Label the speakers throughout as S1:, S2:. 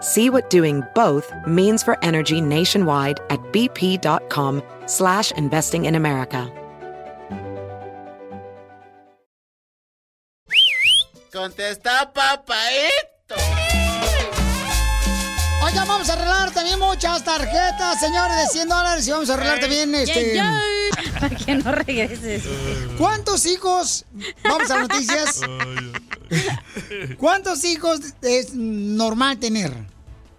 S1: See what doing both means for energy nationwide at bp.com slash investing in America.
S2: Contesta papaito.
S3: Oiga, vamos a arreglar también muchas tarjetas, señores, de 100 dólares y vamos a arreglar también este...
S4: Para que no regreses.
S3: ¿Cuántos hijos? Vamos a noticias. ¿Cuántos hijos es normal tener?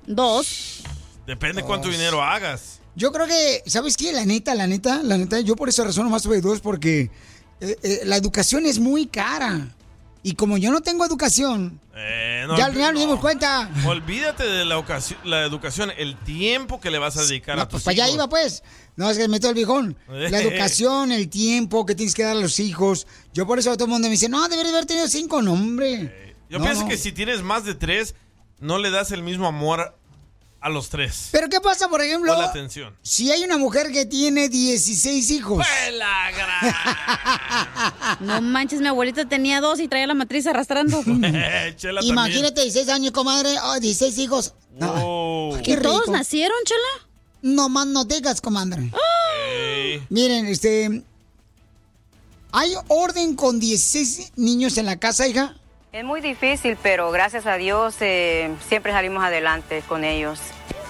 S3: Dos.
S5: Depende cuánto dinero hagas.
S3: Yo creo que, ¿sabes qué? La neta, la neta, la neta, yo por esa razón nomás tuve dos porque eh, eh, la educación es muy cara. Y como yo no tengo educación,
S5: Eh, no,
S3: ya, ya nos
S5: no.
S3: dimos cuenta.
S5: Olvídate de la, ocasi- la educación, el tiempo que le vas a dedicar a tus
S3: Pues para allá
S5: hijos.
S3: iba, pues. No, es que me meto el viejón. La educación, el tiempo que tienes que dar a los hijos. Yo por eso todo el mundo me dice, no, debería haber tenido cinco, no, hombre.
S5: Eh, Yo
S3: No,
S5: pienso
S3: no.
S5: que si tienes más de tres, no le das el mismo amor a los tres.
S3: Pero ¿qué pasa, por ejemplo,
S5: O la atención.
S3: si hay una mujer que tiene 16 hijos?
S4: No manches, mi abuelita tenía dos y traía la matriz arrastrando.
S3: Imagínate, 16 años, comadre, oh, 16 hijos. No, ay, qué
S4: ¿Y todos
S3: rico.
S4: nacieron, chela?
S3: No más no digas, comadre. Miren, este... ¿Hay orden con 16 niños en la casa, hija?
S6: Es muy difícil, pero gracias a Dios eh, siempre salimos adelante con ellos.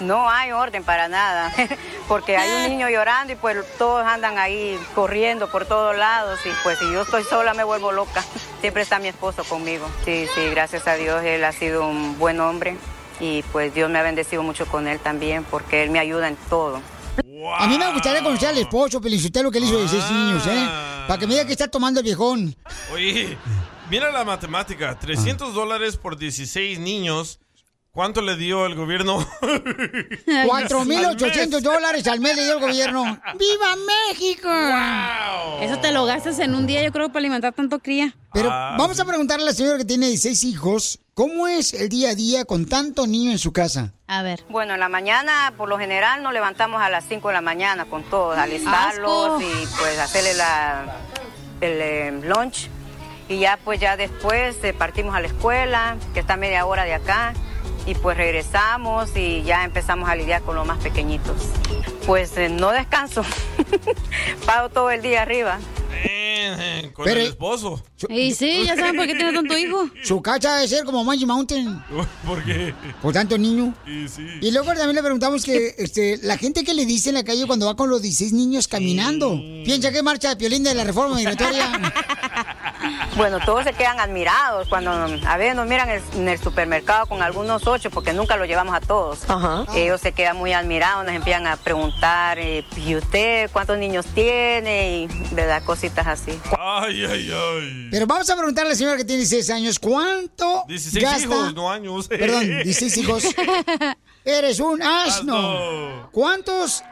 S6: No hay orden para nada, porque hay
S4: Ah.
S6: un niño llorando y pues todos andan ahí corriendo por todos lados y pues si yo estoy sola me vuelvo loca. Siempre está mi esposo conmigo. Sí, sí, gracias a Dios él ha sido un buen hombre y pues Dios me ha bendecido mucho con él también porque él me ayuda en todo.
S3: A mí me gustaría conocer al esposo, lo que él hizo de
S5: Ah.
S3: 16 niños, ¿eh? Para que me diga que está tomando el viejón.
S5: Oye, mira la matemática. 300 dólares por 16 niños. ¿Cuánto le dio el gobierno?
S3: 4.800 dólares al mes le dio el gobierno. ¡Viva México!
S4: Eso te lo gastas en un día, yo creo, para alimentar tanto cría.
S3: Pero
S5: Ah.
S3: vamos a preguntarle a la señora que tiene 16 hijos, ¿cómo es el día a día con tanto niño en su casa?
S4: A ver.
S6: Bueno, en la mañana, por lo general, nos levantamos a las 5 de la mañana con todos, alistarlos
S4: asco.
S6: y pues hacerle la, el eh, lunch. Y ya pues ya después eh, partimos a la escuela, que está media hora de acá, y pues regresamos y ya empezamos a lidiar con los más pequeñitos. Pues eh, no descanso, pago todo el día arriba.
S5: Con el esposo.
S4: Y sí, ya saben por qué tiene tanto hijo.
S3: Su casa debe ser como Magic Mountain,
S5: Uh. ¿Por qué?
S3: por tanto niño.
S5: Y sí.
S3: Y luego también le preguntamos que este, la gente que le dice en la calle cuando va con los 16 niños caminando,
S5: Mm.
S3: piensa que marcha de piolín de la reforma migratoria.
S6: Bueno, todos se quedan admirados cuando a veces nos miran en el- en el supermercado con algunos ocho, porque nunca lo llevamos a todos. Ellos se quedan muy admirados, nos empiezan a preguntar, eh, ¿y usted cuántos niños tiene? Y verdad, cositas así.
S5: Ay, ay, ay.
S3: Pero vamos a preguntarle a la señora que tiene 16 años, ¿cuánto
S5: 16
S3: gasta?
S5: hijos, no años.
S3: Perdón, 16 hijos. Eres un asno. ¿Cuántos,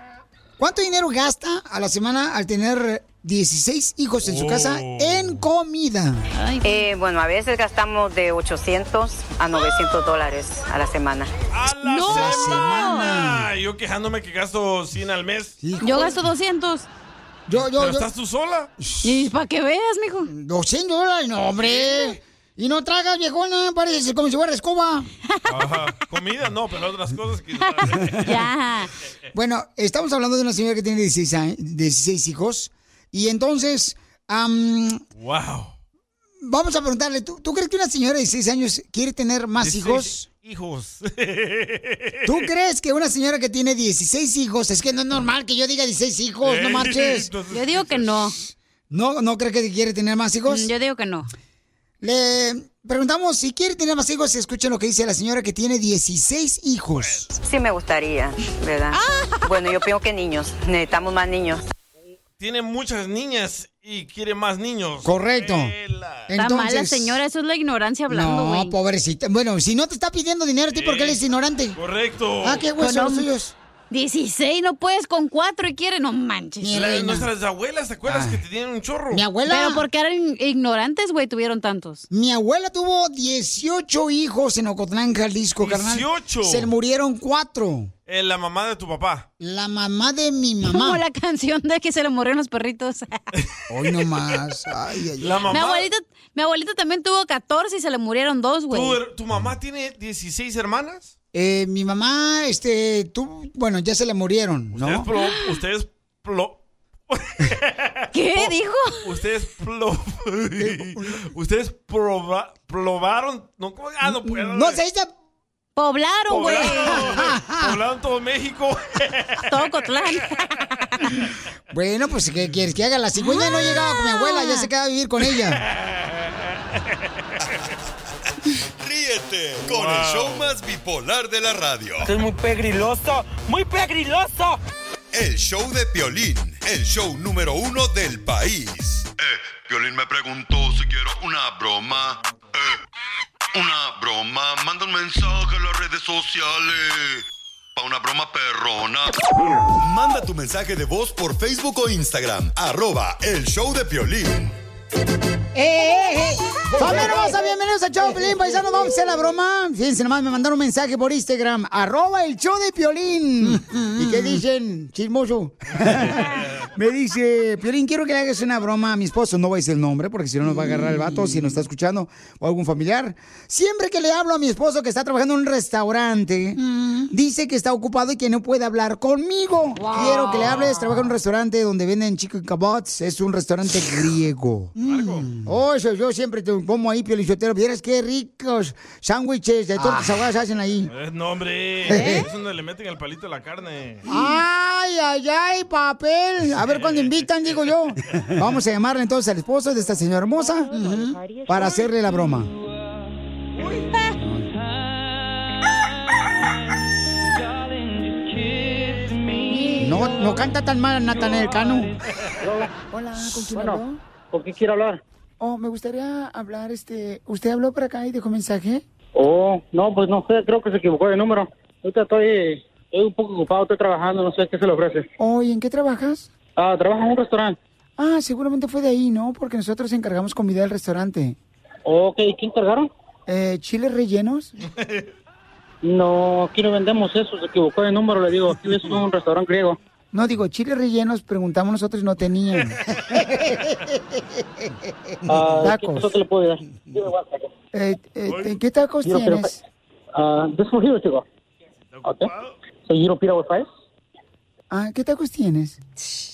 S3: ¿Cuánto dinero gasta a la semana al tener 16 hijos en su casa
S5: Oh.
S3: en comida?
S6: Eh, bueno, a veces gastamos de 800 a 900 dólares a la semana.
S5: ¡No! semana! Yo quejándome que gasto 100 al mes.
S4: Yo gasto 200.
S3: Yo,
S5: ¿Pero estás tú sola?
S4: Y para Pues, que veas, mijo.
S3: 200 dólares, no, hombre. Y no tragas, viejona, parece como si fuera escoba.
S5: Ajá. Comida no, pero otras cosas que...
S3: Ya. Bueno, estamos hablando de una señora que tiene 16, a- 16 hijos. Y entonces, am,
S5: ¡Wow!
S3: vamos a preguntarle, ¿tú, tú crees que una señora de 16 años quiere tener más
S5: 16
S3: hijos?
S5: Hijos.
S7: Eh.
S3: ¿Tú crees que una señora que tiene 16 hijos, es que no es normal que yo diga 16 hijos, no marches?
S4: Yo digo que no.
S3: ¿No, ¿No cree que quiere tener más hijos?
S4: Yo digo que no.
S3: Le preguntamos si quiere tener más hijos. Escuchen lo que dice la señora que tiene 16 hijos.
S6: Sí me gustaría, ¿verdad?
S4: Ah.
S6: Bueno, yo pienso que niños, necesitamos más niños.
S5: Tiene muchas niñas y quiere más niños.
S3: Correcto.
S4: Está mala, señora. Eso es la ignorancia hablando,
S3: no,
S4: güey.
S3: pobrecita. Bueno, si no te está pidiendo dinero, a ti, ¿por qué eres ignorante?
S5: Correcto.
S3: Ah, qué güey, son los suyos.
S4: 16, no puedes con 4 y quiere, no manches.
S5: La- nuestras abuelas, ¿te acuerdas
S3: Ah.
S5: que tenían un chorro?
S3: Mi abuela.
S4: Pero porque eran ignorantes, güey, tuvieron tantos.
S3: Mi abuela tuvo 18 hijos en Ocotlán, Jalisco, carnal.
S5: 18.
S3: Se murieron cuatro.
S5: Eh, la mamá de tu papá.
S3: La mamá de mi
S4: Como
S3: mamá.
S4: la canción de que se le murieron los perritos.
S3: Hoy nomás. Ay, ay,
S5: La
S4: mi,
S5: mamá.
S4: abuelita, mi abuelita también tuvo 14 y se le murieron dos, güey.
S5: ¿Tu, her- tu mamá tiene 16 hermanas?
S3: Eh, mi mamá, este, tú, bueno, ya se le murieron,
S5: Ustedes
S3: ¿no?
S5: pro- Ustedes pro-
S4: ¿Qué dijo?
S5: Ustedes pro- Ustedes proba- probaron. No, ¿cómo? Ah, no puedo.
S3: No se dice,
S4: Poblaron, güey.
S5: Poblaron, güey. Poblaron todo México.
S4: Todo Cotlán.
S3: bueno, pues, ¿qué quieres que haga? La cigüeña no llegaba con mi abuela, ya se queda a vivir con ella.
S8: Ríete con el show más bipolar de la radio.
S7: es muy pegriloso, muy pegriloso.
S8: El show de Piolín, el show número uno del país. Eh, Piolín me preguntó si quiero una broma. Eh, una broma. Manda un mensaje a las redes sociales. Pa' una broma perrona. Manda tu mensaje de voz por Facebook o Instagram. Arroba el show de Piolín.
S3: ¡Eh, eh, eh! ¡Familia hermosa, bienvenidos a Show Piolín, paisanos! Vamos a hacer la broma. Fíjense nomás, me mandaron un mensaje por Instagram. Arroba el show de Piolín. ¿Y qué dicen, chismoso? me dice, Piolín, quiero que le hagas una broma a mi esposo. No voy a decir el nombre porque si no nos va a agarrar el vato, si nos está escuchando, o algún familiar. Siempre que le hablo a mi esposo que está trabajando en un restaurante, dice que está ocupado y que no puede hablar conmigo. Quiero que le hables, trabaja en un restaurante donde venden chicken kabots. Es un restaurante griego. Oh, eso yo siempre te como ahí, piolichotero. Vieras qué ricos sándwiches de tortas ahogadas hacen ahí.
S5: Eh, no, hombre. Es donde le meten el palito a la carne.
S3: Ay, ay, ay, papel. A ver cuándo invitan, digo yo. Vamos a llamarle entonces al esposo de esta señora hermosa para hacerle la broma. Mm. No, no canta tan mal Natanel Cano. Hola, ¿con quién habló?
S9: ¿Con qué quiero hablar?
S3: Oh, me gustaría hablar, este... ¿Usted habló para acá y dejó mensaje?
S9: Oh, no, pues no sé, creo que se equivocó de número. Ahorita estoy, estoy un poco ocupado, estoy trabajando, no sé qué se le ofrece.
S3: Oh, ¿y en qué trabajas?
S9: Ah, trabajo en un restaurante.
S3: Ah, seguramente fue de ahí, ¿no? Porque nosotros encargamos comida del restaurante.
S9: Ok, ¿qué encargaron?
S3: Eh, ¿Chiles rellenos?
S9: No, aquí no vendemos eso, se equivocó de número, le digo, aquí es un restaurante griego.
S3: No, digo, chiles rellenos, preguntamos nosotros y no tenían.
S9: Ah, ¿qué
S3: Tacos.
S9: cosa te le puedo dar? Give me one second.
S3: Eh, eh, ¿Qué tacos
S9: You don't care
S3: tienes?
S9: if I- Ah, this for here, chico. Okay. So you don't pita with fries?
S3: Ah, ¿qué tacos tienes?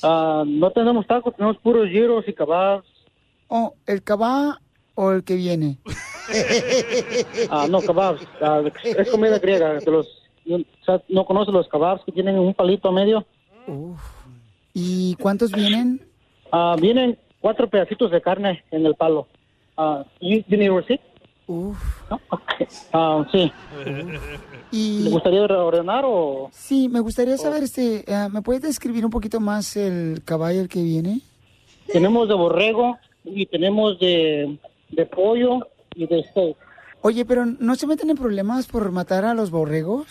S9: Ah, no tenemos tacos, tenemos puros giros y kebabs.
S3: Oh, ¿el cabá o el que viene?
S9: Ah, no, kebabs. Ah, es comida griega. de los, o sea, ¿No conoces los kebabs que tienen un palito a medio?
S3: ¿Y cuántos vienen?
S9: Ah, vienen cuatro pedacitos de carne en el palo. Ah, you, you need a receipt?
S3: Uf.
S9: No? Okay. Ah, sí. ¿Le
S3: Y
S9: gustaría ordenar o...?
S3: sí, me
S9: Oh.
S3: gustaría saber, este, eh, ¿me puedes describir un poquito más el caballo el que viene?
S9: Tenemos de borrego y tenemos de, de pollo y de steak.
S3: Oye, pero ¿no se meten en problemas por matar a los borregos?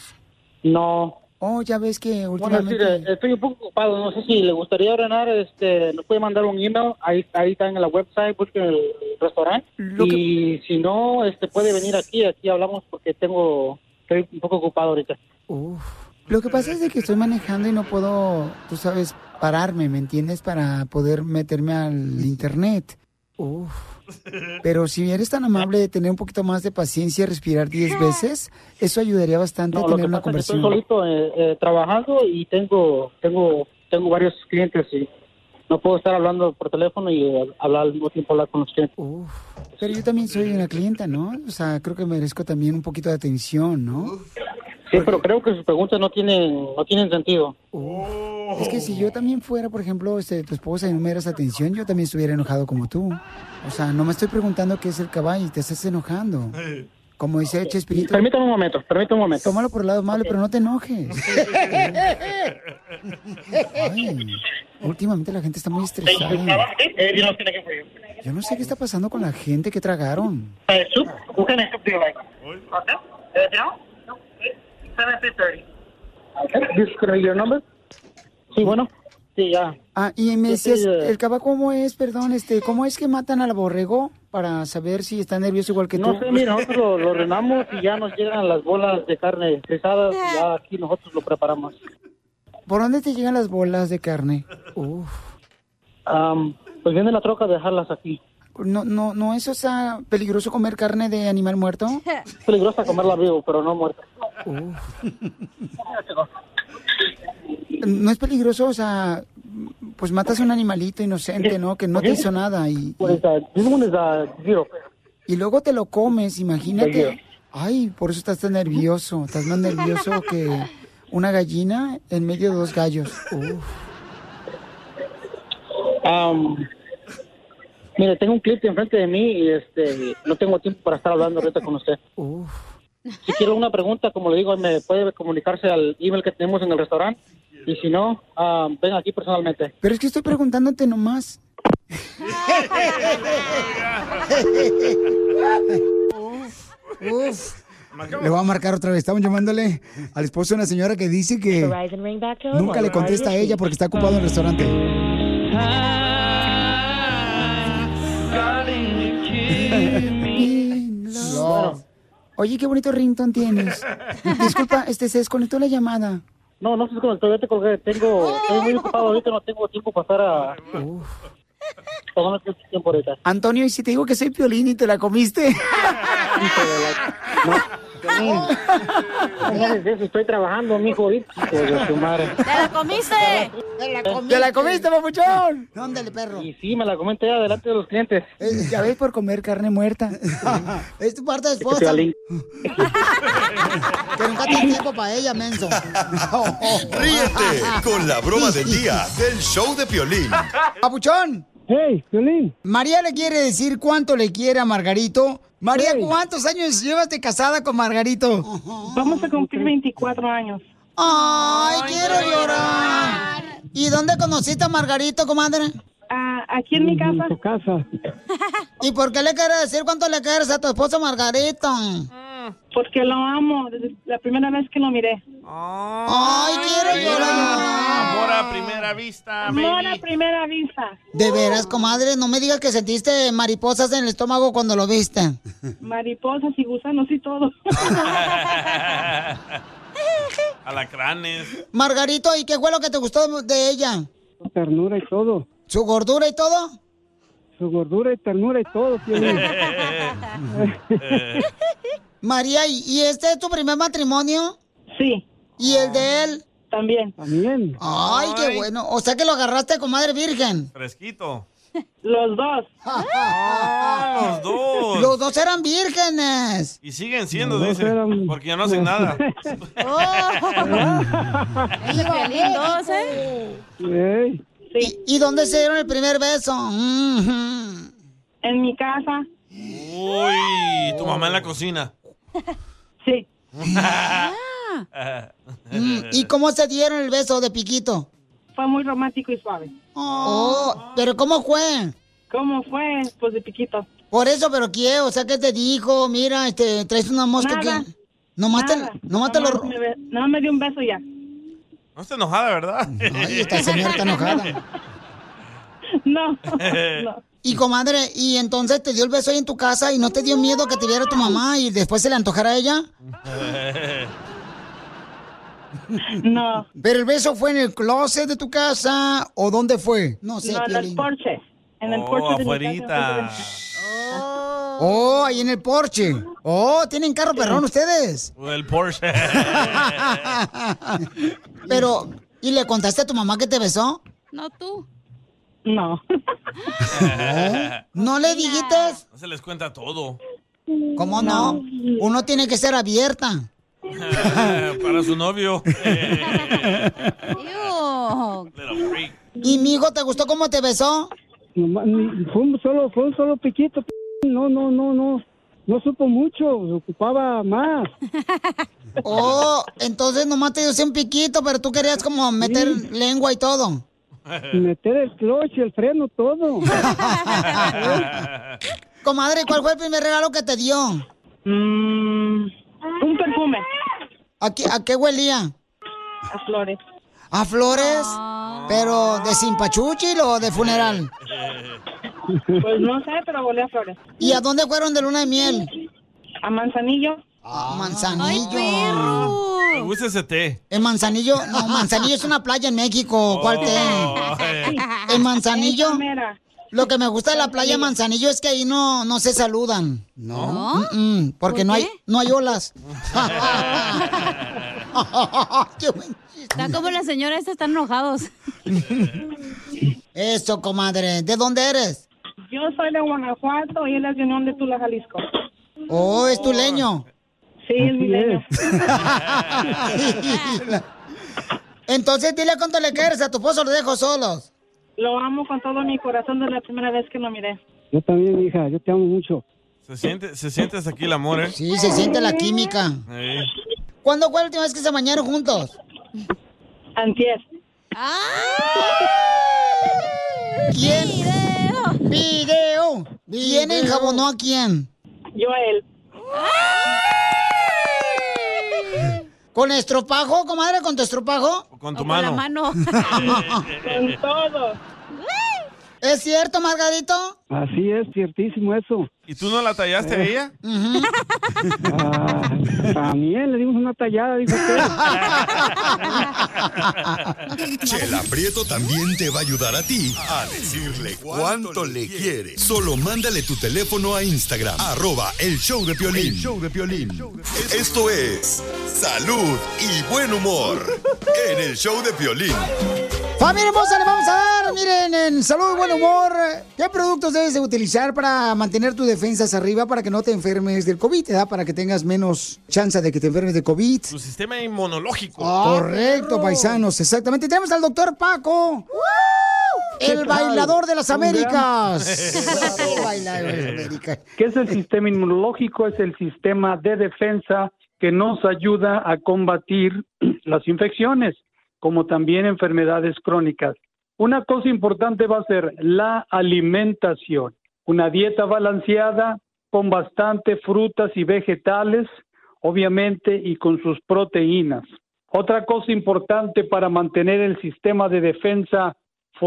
S9: No.
S3: Oh, ya ves que
S9: Bueno, sí,
S3: últimamente...
S9: eh, estoy un poco ocupado. No sé si le gustaría ordenar. Este, nos puede mandar un email. Ahí, ahí está en la website, busquen el restaurante.
S3: Lo que-
S9: Y si no, este, puede venir aquí. Aquí hablamos porque tengo... Estoy un poco ocupado ahorita.
S3: Uf. Lo que pasa es de que estoy manejando y no puedo, tú sabes, pararme, ¿me entiendes? Para poder meterme al internet. Uf. Pero si eres tan amable de tener un poquito más de paciencia y respirar 10 veces, eso ayudaría bastante
S9: No,
S3: a
S9: lo
S3: tener
S9: que
S3: una
S9: pasa es que estoy
S3: conversación.
S9: solito eh, eh, trabajando y tengo, tengo, tengo varios clientes y no puedo estar hablando por teléfono y eh, hablar al mismo tiempo hablar con los clientes.
S3: Uf. Pero yo también soy una clienta, ¿no? O sea, creo que merezco también un poquito de atención, ¿no?
S9: Sí, pero creo que sus preguntas no tienen, no tienen sentido.
S5: Oh.
S3: Es que si yo también fuera, por ejemplo, este, tu esposa y no me dieras atención, yo también estuviera enojado como tú. O sea, no me estoy preguntando qué es el caballo y te estás enojando. Como dice Chespirito.
S9: Permítame un momento, permítame un momento.
S3: Tómalo por el lado malo, pero no te enojes. Ay, últimamente la gente está muy estresada.
S4: eh,
S9: Eh,
S3: Yo no sé qué está pasando con la gente que tragaron.
S9: Eh, Sí, bueno. Sí, ya.
S3: Ah, y me
S9: Yo
S3: decías,
S9: soy, eh,
S3: el caballo, ¿cómo es? Perdón, este, ¿cómo es que matan al borrego para saber si está nervioso igual que tú?
S9: No sé, mira, nosotros lo, lo ordenamos y ya nos llegan las bolas de carne frisadas y ya aquí nosotros lo preparamos.
S3: ¿Por dónde te llegan las bolas de carne? Uf.
S9: Am, pues viene la troca a dejarlas aquí.
S3: ¿No, no, no eso está peligroso comer carne de animal muerto?
S9: Es peligrosa comerla vivo, pero no muerta.
S3: No es peligroso, o sea, pues matas a un animalito inocente, ¿no? Que no te hizo nada y,
S9: What is that? Pues, This one is uh, zero.
S3: y luego te lo comes, imagínate. Ay, por eso estás tan nervioso, estás más nervioso que una gallina en medio de dos gallos. Uf.
S9: Am, mire, tengo un cliente enfrente de mí y este, no tengo tiempo para estar hablando ahorita con usted. Si quiero una pregunta, como le digo, me puede comunicarse al email que tenemos en el restaurante. Y si no, am, venga aquí personalmente.
S3: Pero es que estoy preguntándote nomás. Uf. Le voy a marcar otra vez. Estamos llamándole al esposo de una señora que dice que nunca le contesta a ella porque está ocupado en el restaurante.
S9: Bueno,
S3: Oye, qué bonito rington tienes. Disculpa, este se desconectó la llamada.
S9: no, no sé cómo estoy, ya te colgué. Tengo, estoy muy ocupado ahorita, no tengo tiempo para estar a... Perdón, no tengo tiempo ahorita.
S3: Antonio, ¿y si te digo que soy piolín y te la comiste?
S9: No haces eso, estoy trabajando, mijo, ahorita. Hijo de su madre.
S4: ¡Te la comiste!
S3: ¡Te la comiste, papuchón! Ándale, perro.
S9: Y sí, me la comenté ya delante de los clientes.
S3: Eh, Ya ves por comer carne muerta. es tu parte de
S9: Este Piolín.
S3: Que nunca tiene tiempo para ella, menso.
S8: Ríete con la broma del día del show de Piolín.
S3: Papuchón,
S9: Hey, Piolín.
S3: María le quiere decir cuánto le quiere a Margarito. María, ¿cuántos años llevas de casada con Margarito?
S10: Vamos a cumplir 24 años.
S3: Ay, quiero llorar. ¿Y dónde conociste a Margarito, comadre? Mm.
S10: Ah, aquí en mi casa.
S9: casa.
S3: ¿Y por qué le quieres decir cuánto le quieres a tu esposo Margarito?
S10: Porque lo amo desde la primera vez que lo miré.
S3: Ay, quiero llorar.
S5: Amor a primera vista,
S10: Amor a
S5: baby.
S10: primera vista.
S3: De veras, comadre, no me digas que sentiste mariposas en el estómago cuando lo viste.
S10: Mariposas y gusanos y todo.
S5: Alacranes.
S3: Margarito, ¿y qué fue lo que te gustó de ella?
S9: Ternura y todo.
S3: ¿Su gordura y todo?
S9: Su gordura y ternura y todo, Piolín.
S3: María, ¿y- ¿y este es tu primer matrimonio?
S10: Sí,
S3: ¿Y el de él?
S10: también.
S9: También.
S3: Ay, qué
S5: Ay.
S3: bueno. O sea que lo agarraste, comadre virgen.
S5: Fresquito.
S10: Los dos.
S5: Los dos.
S3: Los dos eran vírgenes.
S5: Y siguen siendo,
S9: Los dos
S5: dice.
S9: eran-
S5: Porque ya no hacen nada.
S4: Es de Piolín dos, ¿eh?
S9: Ey.
S10: Sí,
S3: ¿Y dónde se dieron el primer beso? Ujú.
S10: en mi casa.
S5: Uy, tu mamá en la cocina.
S10: Sí,
S3: Ah. Mm, ¿Y cómo se dieron el beso de piquito?
S10: fue muy romántico y suave.
S3: Oh, pero ¿cómo fue?
S10: ¿Cómo fue? Pues de piquito.
S3: Por eso, pero ¿qué? O sea, ¿qué te dijo? Mira, este, traes una mosca
S10: Nada.
S3: que... Nomás te,
S10: Nada.
S3: nomás te
S10: Nomás
S3: lo...
S10: me ve- Nomás me dio un beso y ya.
S5: No está enojada, ¿verdad?
S3: Ay, esta señora está enojada.
S10: No, no.
S3: Y comadre, y entonces te dio el beso ahí en tu casa y no te dio miedo que te viera tu mamá y después se le antojara a ella.
S10: No,
S3: Pero el beso fue en el closet de tu casa o dónde fue? No sé,
S10: no, en el
S3: Piolín.
S10: porche. En el
S5: Oh,
S10: porche de mi casa,
S5: afuerita.
S10: enfrente
S3: Oh, ahí en el porche. Oh, tienen carro perrón ustedes.
S5: O El Porsche.
S3: Pero, ¿y le contaste a tu mamá que te besó?
S4: No tú.
S10: de- No.
S3: ¿No le dijiste?
S5: No se les cuenta todo.
S3: ¿Cómo no? Uno tiene que ser abierta.
S5: Eh, Para su novio.
S4: Ew. loco.
S3: ¿Y mijo, te gustó cómo te besó?
S11: Nomás, ni- Fue un solo, fue un solo piquito. p- No, no, no, no. No supo mucho, se ocupaba más.
S3: Oh, entonces nomás te dio así un piquito, pero tú querías como meter lengua y todo.
S11: Meter el clutch, el freno, todo.
S3: Comadre, ¿cuál fue el primer regalo que te dio?
S10: Mm,
S3: un perfume. ¿A qué, a qué huelía? A flores. ¿A flores?
S10: Ah.
S3: ¿Pero de Simpachuchil o de funeral?
S10: Pues no sé, pero volé a flores.
S3: ¿Y a dónde fueron de luna de miel?
S10: A Manzanillo.
S3: A Manzanillo.
S5: Me gusta ese té.
S3: En Manzanillo, no, Manzanillo es una playa en México, ¿cuál
S5: Oh, eh.
S3: te? En Manzanillo, lo que me gusta de la playa de Manzanillo es que ahí no, no se saludan.
S5: ¿No?
S3: Mm, mm, porque
S5: ¿Por
S3: no hay,
S5: qué?
S3: no hay olas.
S4: Está como la señora esta, están enojados.
S3: Eso, comadre. ¿De dónde eres?
S10: Yo soy de Guanajuato y él es de Unión de Tula, Jalisco.
S3: Oh, es tu leño.
S10: Sí, es mi leño.
S3: Entonces, dile cuánto le quieres a tu esposo, lo dejo solos.
S10: Lo amo con todo mi corazón desde la primera vez que lo miré.
S11: Yo también, hija, yo te amo mucho.
S5: Se siente, se siente hasta aquí el amor, ¿eh?
S3: Sí, se siente la química.
S5: Eh.
S3: ¿Cuándo fue la última vez que se bañaron juntos?
S10: Antier.
S3: ¿Quién? Video. Video. ¿Quién
S10: Video.
S3: enjabonó a quién?
S10: Yo a él.
S3: ¿Con estropajo, comadre? ¿Con tu estropajo?
S5: Con tu mano.
S3: Con todo. ¿Es cierto, Margarito?
S11: Así es, ciertísimo eso.
S5: ¿Y tú no la
S3: Oh.
S5: tallaste a ella?
S3: Ujú.
S11: Ah, también le dimos una tallada, dijo usted.
S8: Chela Prieto también te va a ayudar a ti a decirle cuánto le quiere. Solo mándale tu teléfono a Instagram, arroba el show de Piolín. Esto es salud y buen humor en el show de Piolín.
S3: Familia hermosa, le vamos a dar, miren, en salud y buen humor, ¿qué productos debes de utilizar para mantener tus defensas arriba para que no te enfermes del COVID, ¿verdad? Para que tengas menos chance de que te enfermes de COVID.
S5: Tu sistema inmunológico.
S3: Ah, Correcto, paisanos, exactamente. Tenemos al doctor Paco, el
S11: ¿Qué tal?
S3: bailador de las
S11: Un gran-
S3: Américas. El bailador de las Américas.
S11: ¿Qué es el sistema inmunológico? Es el sistema de defensa que nos ayuda a combatir las infecciones, como también enfermedades crónicas. Una cosa importante va a ser la alimentación. Una dieta balanceada con bastante frutas y vegetales, obviamente, y con sus proteínas. Otra cosa importante para mantener el sistema de defensa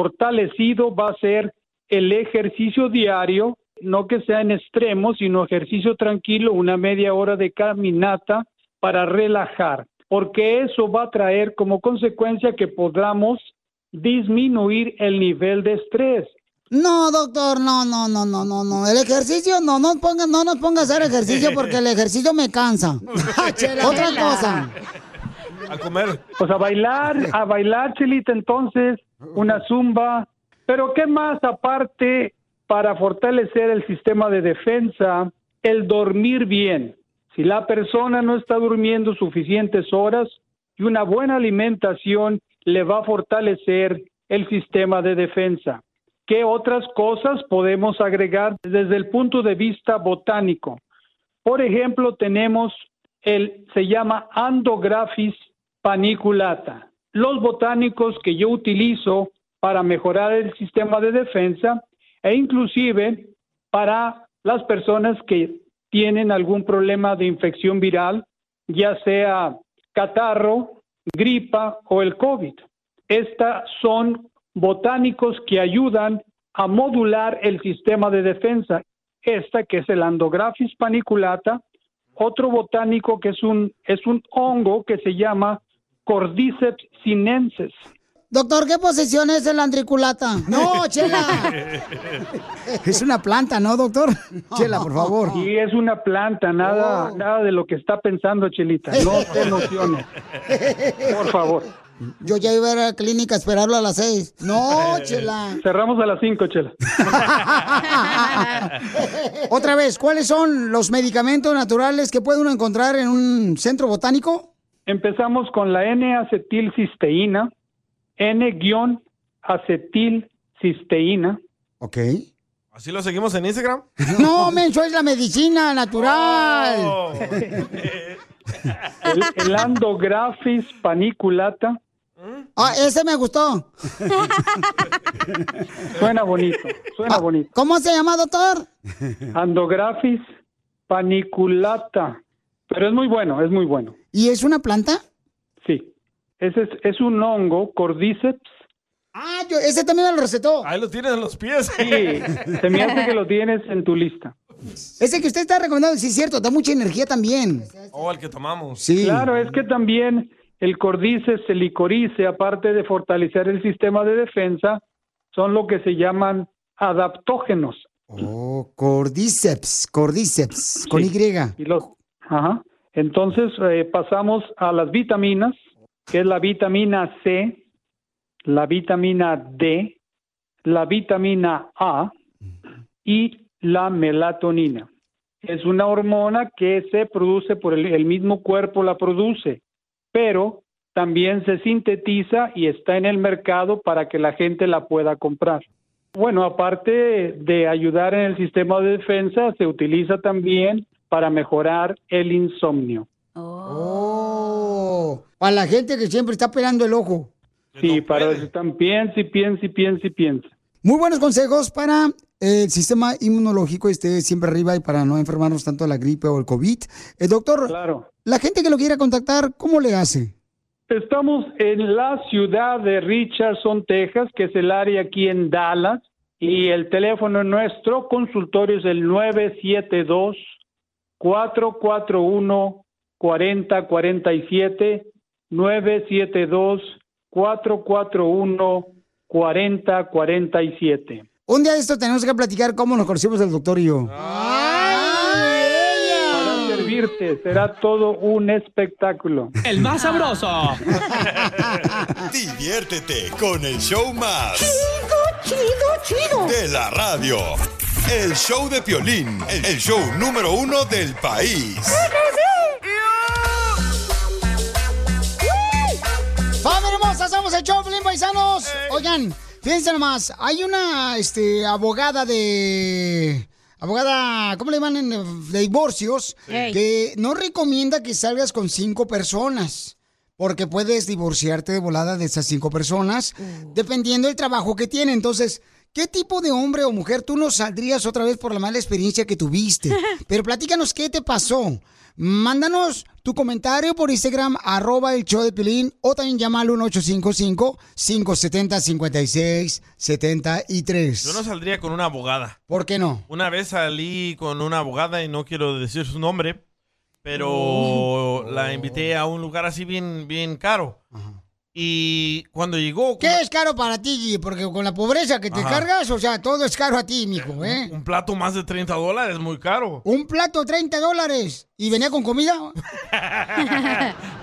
S11: fortalecido va a ser el ejercicio diario, no que sea en extremo, sino ejercicio tranquilo, una media hora de caminata para relajar, porque eso va a traer como consecuencia que podamos disminuir el nivel de estrés.
S3: No, doctor, no, no, no, no, no, no. El ejercicio no, no, ponga, no nos ponga a hacer ejercicio porque el ejercicio me cansa.
S11: Chela.
S3: Otra cosa.
S5: A comer.
S11: Pues a bailar, a bailar, Chelita, entonces, una zumba. Pero ¿qué más aparte para fortalecer el sistema de defensa? El dormir bien. Si la persona no está durmiendo suficientes horas y una buena alimentación le va a fortalecer el sistema de defensa. ¿Qué otras cosas podemos agregar desde el punto de vista botánico? Por ejemplo, tenemos el, se llama Andographis paniculata. Los botánicos que yo utilizo para mejorar el sistema de defensa e inclusive para las personas que tienen algún problema de infección viral, ya sea catarro, gripa o el COVID. Estas son botánicos que ayudan a modular el sistema de defensa. Esta que es el Andographis paniculata, otro botánico que es un es un hongo que se llama Cordyceps sinensis.
S3: Doctor, ¿qué posición es el andriculata? No, chela. Es una planta, ¿no, doctor? Chela, por favor. Oh.
S11: Y es una planta, nada nada de lo que está pensando Chelita. No te emociones. Por favor.
S3: Yo ya iba a ir a la clínica a esperarlo a las seis. No, chela.
S11: Cerramos a las 5, Chela.
S7: Ah,
S3: Otra vez, ¿cuáles son los medicamentos naturales que puede uno encontrar en un centro botánico?
S11: Empezamos con la N-acetilcisteína, N-acetilcisteína.
S3: Ok.
S5: ¿Así lo seguimos en Instagram?
S3: No, menso, es la medicina natural.
S5: Oh.
S11: Oh. El, el Andrographis paniculata.
S3: Ah, ese me gustó.
S11: Suena bonito, suena bonito.
S3: ¿Cómo se llama, doctor?
S11: Andrographis paniculata. Pero es muy bueno, es muy bueno.
S3: ¿Y es una planta?
S11: Sí. Ese es, es un hongo, cordyceps.
S3: Ah, yo, ese también me lo recetó.
S5: Ahí lo tienes en los pies.
S11: Sí, se me hace que lo tienes en tu lista.
S3: Ese que usted está recomendando, sí es cierto, da mucha energía también.
S5: O Oh, al que tomamos.
S11: Claro, es que también el cordice, el licorice, aparte de fortalecer el sistema de defensa, son lo que se llaman adaptógenos.
S3: Oh, cordyceps, cordyceps, con Y.
S11: Y los- ajá. Entonces eh, pasamos a las vitaminas, que es la vitamina C, la vitamina D, la vitamina A y la melatonina. Es una hormona que se produce por el, el mismo cuerpo, la produce, pero también se sintetiza y está en el mercado para que la gente la pueda comprar. Bueno, aparte de ayudar en el sistema de defensa, se utiliza también para mejorar el insomnio.
S3: Oh, para la gente que siempre está pelando el ojo.
S11: Sí, para eso están, piensa y piensa y piensa y piensa.
S3: Muy buenos consejos para eh, el sistema inmunológico, esté siempre arriba y para no enfermarnos tanto de la gripe o el COVID. Eh, doctor, la gente que lo quiera contactar, ¿cómo le hace?
S11: Estamos en la ciudad de Richardson, Texas, que es el área aquí en Dallas, y el teléfono en nuestro consultorio es el 972 441 4047 972 441 4047.
S3: Un día de esto tenemos que platicar cómo nos conocimos el doctor y yo.
S11: Para servirte, será todo un espectáculo.
S7: El más sabroso.
S8: Diviértete con el show más.
S12: Chido, chido, chido.
S8: De la radio. El show de Piolín, el show número uno del país.
S3: ¡Familia hermosa! ¡Somos el Choplin Paisanos! Oigan, fíjense nomás, hay una este, abogada de. Abogada, ¿cómo le llaman? en- De divorcios, que no recomienda que salgas con cinco personas, porque puedes divorciarte de volada de esas cinco personas, dependiendo del trabajo que tiene. Entonces, ¿qué tipo de hombre o mujer tú no saldrías otra vez por la mala experiencia que tuviste? Pero platícanos qué te pasó. Mándanos tu comentario por Instagram, arroba el show de Pilín, o también llama al
S5: Yo
S3: 1-855-570-5673.
S5: no saldría con una abogada.
S3: ¿Por qué no?
S5: Una vez salí con una abogada y no quiero decir su nombre, pero
S3: Oh.
S5: la invité a un lugar así bien, bien caro. Y cuando llegó,
S3: ¿Qué es caro para ti, Gigi? Porque con la pobreza que te
S5: Ajá.
S3: cargas, o sea, todo es caro a ti, mijo, ¿eh?
S5: un plato más de 30 dólares, muy caro.
S3: Un plato, 30 dólares. ¿Y venía con comida?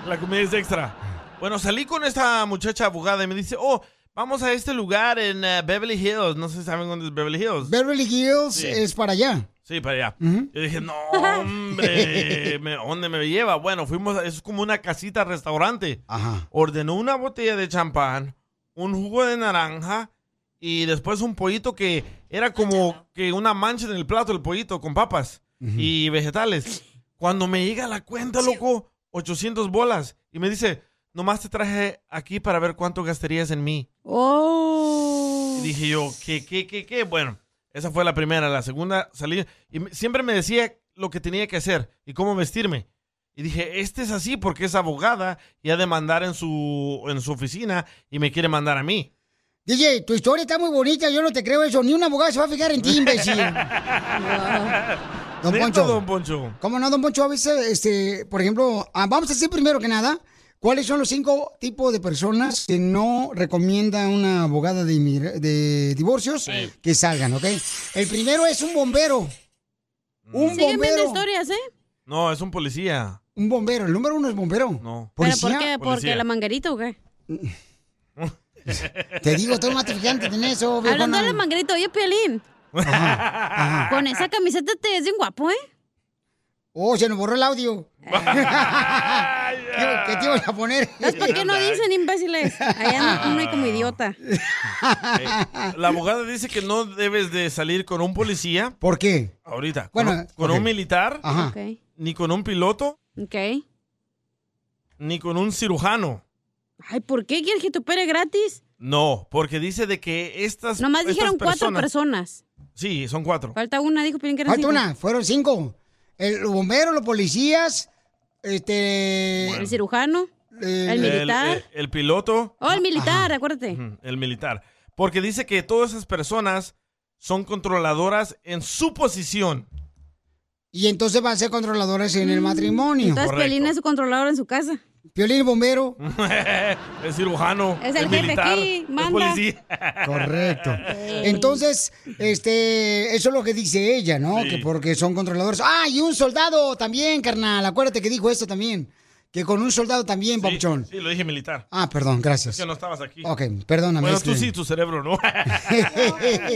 S5: La comida es extra. Bueno, salí con esta muchacha abogada y me dice, oh, vamos a este lugar en eh, Beverly Hills. No sé si saben dónde es Beverly Hills.
S3: Beverly Hills
S5: Sí.
S3: es para allá.
S5: Sí, para allá. Yo dije, no, hombre, me- ¿dónde me lleva? Bueno, fuimos, a- es como una casita restaurante.
S3: Ajá.
S5: Ordenó una botella de champán, un jugo de naranja y después un pollito que era como que una mancha en el plato, el pollito con papas y vegetales. Cuando me llega la cuenta, loco, 800 bolas. Y me dice, nomás te traje aquí para ver cuánto gastarías en mí.
S4: Oh.
S5: Y dije yo, ¿qué, qué, qué, qué? Bueno, esa fue la primera. La segunda salí y me- siempre me decía lo que tenía que hacer y cómo vestirme. Y dije, este es así porque es abogada y ha de mandar en su, en su oficina y me quiere mandar a mí.
S3: DJ, tu historia está muy bonita, yo no te creo eso. Ni un abogado se va a fijar en ti, imbécil. Don
S5: Neta,
S3: Poncho.
S5: Don Poncho.
S3: ¿Cómo no, don Poncho? A veces, este, por ejemplo, ah, vamos a decir primero que nada, ¿cuáles son los cinco tipos de personas que no recomienda una abogada de, inmigra- de divorcios que salgan, ok? El primero es un bombero.
S5: Mm.
S3: Un
S4: Siguen viendo
S3: bombero.
S4: historias, ¿eh?
S5: No, es un policía.
S3: Un bombero. El número uno es bombero.
S5: No.
S4: ¿Pero
S3: ¿Policía?
S4: Eh, por qué? ¿Porque la manguerita o qué?
S3: Te digo, todo más fijante en eso, viejona.
S4: Hablando de la manguerita, oye, Piolín. Con esa camiseta te ves bien guapo, ¿eh?
S3: Oh, se nos borró el audio. ¿Qué te ibas a poner?
S4: Ah. ¿Sabes por qué no dicen imbéciles? Allá no, no hay como idiota.
S5: Eh, La abogada dice que no debes de salir con un policía.
S3: ¿Por qué?
S5: Ahorita.
S3: Bueno,
S5: con, un- con
S3: ok.
S5: un militar,
S3: Ajá.
S4: Ok.
S5: ni con un piloto,
S4: Ok.
S5: ni con un cirujano.
S4: Ay, ¿por qué quieres que te opere gratis?
S5: No, porque dice de que estas.
S4: Nomás
S5: estas
S4: dijeron cuatro personas.
S5: Sí, son cuatro.
S4: Falta una, dijo Piolín que eran
S3: Falta
S4: cinco.
S3: una, fueron cinco. El, los bomberos, los policías, este... eh,
S4: El cirujano. El militar.
S5: El, el piloto,
S4: Oh, el militar, acuérdate.
S5: el militar. Porque dice que todas esas personas son controladoras en su posición.
S3: Y entonces van a ser controladores en el matrimonio.
S4: Mm, Entonces Piolín es su controlador en su casa.
S3: Piolín bombero.
S5: el cirujano.
S4: Es el jefe
S5: militar,
S4: aquí,
S5: el
S4: manda.
S5: policía.
S3: Correcto. Entonces, este, eso es lo que dice ella, ¿no?
S5: Sí.
S3: Que porque son controladores. Ah, y un soldado también, carnal. Acuérdate que dijo esto también. Que con un soldado también,
S5: Sí,
S3: Papuchón.
S5: Sí, lo dije militar.
S3: Ah, perdón, gracias.
S5: Es que no estabas aquí.
S3: Ok, perdóname. este. es
S5: Bueno, tú
S3: que-
S5: sí, tu cerebro, ¿no?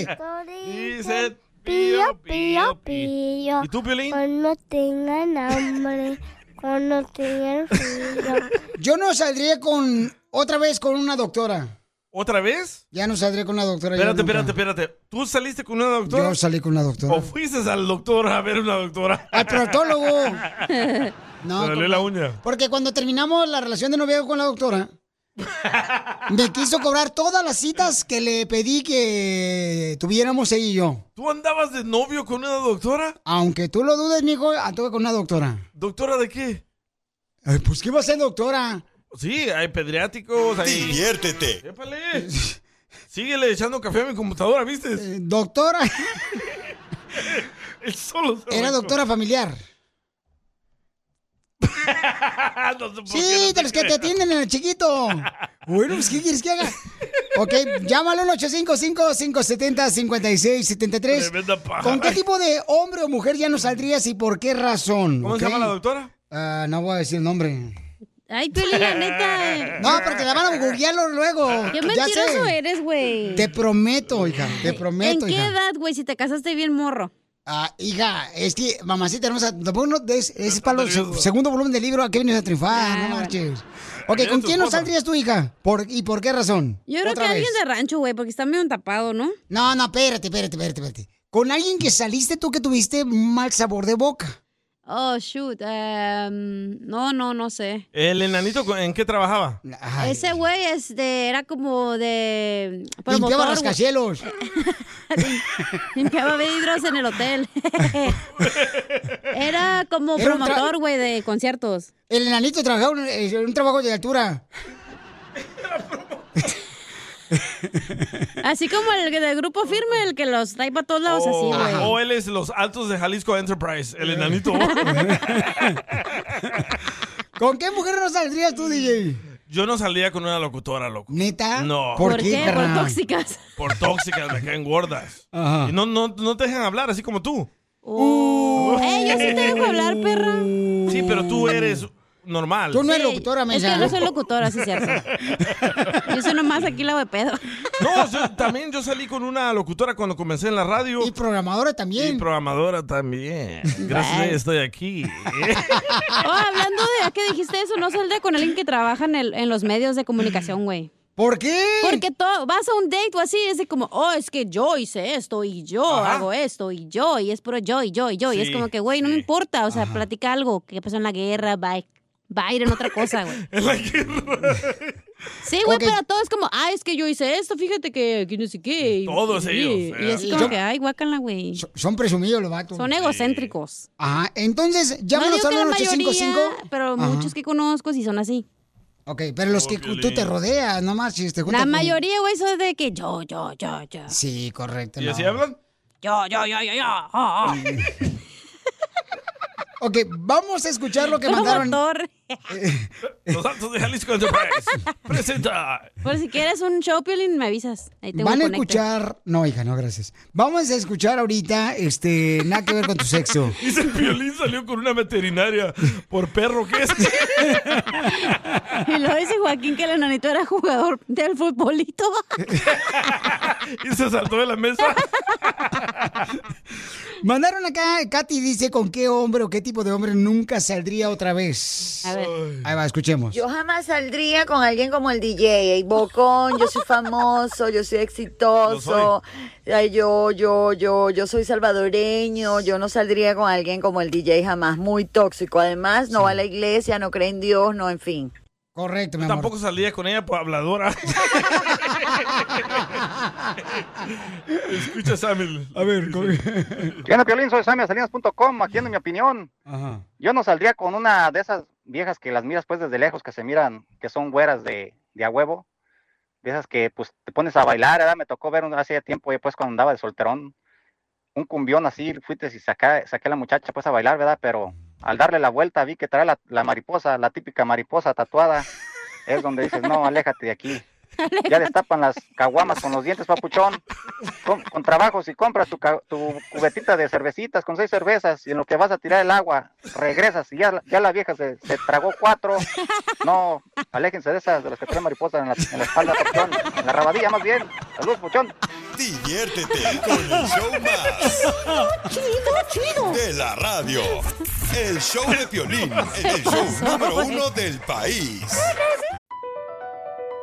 S5: Dice,
S13: Pío, pío, pío.
S5: ¿Y tú, Piolín?
S13: Cuando tengan hambre, cuando tengan frío.
S3: Yo no saldría con, otra vez con una doctora.
S5: ¿Otra vez?
S3: Ya no saldría con una doctora. ya
S5: Espérate,
S3: nunca.
S5: espérate, espérate. ¿Tú saliste con una doctora?
S3: Yo salí con una doctora.
S5: ¿O fuiste al doctor a ver una doctora?
S3: Al proctólogo.
S5: No,
S3: No,
S5: Te dolió
S3: compa-
S5: la uña.
S3: Porque cuando terminamos la relación de noviazgo con la doctora, me quiso cobrar todas las citas que le pedí que tuviéramos ella y yo.
S5: ¿Tú andabas de novio con una doctora?
S3: Aunque tú lo dudes, mijo, anduve con una doctora.
S5: ¿Doctora de qué?
S3: Ay, pues, ¿qué va a ser doctora?
S5: Sí, hay pediátricos, hay...
S8: Diviértete.
S5: Épale. Síguele echando café a mi computadora, ¿viste?
S3: Eh, Doctora,
S5: Él solo se
S3: era
S5: arrancó.
S3: doctora familiar.
S5: No sé por qué no
S3: Sí, de los que te
S5: creas.
S3: atienden en el chiquito. Bueno, pues, ¿qué quieres que haga? Ok, llámalo al 855-570-5673.
S5: Tremenda paja.
S3: ¿Con qué tipo de hombre o mujer ya no saldrías y por qué razón?
S5: ¿Cómo se
S3: ok?
S5: llama la doctora?
S3: Ah, no voy a decir el nombre.
S4: Ay, Piolín, la neta.
S3: No, porque la van a googlearlo luego.
S4: Qué
S3: Ya
S4: mentiroso
S3: sé.
S4: eres, güey.
S3: Te prometo, hija, te
S4: ¿En
S3: prometo,
S4: qué
S3: hija.
S4: edad, güey, si te casaste bien morro?
S3: Ah, hija, es que, mamacita hermosa, tampoco no des- ese es para el se- segundo volumen del libro, ¿a qué vienes a trifar? no marches. Ok,
S4: Mira
S3: ¿con
S4: tu
S3: quién no
S4: esposa.
S3: saldrías tú, hija? ¿Por, ¿Y por qué razón?
S4: Yo creo
S3: Otra
S4: que
S3: vez.
S4: alguien de rancho, güey, porque está medio tapado, ¿no?
S3: No, no, espérate, espérate, espérate, espérate. Con alguien que saliste tú que tuviste mal sabor de boca.
S4: Oh, shoot. em, no, no, no sé.
S5: ¿El enanito cu- en qué trabajaba?
S4: Ese güey este, era como de.
S3: Limpiaba
S4: promotor,
S3: rascacielos.
S4: güey. Limpiaba vidrios en el hotel. era Ah, como
S3: Era un tra-
S4: promotor, güey, de conciertos.
S3: El enanito trabajaba un- eh, en un trabajo de altura.
S4: Así como el que del grupo firme, el que los trae para todos lados,
S3: Oh,
S5: O,
S4: así, güey.
S5: o Oh, él es los altos de Jalisco Enterprise,
S3: Eh.
S5: el enanito.
S3: ¿Con qué mujer no saldrías tú, DJ?
S5: Yo no salía con una locutora, loco.
S3: ¿Neta?
S5: No.
S3: ¿Por ¿Por qué, qué? ¿Por carnal?
S4: tóxicas?
S5: Por tóxicas, me caen gordas.
S3: Ajá.
S5: Y no, no, no te dejan hablar, así como tú.
S4: Eh, yo sí te dejo hablar, perra.
S5: Sí, pero tú eres normal.
S4: Sí, Es que no soy locutora, sí, cierto. Yo soy nomás aquí la de pedo.
S5: No, yo- también yo salí con una locutora cuando comencé en la radio. Y
S3: programadora también.
S5: Y programadora también. Gracias a ella estoy aquí.
S4: Oh, hablando de ya que dijiste eso, no saldré con alguien que trabaja en, el- en los medios de comunicación, güey.
S3: Mm. ¿Por qué?
S4: Porque todo, vas a un date o así, es de como, oh, es que yo hice esto y yo
S14: Ajá.
S4: hago esto y yo, y es puro yo y yo y yo. y es
S14: Sí,
S4: como que, güey, no me importa, o sea, platica algo, que pasó en la guerra, Bi- Biden, otra cosa, güey. Sí, güey, pero todo es como, ah, es que yo hice esto, fíjate que, que no sé qué. y-
S3: Todos
S4: y-
S3: ellos,
S4: Y,
S3: eh.
S4: es
S3: Y
S4: como
S3: yo-
S4: que, ay, guácala, güey.
S3: Son presumidos los vatos.
S4: Son egocéntricos.
S3: Ajá, entonces
S4: no
S3: llámanos
S4: digo que
S3: al
S4: la mayoría,
S3: 855.
S4: pero
S3: Ajá.
S4: muchos que conozco sí son así.
S3: Ok, pero los que tú te rodeas, no marches, te juntas
S4: La
S3: con-
S4: mayoría, güey, son de que yo, yo, yo, yo.
S3: Sí, correcto.
S5: ¿Y
S3: no.
S5: así hablan?
S4: Yo, yo, yo, yo, yo. ah, ah.
S3: Ok, vamos a escuchar lo que mandaron.
S5: Los altos de Jalisco Enterprise. Presenta.
S4: Por si quieres un show, Piolín, me avisas. Ahí tengo
S3: Van a
S4: un conecte.
S3: escuchar. No, hija, no, gracias. Vamos a escuchar ahorita, este, nada que ver con tu sexo.
S5: Dice el violín salió con una veterinaria por perro que es.
S4: Y lo dice Joaquín que el enanito era jugador del futbolito.
S3: Oh,
S5: Y se saltó de la mesa.
S3: Mandaron acá, Katy dice con qué hombre o qué tipo de hombre nunca saldría otra vez.
S15: A ver.
S3: Ahí va, escuchemos.
S15: Yo jamás saldría con alguien como el DJ, el bocón, yo soy famoso, yo soy exitoso, ay, yo, yo, yo, yo soy salvadoreño, yo no saldría con alguien como el DJ jamás, muy tóxico, además no va a la iglesia, no cree en Dios, no, en fin.
S3: Correcto,
S5: Yo tampoco salía con ella por habladora. Escucha, Samuel.
S3: A ver,
S16: Yo en el Piolín soy salinas.com, aquí en mi opinión. Yo no saldría con una de esas viejas que las miras pues desde lejos, que se miran, que son güeras de, de a huevo. De esas que pues te pones a bailar, ¿verdad? Me tocó ver un- hace tiempo, ya, pues cuando andaba de solterón, un cumbión así, fuiste y saca- saqué a la muchacha pues a bailar, ¿verdad? Pero al darle la vuelta vi que trae la, la mariposa, la típica mariposa tatuada. Es donde dices, no, aléjate de aquí. Ya destapan las caguamas con los dientes, papuchón. Con, con trabajo, si compras tu, ca- tu cubetita de cervecitas con seis cervezas y en lo que vas a tirar el agua, regresas y ya, la- ya la vieja se, se tragó cuatro. No, aléjense de esas, de las que traen mariposas en la, en la espalda, papuchón. En la rabadilla, más bien. Saludos, puchón.
S8: Diviértete con el show más. Chido, chido. De la radio. El show de Piolín, el show número uno del país.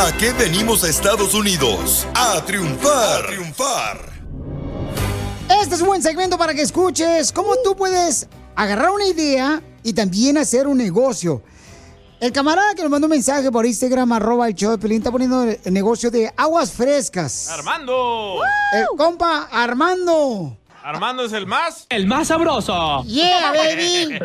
S8: ¿A qué venimos a Estados Unidos? A triunfar. A triunfar.
S3: Este es un buen segmento para que escuches cómo tú puedes agarrar una idea y también hacer un negocio. El camarada que nos mandó un mensaje por Instagram, arroba el show de Pelín, está poniendo el el negocio de aguas frescas.
S5: Armando.
S3: El compa Armando.
S5: Armando es el más.
S17: El más sabroso.
S3: Yeah, baby.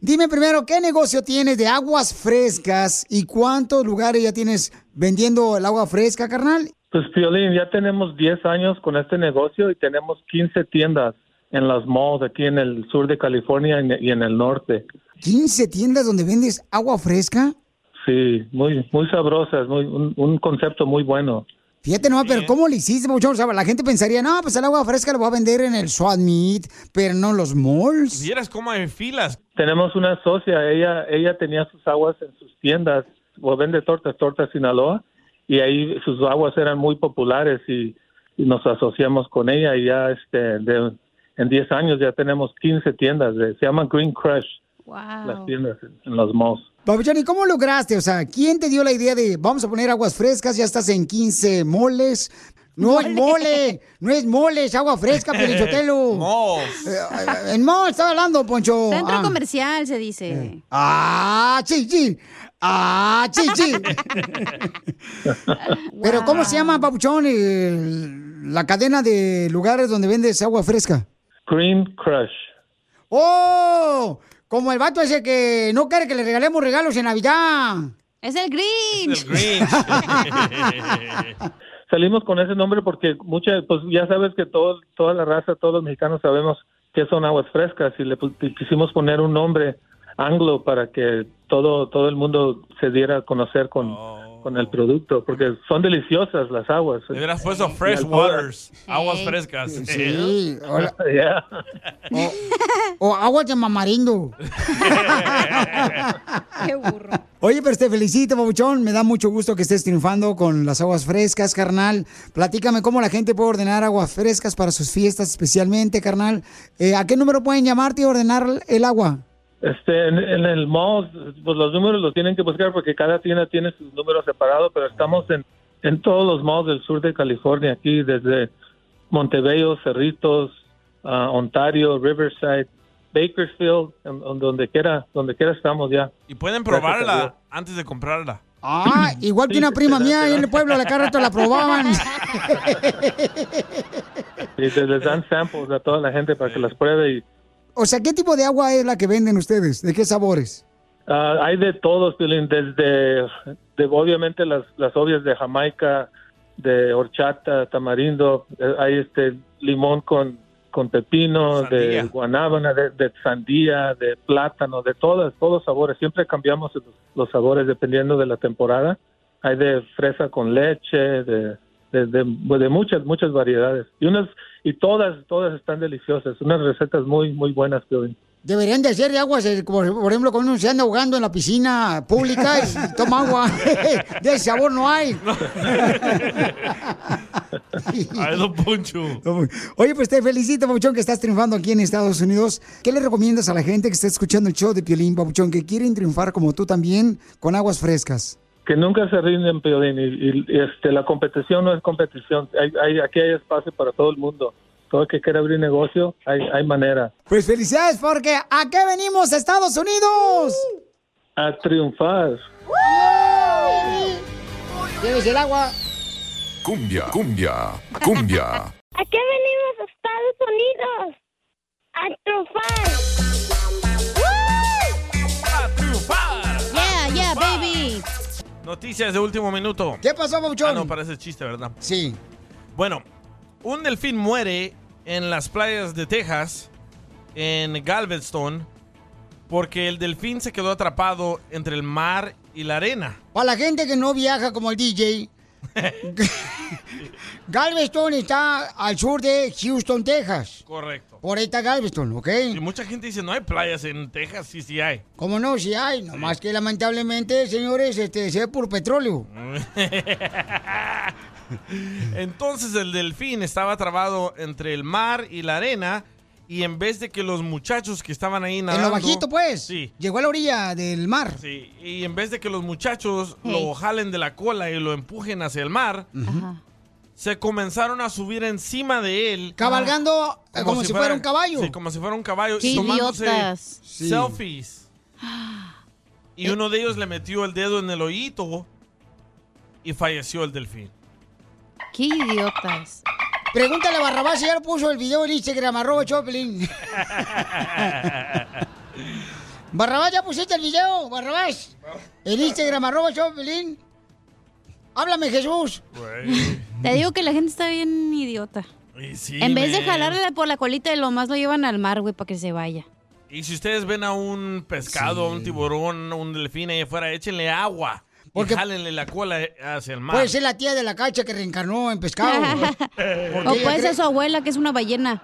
S3: Dime primero, ¿qué negocio tienes de aguas frescas y cuántos lugares ya tienes vendiendo el agua fresca, carnal?
S18: Pues Piolín, ya tenemos 10 años con este negocio y tenemos 15 tiendas en las malls aquí en el sur de California y en- y en el norte.
S3: 15 tiendas donde vendes agua fresca.
S18: Sí, muy muy sabrosas, muy, un, un concepto muy bueno.
S3: Fíjate nomás, pero ¿cómo le hiciste, muchachos? la gente pensaría, no, pues el agua fresca la voy a vender en el Swat Meet, pero no en los malls.
S5: Vieras cómo hay filas.
S18: Tenemos una socia, ella ella tenía sus aguas en sus tiendas, o vende tortas, tortas Sinaloa, y ahí sus aguas eran muy populares y, y nos asociamos con ella y ya este de- en 10 años ya tenemos 15 tiendas, de- se llaman Green Crush las tiendas en, en los malls.
S3: Papuchón, ¿y cómo lograste? O sea, ¿quién te dio la idea de vamos a poner aguas frescas? Ya estás en 15 moles. No es mole, no es mole, es agua fresca, Pelichotelo. Eh,
S5: Malls.
S3: En mall, estaba hablando, Poncho.
S4: Centro
S3: Ah.
S4: comercial se dice.
S3: Ah, sí, sí. Ah, sí, sí. Pero, ¿cómo se llama, Papuchón, el- la cadena de lugares donde vendes agua fresca?
S18: Green Crush.
S3: ¡Oh! Como el vato ese que no quiere que le regalemos regalos en Navidad.
S4: Es el Green.
S18: Salimos con ese nombre porque muchas, pues ya sabes que todo, toda la raza, todos los mexicanos sabemos que son aguas frescas y le pu- quisimos poner un nombre anglo para que todo todo el mundo se diera a conocer con, con el producto porque son deliciosas las aguas.
S5: Le hubieras puesto
S18: Y
S5: fresh
S18: alcohol.
S5: waters. Aguas frescas. Eh.
S3: Sí, hola.
S18: Yeah.
S3: O agua de mamarindo.
S4: Qué burro.
S3: Oye, pero te felicito, Papuchón. Me da mucho gusto que estés triunfando con las aguas frescas, carnal. Platícame cómo la gente puede ordenar aguas frescas para sus fiestas especialmente, carnal. Eh, ¿A qué número pueden llamarte y ordenar el agua?
S18: Este, en, en el mall, pues los números los tienen que buscar porque cada tienda tiene sus números separados, pero estamos en, en todos los malls del sur de California, aquí desde Montebello, Cerritos, ah, Ontario, Riverside, Bakersfield, en- en donde quiera, donde quiera estamos ya.
S5: Y pueden
S18: Gracias a Dios.
S5: probarla antes de comprarla.
S3: Ah, igual que una prima mía ahí en el pueblo, la cada rato la probaban.
S18: Y se les dan samples a toda la gente para que las pruebe y
S3: O sea, ¿qué tipo de agua es la que venden ustedes? ¿De qué sabores?
S18: Ah, hay de todos, Piolín, desde de, obviamente las, las obvias de Jamaica, de horchata, tamarindo, eh, hay este limón con, con pepino, de guanábana, de, de sandía, de plátano, de todas, todos sabores. Siempre cambiamos los, los sabores dependiendo de la temporada. Hay de fresa con leche, de, de, de- de muchas, muchas variedades. Y unas, y todas, todas están deliciosas. Unas recetas muy, muy buenas, Piolín.
S3: Deberían de hacer de aguas, eh, como, por ejemplo, cuando uno se anda ahogando en la piscina pública y toma agua. De ese sabor no hay.
S5: Ay, don Poncho.
S3: Oye, pues te felicito, Papuchón, que estás triunfando aquí en Estados Unidos. ¿Qué le recomiendas a la gente que está escuchando el show de Piolín, Papuchón, que quieren triunfar como tú también con aguas frescas?
S18: que nunca se rinden, Piolín, y, y, este, la competición no es competición. Hay, hay- aquí hay espacio para todo el mundo. Todo el que quiera abrir negocio, hay, hay manera.
S3: Pues felicidades, porque ¿a qué venimos, Estados Unidos?
S18: A triunfar.
S3: Lleves el agua.
S19: Cumbia, cumbia, cumbia.
S12: ¿A qué venimos a Estados Unidos? A triunfar.
S5: A triunfar.
S4: Yeah, yeah, baby.
S5: Noticias de último minuto.
S3: ¿Qué pasó, Papuchón?
S5: Ah, no, parece chiste, ¿verdad?
S3: Sí.
S5: Bueno, un delfín muere en las playas de Texas, en Galveston, porque el delfín se quedó atrapado entre el mar y la arena.
S3: Para la gente que no viaja como el DJ, Galveston está al sur de Houston, Texas.
S5: Correcto.
S3: Por ahí está Galveston, ¿ok?
S5: Y mucha gente dice, no hay playas en Texas. Sí, sí hay.
S3: Como no, si hay, nomás que lamentablemente, señores, este, se ve por petróleo.
S5: Entonces el delfín estaba trabado entre el mar y la arena y en vez de que los muchachos que estaban ahí nadando...
S3: bajito, pues.
S5: Sí.
S3: Llegó a la orilla del mar.
S5: Sí, y en vez de que los muchachos
S3: Hey.
S5: lo jalen de la cola y lo empujen hacia el mar, se comenzaron a subir encima de él.
S3: Cabalgando, eh, como si fuera un caballo.
S5: Sí, como si fuera un caballo.
S3: Qué
S5: y tomándose
S3: idiotas. Eh. Sí.
S5: selfies. Y uno de ellos le metió el dedo en el oído y falleció el delfín.
S3: Qué idiotas. Pregúntale a Barrabás si ya lo puso el video en Instagram, arroba Choplin. Barrabás, ¿ya pusiste el video, Barrabás? En Instagram, arroba Choplin. Háblame, Jesús.
S4: Te digo que la gente está bien idiota. en vez de jalarle por la colita, lo más lo llevan al mar, güey, para que se vaya.
S5: Y si ustedes ven a un pescado, a un tiburón, a un delfín ahí afuera, échenle agua.
S3: Porque-
S5: y jálenle la cola hacia el mar.
S3: Puede ser la tía de la cacha que reencarnó en pescado.
S4: O
S3: Porque ella
S4: puede
S3: cree-
S4: ser su abuela, que es una ballena.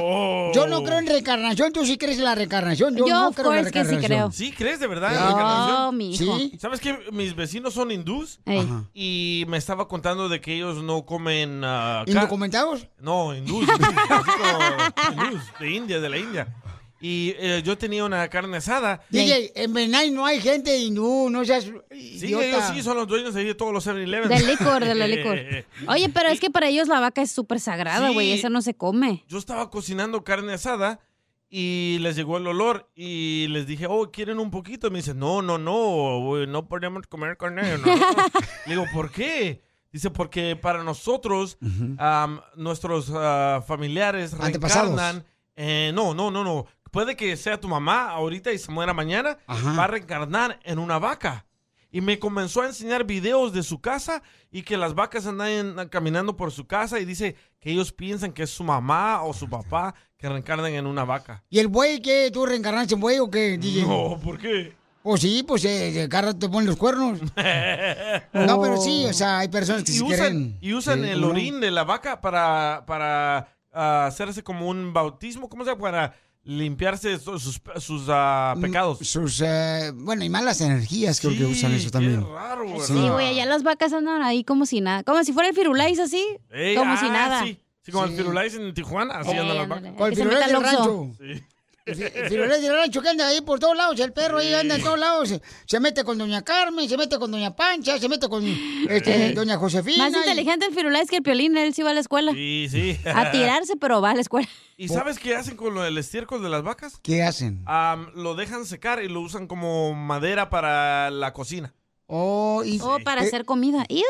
S5: Oh,
S3: Yo no creo en reencarnación, tú sí crees en la reencarnación. Yo,
S4: Yo,
S3: no
S4: of
S3: creo en la
S4: course que sí
S3: reencarnación.
S4: creo.
S5: ¿Sí crees de verdad? en
S3: No,
S5: la reencarnación?
S3: mi hijo. Ah, ¿Sí?
S5: ¿Sabes que mis vecinos son hindús?
S3: Ey. Ajá.
S5: Y me estaba contando de que ellos no comen... ah, car-
S3: ¿Indocumentados?
S5: No, hindús. así como hindús, de India, de la India. Y eh, yo tenía una carne asada.
S3: DJ, en Benay no hay gente hindú, no seas
S5: Sí,
S3: idiota.
S5: ellos sí son los dueños ahí de todos los 7-Eleven.
S4: Del licor, de la licor. Oye, pero es que para ellos la vaca es súper sagrada,
S5: Sí.
S4: güey. Esa no se come.
S5: yo estaba cocinando carne asada y les llegó el olor y les dije, oh, ¿quieren un poquito? Y me dice, no, no, no, güey, no podemos comer carne. no, no". Le digo, ¿por qué? Dice, porque para nosotros, am, nuestros ah, familiares
S3: Antepasados.
S5: reencarnan. eh, no, no, no, no. Puede que sea tu mamá ahorita y se muera mañana, va a reencarnar en una vaca. Y me comenzó a enseñar videos de su casa y que las vacas andan caminando por su casa y dice que ellos piensan que es su mamá o su papá que reencarnan en una vaca.
S3: ¿Y el buey qué? ¿Tú reencarnaste en buey o qué, DJ?
S5: No, ¿por qué?
S3: Pues sí, pues eh, eh, cada rato te ponen los cuernos. No, pero sí, o sea, hay personas que
S5: Oh. Y
S3: sí
S5: usan,
S3: quieren.
S5: y usan
S3: Sí,
S5: el
S3: ¿cómo no?
S5: orín de la vaca para, para ah, hacerse como un bautismo, ¿cómo se llama? Para limpiarse so- sus, sus,
S3: Mm.
S5: ah, pecados.
S3: Sus, eh, bueno, y malas energías creo que usan eso también. Pues
S4: Sí, güey, allá las vacas andan ahí como si nada. Como si fuera el firulais así.
S5: Ey,
S4: como
S5: ah,
S4: si nada.
S5: Sí, sí como el Firulais en Tijuana, así
S4: Ey,
S5: andan las
S4: ándale.
S5: vacas.
S4: Que se meta al Oxxo.
S5: Sí.
S3: Frijoles del rancho que anda ahí por todos lados, el perro ahí anda en todos lados. Se, se mete con doña Carmen, se mete con doña Pancha, se mete con este,
S4: Eh,
S3: doña Josefina.
S4: Más inteligente el Firulais que el Piolín, él sí va a la escuela.
S5: Sí, sí.
S4: A tirarse, pero va a la escuela.
S5: ¿Y sabes qué hacen con lo del estiércol de las vacas?
S3: ¿Qué hacen?
S5: Am, lo dejan secar y lo usan como madera para la cocina.
S3: Oh, y-
S4: Oh, para
S3: eh,
S4: hacer comida. ¡Ido!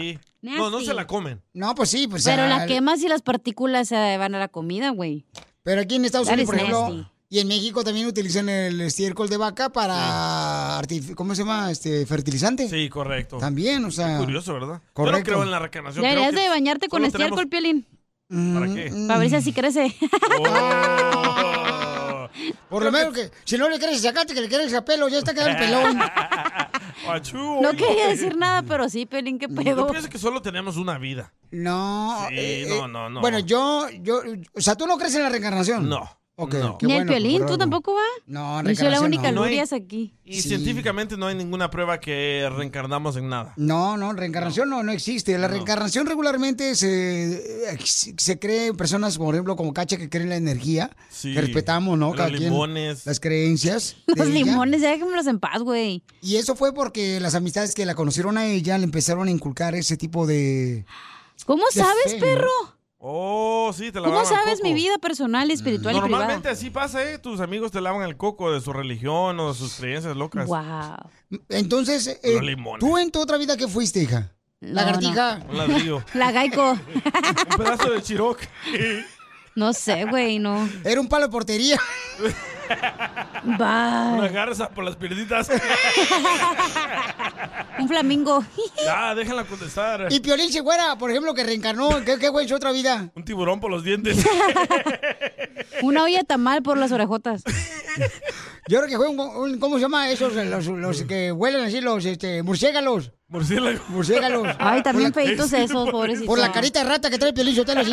S5: Sí. No, no se la comen.
S3: No, pues sí, pues.
S4: Pero
S3: ah,
S4: las quemas y las partículas eh, van a la comida, güey.
S3: Pero aquí en Estados
S4: That
S3: Unidos, por
S4: is
S3: ejemplo,
S4: nasty.
S3: y en México también utilizan el estiércol de vaca para artif- ¿cómo se llama? Este fertilizante.
S5: Sí, correcto.
S3: También, o sea.
S5: Curioso, ¿verdad? Yo no
S3: Ah. Correcto.
S5: creo en la reencarnación.
S4: Deberías
S5: creo
S4: de
S5: que
S4: bañarte con
S5: solo
S4: estiércol, Piolín.
S5: ¿Para qué?
S3: Mm,
S5: Oh.
S4: Para ver si así crece.
S3: Por lo menos que si no le crees sacate que le crees a pelo, ya está quedando pelón.
S5: Achú.
S4: No quería decir nada, pero sí, Piolín, qué
S5: Yo
S4: pedo.
S5: pienso que solo tenemos una vida.
S3: No.
S5: Sí,
S3: eh,
S5: no,
S3: eh,
S5: no, no.
S3: Bueno, yo, yo, o sea, tú no crees en la reencarnación. No. Ok,
S5: no.
S3: qué
S4: Ni el
S3: bueno,
S4: Piolín,
S3: pero
S4: tú
S3: no.
S4: tampoco va. Yo soy la
S3: No, reencarnación
S4: única
S3: no.
S4: Lurias aquí.
S5: Y científicamente no hay ninguna prueba que reencarnamos en nada.
S3: No, no, reencarnación no, no existe. La reencarnación regularmente se, se cree en personas, por ejemplo, como Cacha, que creen en la energía.
S5: Sí.
S3: Que respetamos, ¿no?
S5: Los limones.
S3: las creencias. de
S4: Los
S3: ella.
S4: limones, ya déjenmelos en paz, güey.
S3: Y eso fue porque las amistades que la conocieron a ella le empezaron a inculcar ese tipo de...
S4: ¿Cómo
S3: de
S4: sabes,
S3: fe, ¿no?
S4: perro?
S5: Oh, sí, te la
S4: ¿Cómo
S5: lavan al
S4: sabes
S5: coco.
S4: mi vida personal, espiritual y privada?
S5: Normalmente así pasa, ¿eh? Tus amigos te lavan el coco de su religión o de sus creencias locas.
S4: Wow.
S3: Entonces, eh,
S5: Los limones.
S3: ¿tú en tu otra vida qué fuiste, hija? Lagartija.
S5: Un ladrillo.
S4: La Gaico.
S5: Un pedazo de chiroc.
S4: No sé, güey, no.
S3: Era un palo de portería.
S5: Una
S4: Va.
S5: garza por las pierditas.
S4: Un flamingo.
S5: ah, déjala contestar.
S3: Y Piolín si fuera, por ejemplo, que reencarnó, ¿qué, qué fue en su otra vida?
S5: Un tiburón por los dientes.
S4: Una olla de tamal por las orejotas.
S3: Yo creo que fue un, un- ¿cómo se llama esos? eh, Los, los que huelen así, los este, murciélagos.
S5: Murciélagos.
S3: Murciélagos.
S4: Ay, también
S3: Por la-
S4: feitos esos, pobrecitos.
S3: Por la carita de rata que trae Piolín Sotelo así.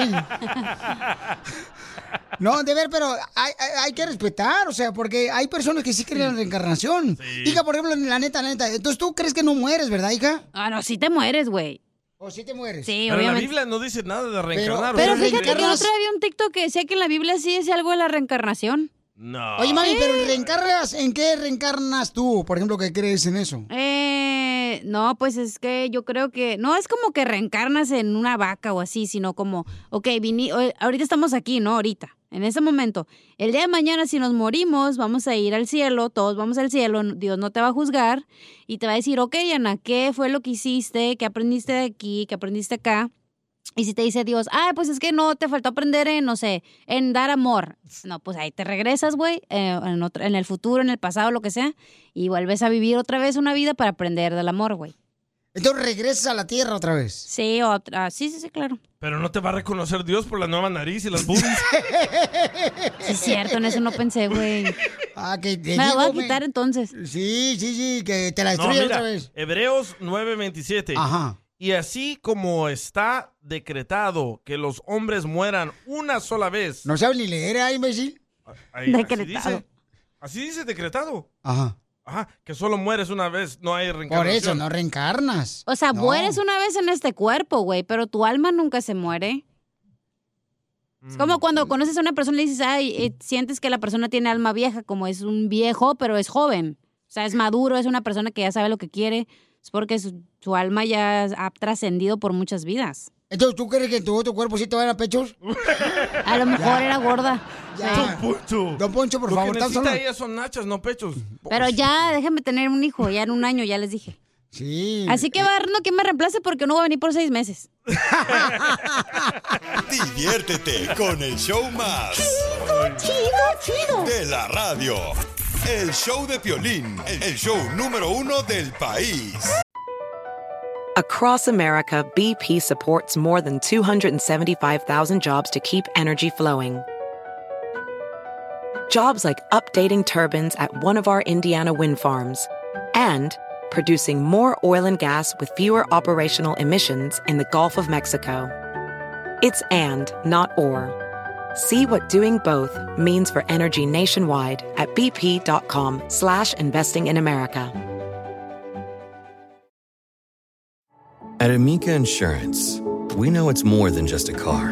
S3: No, de ver, pero hay, hay- hay que respetar, o sea, porque hay personas que sí creen en la reencarnación. Hija, por ejemplo, la neta, la neta, entonces tú crees que no mueres, ¿verdad, hija?
S4: Ah, no, sí te mueres, güey.
S3: ¿O sí te mueres?
S4: Sí,
S5: Pero la
S4: obviamente.
S5: Biblia no dice nada de reencarnar.
S4: Pero
S5: ¿verdad?
S4: fíjate que la otra vez vi un TikTok que decía que en la Biblia sí decía algo de la reencarnación.
S5: No.
S3: Oye, mami, pero ¿reencarnas? ¿En qué reencarnas tú, por ejemplo, que crees en eso?
S4: Eh, no, pues es que yo creo que no es como que reencarnas en una vaca o así, sino como, ok, vini- o- ahorita estamos aquí, ¿no? Ahorita, en ese momento. El día de mañana, si nos morimos, vamos a ir al cielo, todos vamos al cielo, n- Dios no te va a juzgar y te va a decir, ok, Ana, ¿qué fue lo que hiciste? ¿Qué aprendiste de aquí? ¿Qué aprendiste acá? Y si te dice Dios, ah, pues es que no, te faltó aprender en, no sé, en dar amor. No, pues ahí te regresas, güey, eh, en, otro- en el futuro, en el pasado, lo que sea, y vuelves a vivir otra vez una vida para aprender del amor, güey.
S3: Entonces regresas a la tierra otra vez.
S4: Sí, otra, sí, sí, sí, claro.
S5: Pero no te va a reconocer Dios por la nueva nariz y las boobies.
S4: Sí, es cierto, en eso no pensé, güey.
S3: Ah, que
S4: Me la voy a quitar entonces.
S3: Sí, sí, sí, que te la
S5: No,
S3: destruyan
S5: mira,
S3: otra vez.
S5: Hebreos 9:27.
S3: Ajá.
S5: Y así como está decretado que los hombres mueran una sola vez.
S3: No sabes ni leer, ¿eh, imbécil.
S5: Ahí, Así
S3: Decretado.
S5: dice, así dice decretado.
S3: Ajá.
S5: Ajá, que solo mueres una vez, no hay
S3: Por
S5: reencarnación.
S3: eso, no reencarnas.
S4: O sea,
S3: No.
S4: mueres una vez en este cuerpo, güey, pero tu alma nunca se muere. Es
S3: Mm.
S4: como cuando conoces a una persona y le dices, ay, eh, sientes que la persona tiene alma vieja, como es un viejo, pero es joven. O sea, es maduro, es una persona que ya sabe lo que quiere. Es porque su, su alma ya ha trascendido por muchas vidas.
S3: Entonces, ¿tú crees que tu otro cuerpo sí te va a dar pechos?
S4: A lo mejor era gorda.
S3: Ya.
S5: Don Poncho.
S3: Don Poncho, por
S5: Lo
S3: favor,
S5: que
S3: tan
S5: necesita
S3: solo-
S5: ella son nachas, no pechos.
S4: Pero
S3: Pues,
S4: ya, déjame tener un hijo, ya en un año, ya les dije.
S3: Sí.
S4: Así que va a haber uno que me reemplace porque no va a venir por seis meses.
S8: Diviértete con el show más.
S12: Chido, chido.
S8: De la radio. El show de Piolín, el show número uno del país.
S1: Across America, BP supports more than 275,000 jobs to keep energy flowing. Jobs like updating turbines at one of our Indiana wind farms and producing more oil and gas with fewer operational emissions in the Gulf of Mexico. It's and, not or. See what doing both means for energy nationwide at bp.com slash investing in America.
S20: At Amica Insurance, we know it's more than just a car.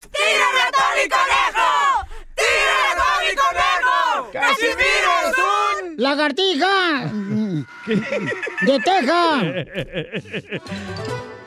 S7: ¡Tírame a Tony Conejo! ¡Tírame a Tony Conejo! ¡Casimiro es un...
S3: ¡Lagartija! ¡De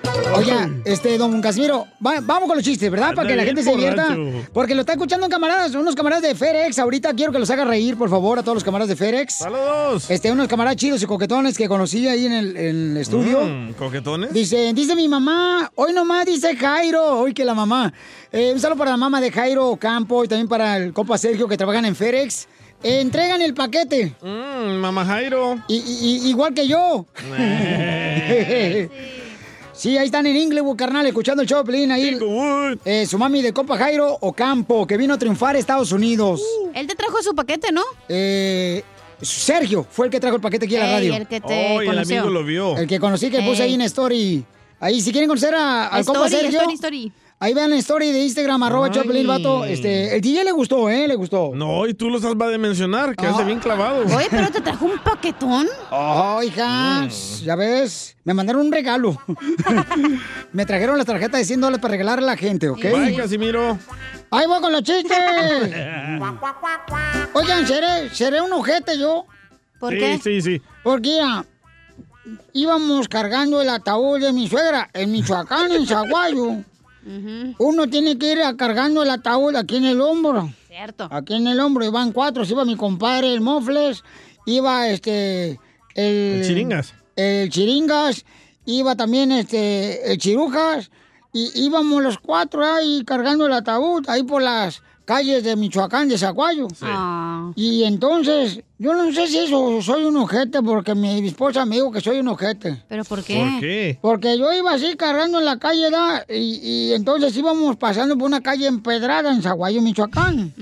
S4: Ah,
S3: Texas! Oiga, este, don Casimiro, va- vamos con los chistes, ¿verdad? Para que la
S21: Anda
S3: gente
S21: bien
S3: se divierta.
S21: borracho.
S3: Porque lo está escuchando camaradas, unos camaradas de FedEx. Ahorita quiero que los haga reír, por favor, a todos los camaradas de FedEx. ¡Saludos! Este, unos camaradas chidos y coquetones que conocí ahí en el, en el estudio.
S5: Mm, ¿Coquetones?
S3: Dice, dice mi mamá, hoy nomás dice Jairo, hoy que la mamá. Eh, un saludo para la mamá de Jairo Campo y también para el compa Sergio que trabajan en FedEx. Entregan el paquete.
S4: Mm,
S5: mamá Jairo.
S3: igual que yo.
S4: Eh.
S3: Sí, ahí están en Inglewood, carnal, escuchando el show, de Piolín, ahí. Eh, su mami de compa Jairo Ocampo, que vino a triunfar a Estados Unidos.
S4: Uh. Él te trajo su paquete, ¿no?
S3: Eh, Sergio fue el que trajo el paquete aquí a la
S4: Ey,
S3: radio.
S4: el que te Oh, y el conoció. amigo lo vio.
S3: El que conocí, que puse
S4: Ey.
S3: ahí en Story. Ahí, si quieren conocer a, al compa
S4: Eh. Story,
S3: Sergio.
S4: story, story.
S3: Ahí vean la story de Instagram, arroba
S5: Ay.
S3: Choplin, vato. Este, el DJ le gustó, ¿eh? Le gustó. Ah.
S5: No, y tú los has de mencionar, que hace bien clavado.
S3: Oye,
S4: Pero te trajo un paquetón.
S3: Oh, hija, ya ves, me mandaron un regalo. me trajeron las tarjetas de 100 dólares para regalar a la gente, ¿ok?
S5: Bye, Casimiro.
S3: Ahí voy con los chistes.
S4: ¡Ah,
S3: Oigan, seré, seré un ojete yo.
S5: Sí, sí, sí.
S3: Porque mira, íbamos cargando el ataúd de mi suegra en Michoacán, en Zaguayo. Uno tiene que ir cargando el ataúd aquí en el hombro.
S4: Cierto.
S3: Aquí en el hombro iban cuatro, iba mi compadre el Mofles, iba este el,
S5: El Chiringas.
S3: El Chiringas, iba también este el Chirujas y íbamos los cuatro ahí cargando el ataúd ahí por las calles de Michoacán de Zacuayo.
S4: Ah.
S3: Y entonces, yo no sé si eso soy un ojete porque mi esposa me dijo que soy un ojete.
S4: ¿Pero por
S3: qué?
S4: ¿Por qué?
S3: Porque yo iba así cargando en la calle, ¿da? Y, y entonces íbamos pasando por una calle empedrada en Zaguayo, Michoacán.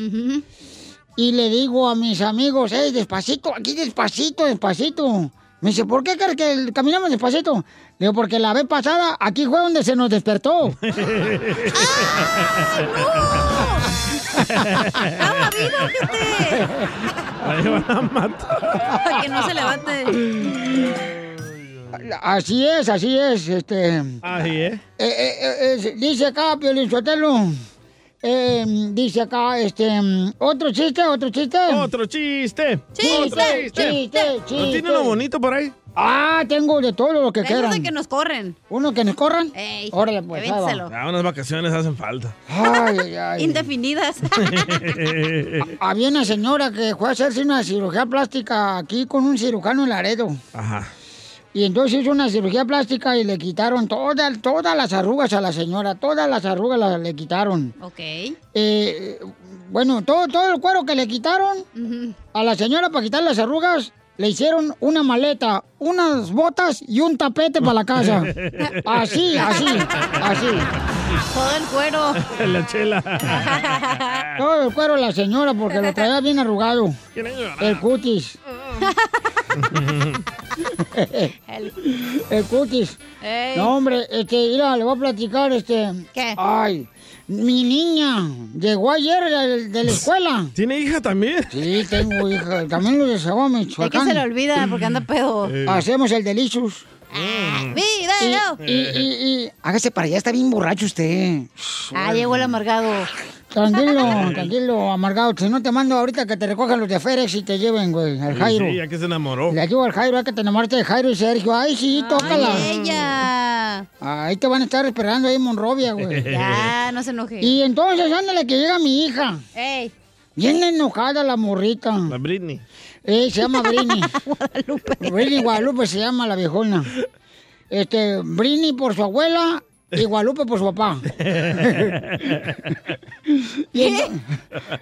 S3: Y le digo a mis amigos, hey, despacito, aquí despacito, despacito. Me dice, ¿por qué crees que el- caminamos despacito? Le digo, porque la vez pasada aquí fue donde se nos despertó.
S5: Ahí van a matar.
S4: Para que no se levante.
S3: Así es, así es, este.
S5: Así es.
S3: Eh, eh, eh, eh, dice acá, Piolín Sotelo, eh, dice acá, este, mm, otro chiste, otro chiste.
S5: Otro chiste.
S3: Chiste,
S5: Otro
S3: chiste, chiste.
S5: ¿No tiene uno bonito por ahí?
S3: Ah, tengo de todo lo que
S4: Esos
S3: quieran.
S4: de que nos corren.
S3: ¿Uno que nos corran?
S4: Ey,
S3: Órale, pues, ahí va.
S4: avénselo.
S5: Ah, unas vacaciones hacen falta.
S3: Ay, ay, ay.
S4: Indefinidas.
S3: Había una señora que fue a hacerse una cirugía plástica aquí con un cirujano en Laredo.
S5: Ajá.
S3: Y entonces hizo una cirugía plástica y le quitaron todas, todas las arrugas a la señora, todas las arrugas las- le quitaron.
S4: ok.
S3: Eh, bueno, todo, todo el cuero que le quitaron a la señora para quitar las arrugas, le hicieron una maleta, unas botas y un tapete para la casa. Así, así, así.
S4: Todo el cuero.
S5: La chela.
S3: Todo el cuero de la señora porque lo traía bien arrugado.
S5: Quieren llorar.
S3: El cutis. El cutis.
S4: Ey.
S3: No, hombre, este, mira, le voy a platicar, este.
S4: ¿Qué?
S3: Ay, mi niña llegó ayer de, de la escuela.
S5: ¿Tiene hija también?
S3: Sí, tengo hija. También lo desagó a
S4: Es que
S3: Michoacán.
S4: se le olvida porque anda pedo. Ah,
S3: Hacemos el delicious.
S4: ¡Video!
S3: Y, y- y- hágase para allá, está bien borracho usted.
S4: Ah, llegó el amargado.
S3: Tranquilo, tranquilo, amargado. Si no te mando ahorita que te recojan los de Ferex y te lleven, güey, al
S5: Sí,
S3: Jairo.
S5: Sí, ya que se enamoró.
S3: Le digo al Jairo, hay que te enamorarte de Jairo y Sergio. Ay, sí, tócala. Mm.
S4: ella.
S3: Ahí te van a estar esperando ahí en Monrovia, güey.
S4: Ya, Ah, no se enoje.
S3: Y entonces, ándale, que llega mi hija.
S4: Ey.
S3: Bien enojada la morrita. La
S5: Britney.
S3: Eh, se llama Britney. Guadalupe. Britney Guadalupe se llama la viejona. Este, Britney por su abuela y Guadalupe por su papá. Eh. Y ento-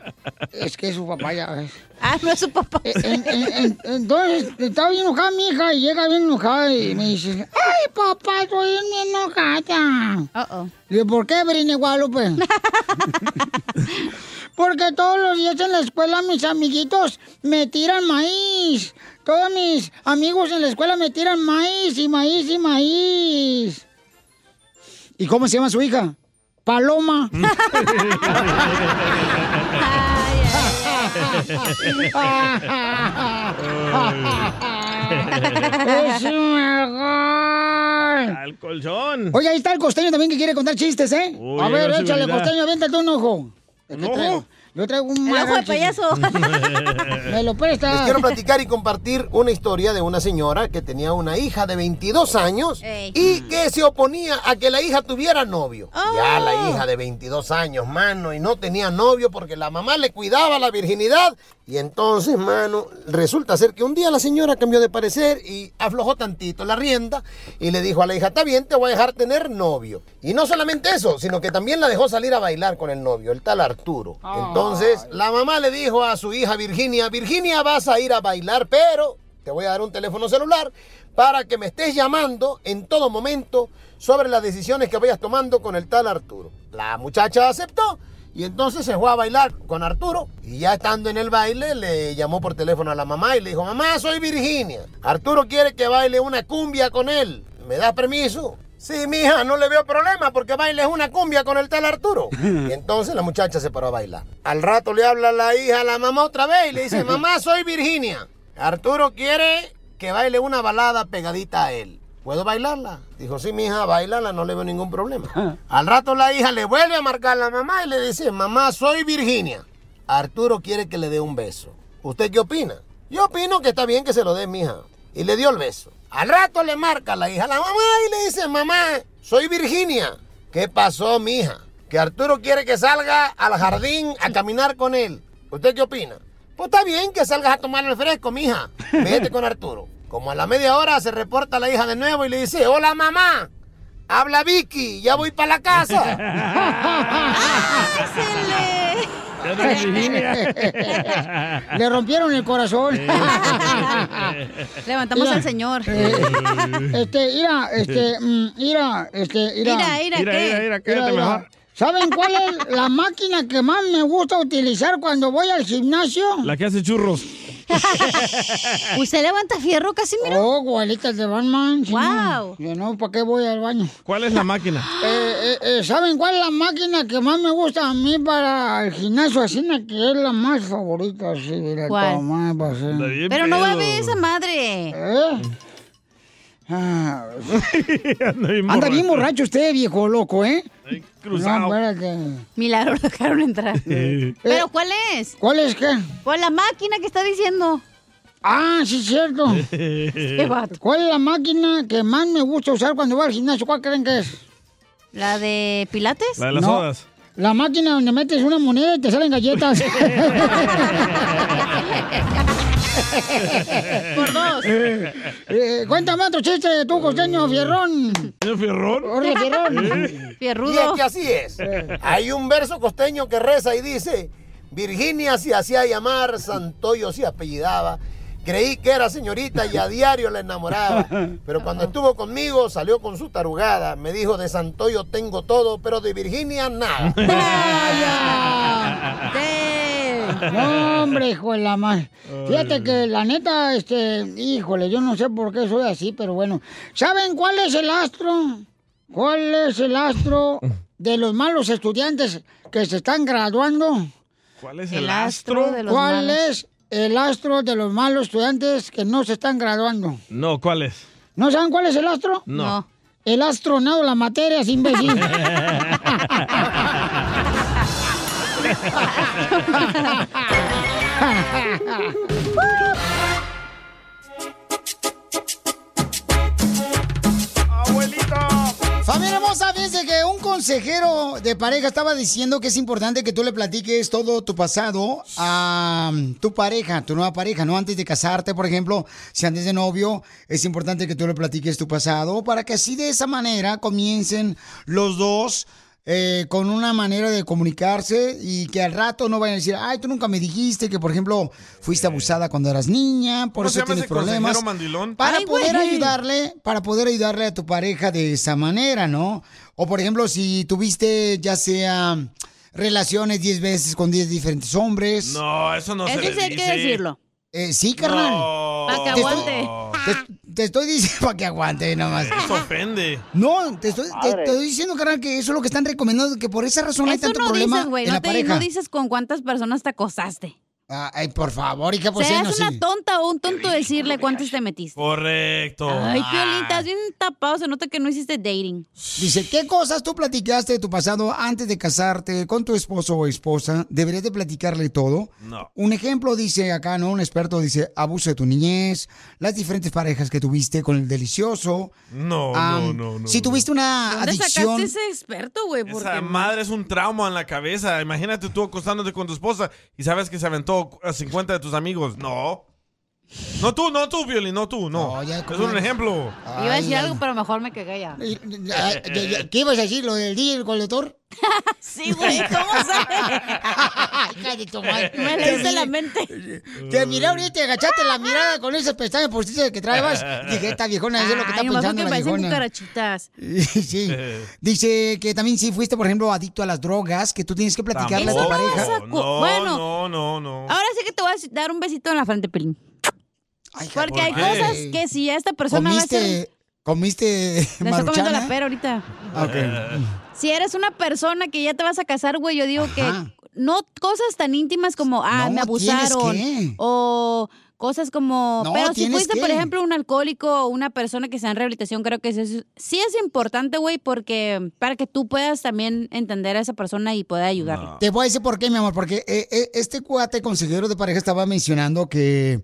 S3: Es que es su papá ya ves.
S4: Ah, no es su papá.
S3: Eh, En- en- en- entonces, estaba bien enojada mi hija y llega bien enojada y me dice, ¡Ay, papá, estoy bien enojada! Le digo, ¿por qué, Brini Guadalupe? Porque todos los días en la escuela mis amiguitos me tiran maíz. Todos mis amigos en la escuela me tiran maíz y maíz y maíz. ¿Y cómo se llama su hija? Paloma. ¡Es un
S5: Al colchón.
S3: Oye, ahí está el costeño también que quiere contar chistes, ¿eh?
S5: Uy,
S3: a ver,
S5: hay
S3: échale,
S5: posibilidad.
S3: costeño, aviéntate un ojo.
S5: ¿Un
S3: Yo
S5: ojo?
S3: traigo- Yo traigo un
S4: El ojo de
S3: marrón
S4: payaso.
S3: Me lo presta.
S21: Les quiero platicar y compartir una historia de una señora que tenía una hija de 22 años
S4: Ey.
S21: y que se oponía a que la hija tuviera novio. Ya la hija de 22 años, mano, y no tenía novio porque la mamá le cuidaba la virginidad. Y entonces, mano, resulta ser que un día la señora cambió de parecer y aflojó tantito la rienda y le dijo a la hija, está bien, te voy a dejar tener novio. Y no solamente eso, sino que también la dejó salir a bailar con el novio, el tal Arturo. Entonces, la mamá le dijo a su hija Virginia, Virginia vas a ir a bailar, pero te voy a dar un teléfono celular para que me estés llamando en todo momento sobre las decisiones que vayas tomando con el tal Arturo. La muchacha aceptó y entonces se fue a bailar con Arturo y ya estando en el baile le llamó por teléfono a la mamá y le dijo, mamá, soy Virginia. Arturo quiere que baile una cumbia con él. ¿Me das permiso? Sí, mija, no le veo problema porque bailes una cumbia con el tal Arturo. Y entonces la muchacha se paró a bailar. Al rato le habla la hija a la mamá otra vez y le dice, mamá, soy Virginia. Arturo quiere que baile una balada pegadita a él. ¿Puedo bailarla? Dijo, sí, mija, bailala, no le veo ningún problema. Al rato la hija le vuelve a marcar a la mamá y le dice, mamá, soy Virginia. Arturo quiere que le dé un beso. ¿Usted qué opina? Yo opino que está bien que se lo dé, mija. Y le dio el beso. Al rato le marca la hija a la mamá y le dice, mamá, soy Virginia. ¿Qué pasó, mija? Que Arturo quiere que salga al jardín a caminar con él. ¿Usted qué opina? Pues está bien que salgas a tomar el fresco, mija. Vete con Arturo. Como a la media hora se reporta la hija de nuevo y le dice, hola mamá, habla Vicky, ya voy para la casa.
S3: Le rompieron el corazón.
S4: Levantamos
S3: Mira,
S4: al señor.
S3: eh, este, mira, este, mm, mira, este, mira.
S4: Mira, mira, Mira, ¿qué? mira, mira,
S7: quédate
S3: mira.
S7: mejor.
S3: ¿Saben cuál es la máquina que más me gusta utilizar cuando voy al gimnasio?
S5: La que hace churros.
S3: ¿Usted levanta fierro casi, mira? Oh, gualitas de Batman. wow. Yo no, ¿para qué voy al baño?
S5: ¿Cuál es la máquina?
S3: Eh, eh, eh, ¿Saben cuál es la máquina que más me gusta a mí para el gimnasio? Así na que es la más favorita, sí, mira,
S4: ¿Cuál?
S3: toda madre, pa' hacer.
S4: Pero no va a ver esa madre.
S3: ¿Eh? Ah, Anda bien borracho usted, viejo loco, ¿eh?
S4: cruzado.
S3: No, espérate.
S4: Milagro lo dejaron entrar.
S3: Eh.
S4: ¿Pero cuál es?
S3: ¿Cuál es qué?
S4: Pues la máquina que está diciendo.
S3: Ah, sí, es cierto. Este
S4: vato.
S3: ¿Cuál es la máquina que más me gusta usar cuando voy al gimnasio? ¿Cuál creen que es?
S4: ¿La de Pilates?
S3: La de las No. sodas. La máquina donde metes una moneda y te salen galletas.
S7: Por dos.
S3: Eh, eh, cuéntame otro chiste, tú, costeño, fierrón.
S5: ¿Fierrón?
S3: Órale, fierrón.
S4: Fierrudo.
S21: Y es que así es. Hay un verso costeño que reza y dice, Virginia se hacía llamar, Santoyo se apellidaba. Creí que era señorita y a diario la enamoraba. Pero cuando estuvo conmigo salió con su tarugada. Me dijo, de Santoyo tengo todo, pero de Virginia nada.
S3: No, hombre, hijo de la madre. Fíjate que la neta, este, híjole, yo no sé por qué soy así, pero bueno. ¿Saben cuál es el astro? ¿Cuál es el astro de los malos estudiantes que se están graduando?
S5: ¿Cuál es el, astro?
S3: ¿Cuál es el astro de los malos estudiantes que no se están graduando?
S5: No, ¿cuál es?
S3: ¿No saben cuál es el astro?
S5: No. No.
S3: El astronauta, la materia, imbécil. Familia hermosa, fíjense que un consejero de pareja estaba diciendo que es importante que tú le platiques todo tu pasado a mm, tu pareja, tu nueva pareja, ¿no? Antes de casarte, por ejemplo, si antes de novio, es importante que tú le platiques tu pasado para que así de esa manera comiencen los dos eh, con una manera de comunicarse y que al rato no vayan a decir, ay, tú nunca me dijiste que, por ejemplo, fuiste abusada cuando eras niña, por
S5: ¿Cómo se
S3: eso
S5: llama
S3: tienes
S5: ese
S3: problemas.
S5: consejero mandilón?
S3: Para
S5: Ay,
S3: poder
S5: güey.
S3: ayudarle, para poder ayudarle a tu pareja de esa manera, ¿no? O por ejemplo, si tuviste ya sea relaciones 10 veces con 10 diferentes hombres.
S5: No, eso no se le dice.
S3: Eh, sí, carnal.
S5: No.
S4: Pa' que
S3: Te
S4: aguante.
S3: estoy- Te, te estoy diciendo para que aguante nomás.
S5: Eso ofende.
S3: No, te estoy, te-
S5: Madre.
S3: te estoy diciendo, carnal, que eso es lo que están recomendando, que por esa razón hay
S4: Eso
S3: tanto
S4: no
S3: problema
S4: dices, güey.
S3: en
S4: No,
S3: la
S4: te-
S3: pareja. Ah,
S4: no dices con cuántas personas te acosaste.
S3: Ay, por favor, hija, pues sí,
S4: Seas
S3: no
S4: una
S3: sí.
S4: tonta o un tonto decirle cuántas te metiste.
S5: Correcto.
S4: Ay,
S3: Ah.
S4: Piolín, estás bien tapado. Se nota que no hiciste dating.
S3: Dice, ¿qué cosas tú platicaste de tu pasado antes de casarte con tu esposo o esposa? ¿Deberías de platicarle todo?
S5: No.
S3: Un ejemplo dice acá, ¿no? Un experto dice, abuso de tu niñez, las diferentes parejas que tuviste con el delicioso.
S5: No,
S3: Am,
S5: no, no, no.
S3: Ah, Si tuviste una
S4: ¿Dónde
S3: Ah, adicción...
S4: sacaste ese experto, güey? Porque
S5: Esa madre es un trauma en la cabeza. Imagínate tú acostándote con tu esposa y sabes que se aventó a 50 de tus amigos. No. No tú, no tú, Violín, no tú, no. es un ejemplo.
S4: iba a decir algo, pero mejor me cagué ya.
S3: Ay, ya, ya, ¿Qué ibas a decir? ¿Lo del DJ el colector?
S4: sí, güey, ¿cómo sabes?
S3: Hija de tu madre.
S4: Me leíste la mente.
S3: Te miré ahorita, te agachaste la mirada con esas pestañas postizas que traebas. Dije, esta viejona eso es lo que está
S4: Ay, nomás
S3: pensando
S4: porque
S3: la
S4: parecen
S3: viejona.
S4: cucarachitas.
S3: sí.
S5: Eh.
S3: Dice que también si fuiste, por ejemplo, adicto a las drogas, que tú tienes que platicarle a tu
S5: Tampoco.
S3: pareja.
S5: No,
S4: Bueno.
S5: no, no, no.
S4: Ahora sí que te voy a dar un besito en la frente, Pelín. Porque
S5: ¿por
S4: hay
S5: qué?
S4: cosas que si esta persona va a ser...
S3: ¿Comiste, comiste
S4: Le estoy comiendo
S3: maruchana?
S4: la pera ahorita.
S3: Ah,
S5: Eh.
S3: ok.
S4: Si eres una persona que ya te vas a casar, güey, yo digo
S3: Ajá.
S4: que no cosas tan íntimas como, ah,
S3: No,
S4: me abusaron.
S3: ¿tienes qué?
S4: O cosas como,
S3: No,
S4: pero si
S3: ¿tienes
S4: fuiste,
S3: qué?
S4: por ejemplo, un alcohólico o una persona que está en rehabilitación, creo que eso es- sí es importante, güey, porque para que tú puedas también entender a esa persona y poder ayudarle.
S3: Te voy a decir por qué, mi amor, porque eh, eh, este cuate consejero de pareja estaba mencionando que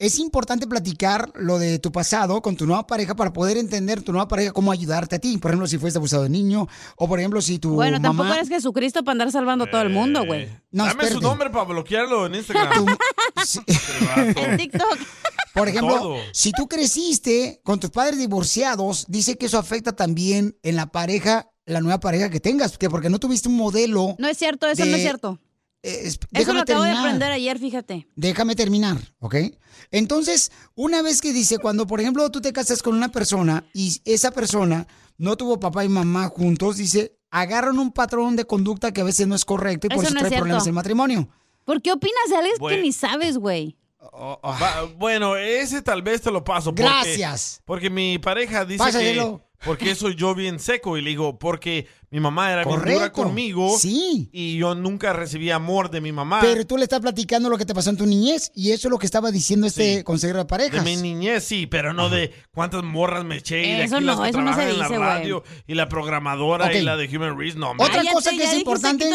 S3: es importante platicar lo de tu pasado con tu nueva pareja para poder entender tu nueva pareja cómo ayudarte a ti. Por ejemplo, si fuiste abusado de niño o por ejemplo si tu
S4: Bueno,
S3: mamá...
S4: tampoco eres Jesucristo para andar salvando a todo el mundo, güey.
S3: No,
S5: Dame su
S3: espérate.
S5: nombre para bloquearlo en Instagram.
S4: En TikTok.
S3: Por ejemplo,
S5: Todo.
S3: si tú creciste con tus padres divorciados, dice que eso afecta también en la pareja, la nueva pareja que tengas, que porque no tuviste un modelo.
S4: No es cierto, eso
S3: de-
S4: no es cierto.
S3: Eh, es-
S4: Eso
S3: déjame
S4: lo acabo
S3: terminar.
S4: de aprender ayer, fíjate.
S3: Déjame terminar, ¿ok? Entonces, una vez que dice, cuando por ejemplo tú te casas con una persona y esa persona no tuvo papá y mamá juntos, dice, agarran un patrón de conducta que a veces no es correcto y por
S4: Eso
S3: eso
S4: no es
S3: trae
S4: cierto.
S3: problemas en el matrimonio.
S4: ¿Por qué opinas de algo que
S5: Bueno.
S4: ni sabes, güey?
S3: Oh,
S5: Va- bueno, ese tal vez te lo paso. porque-
S4: Gracias.
S5: Porque mi pareja dice
S3: Pásaselo.
S5: que... Porque soy yo bien seco. Y le digo, porque mi mamá era bien dura
S3: Correcto.
S5: conmigo.
S3: Sí.
S5: Y yo nunca recibí amor de mi mamá.
S3: Pero tú le estás platicando lo que te pasó en tu niñez y eso es lo que estaba diciendo este consejero de
S5: De
S3: parejas.
S5: mi niñez, sí, pero no de cuántas morras me eché y de
S3: Eso
S5: aquí las
S3: no,
S5: que
S3: eso no se
S5: trabajan en la
S3: dice,
S5: radio y la programadora
S3: Ok.
S5: y la de Human Reach, no,
S3: Otra
S5: hombre.
S3: cosa que es importante.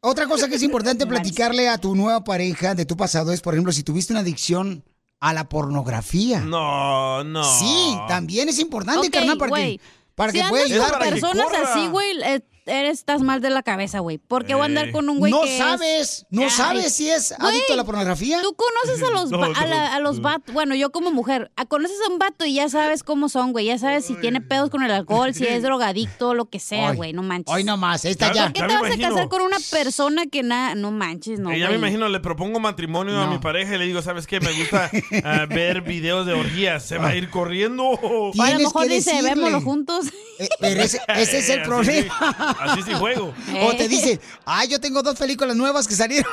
S3: Otra cosa que es importante platicarle a tu nueva pareja de tu pasado es, por ejemplo, si tuviste una adicción a la pornografía.
S5: No, no.
S3: Sí, también es importante,
S4: Ok,
S3: carnal, para
S4: güey.
S3: que, para
S4: si
S3: que pueda
S4: andas
S3: ayudar.
S4: con personas así, güey, eh, eres, estás mal de la cabeza, güey. ¿Por qué voy a andar
S3: Eh.
S4: con un güey
S3: No
S4: que es-
S3: sabes, no sabes si es adicto a la pornografía.
S4: Tú conoces a los,
S3: No,
S4: va- a
S3: no,
S4: la- a los vatos, bueno, yo como mujer, a- conoces a un vato y ya sabes cómo son, güey. Ya sabes si tiene pedos con el alcohol, si es drogadicto, lo que sea,
S3: Ay.
S4: güey. No manches.
S3: Hoy nomás, esta
S5: Ya-
S3: ya.
S4: ¿Por qué
S5: ya
S4: te
S5: me
S4: vas a
S5: imagino.
S4: casar con una persona que nada? No manches, no,
S5: Eh, ya
S4: güey.
S5: me imagino, le propongo matrimonio a mi pareja y le digo, ¿sabes qué? Me gusta ah, ver videos de orgías. Se va a ir corriendo.
S4: O a lo mejor dice,
S3: decirle. Eh,
S4: vémoslo juntos.
S3: Pero ese, ese es el
S5: Eh, así
S3: problema.
S5: sí, así sí juego.
S3: O te dice, ay, yo tengo dos películas nuevas que salieron.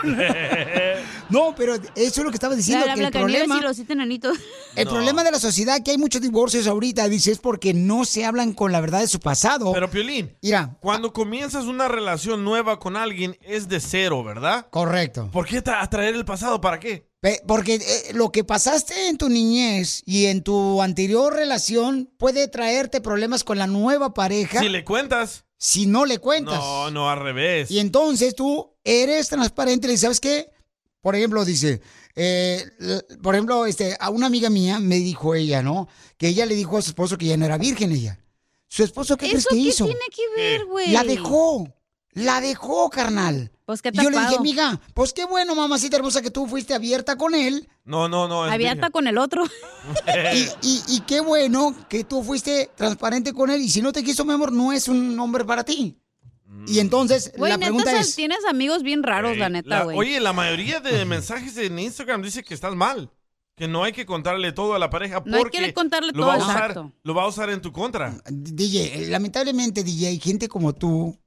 S3: no, pero eso es lo que estaba diciendo.
S4: La, la
S3: que el
S4: Blancanieves
S3: problema...
S4: y los siete enanitos.
S3: El problema de la sociedad que hay muchos divorcios ahorita, dice, es porque no se hablan con la verdad de su pasado.
S5: Pero Piolín,
S3: Mira.
S5: cuando comienzas una relación nueva con alguien es de cero, ¿verdad?
S3: Correcto.
S5: ¿Por qué tra- atraer el pasado? ¿Para qué?
S3: Pe- Porque eh, lo que pasaste en tu niñez y en tu anterior relación puede traerte problemas con la nueva pareja
S5: Si le cuentas.
S3: si no le cuentas.
S5: No, no, al revés.
S3: Y entonces tú eres transparente y le dices, sabes qué, por ejemplo, dice, eh, l- por ejemplo, este, a una amiga mía me dijo ella, ¿no? Que ella le dijo a su esposo que ya no era virgen ella. Su esposo, ¿qué crees
S4: ¿Eso
S3: que
S4: qué
S3: hizo?
S4: tiene que ver, güey?
S3: La dejó. La dejó, carnal.
S4: Pues qué
S3: Y yo le dije,
S4: tapado.
S3: amiga, pues qué bueno, mamacita hermosa, que tú fuiste abierta con él.
S5: No, no, no. es
S3: Abierta
S4: con el otro.
S3: Y, y- y qué bueno que tú fuiste transparente con él. Y si no te quiso, mi amor, no es un hombre para ti. Y entonces,
S4: Güey,
S3: la pregunta
S4: neta,
S3: es...
S4: tienes amigos bien raros, la neta,
S5: La-
S4: güey.
S5: oye, la mayoría de mensajes en Instagram dice que estás mal. Que no hay que contarle todo a la pareja
S4: No hay que
S5: porque
S4: contarle
S5: lo va, a
S4: todo,
S5: usar,
S4: exacto.
S5: lo va a usar en tu contra.
S3: DJ, eh, lamentablemente, DJ, gente como tú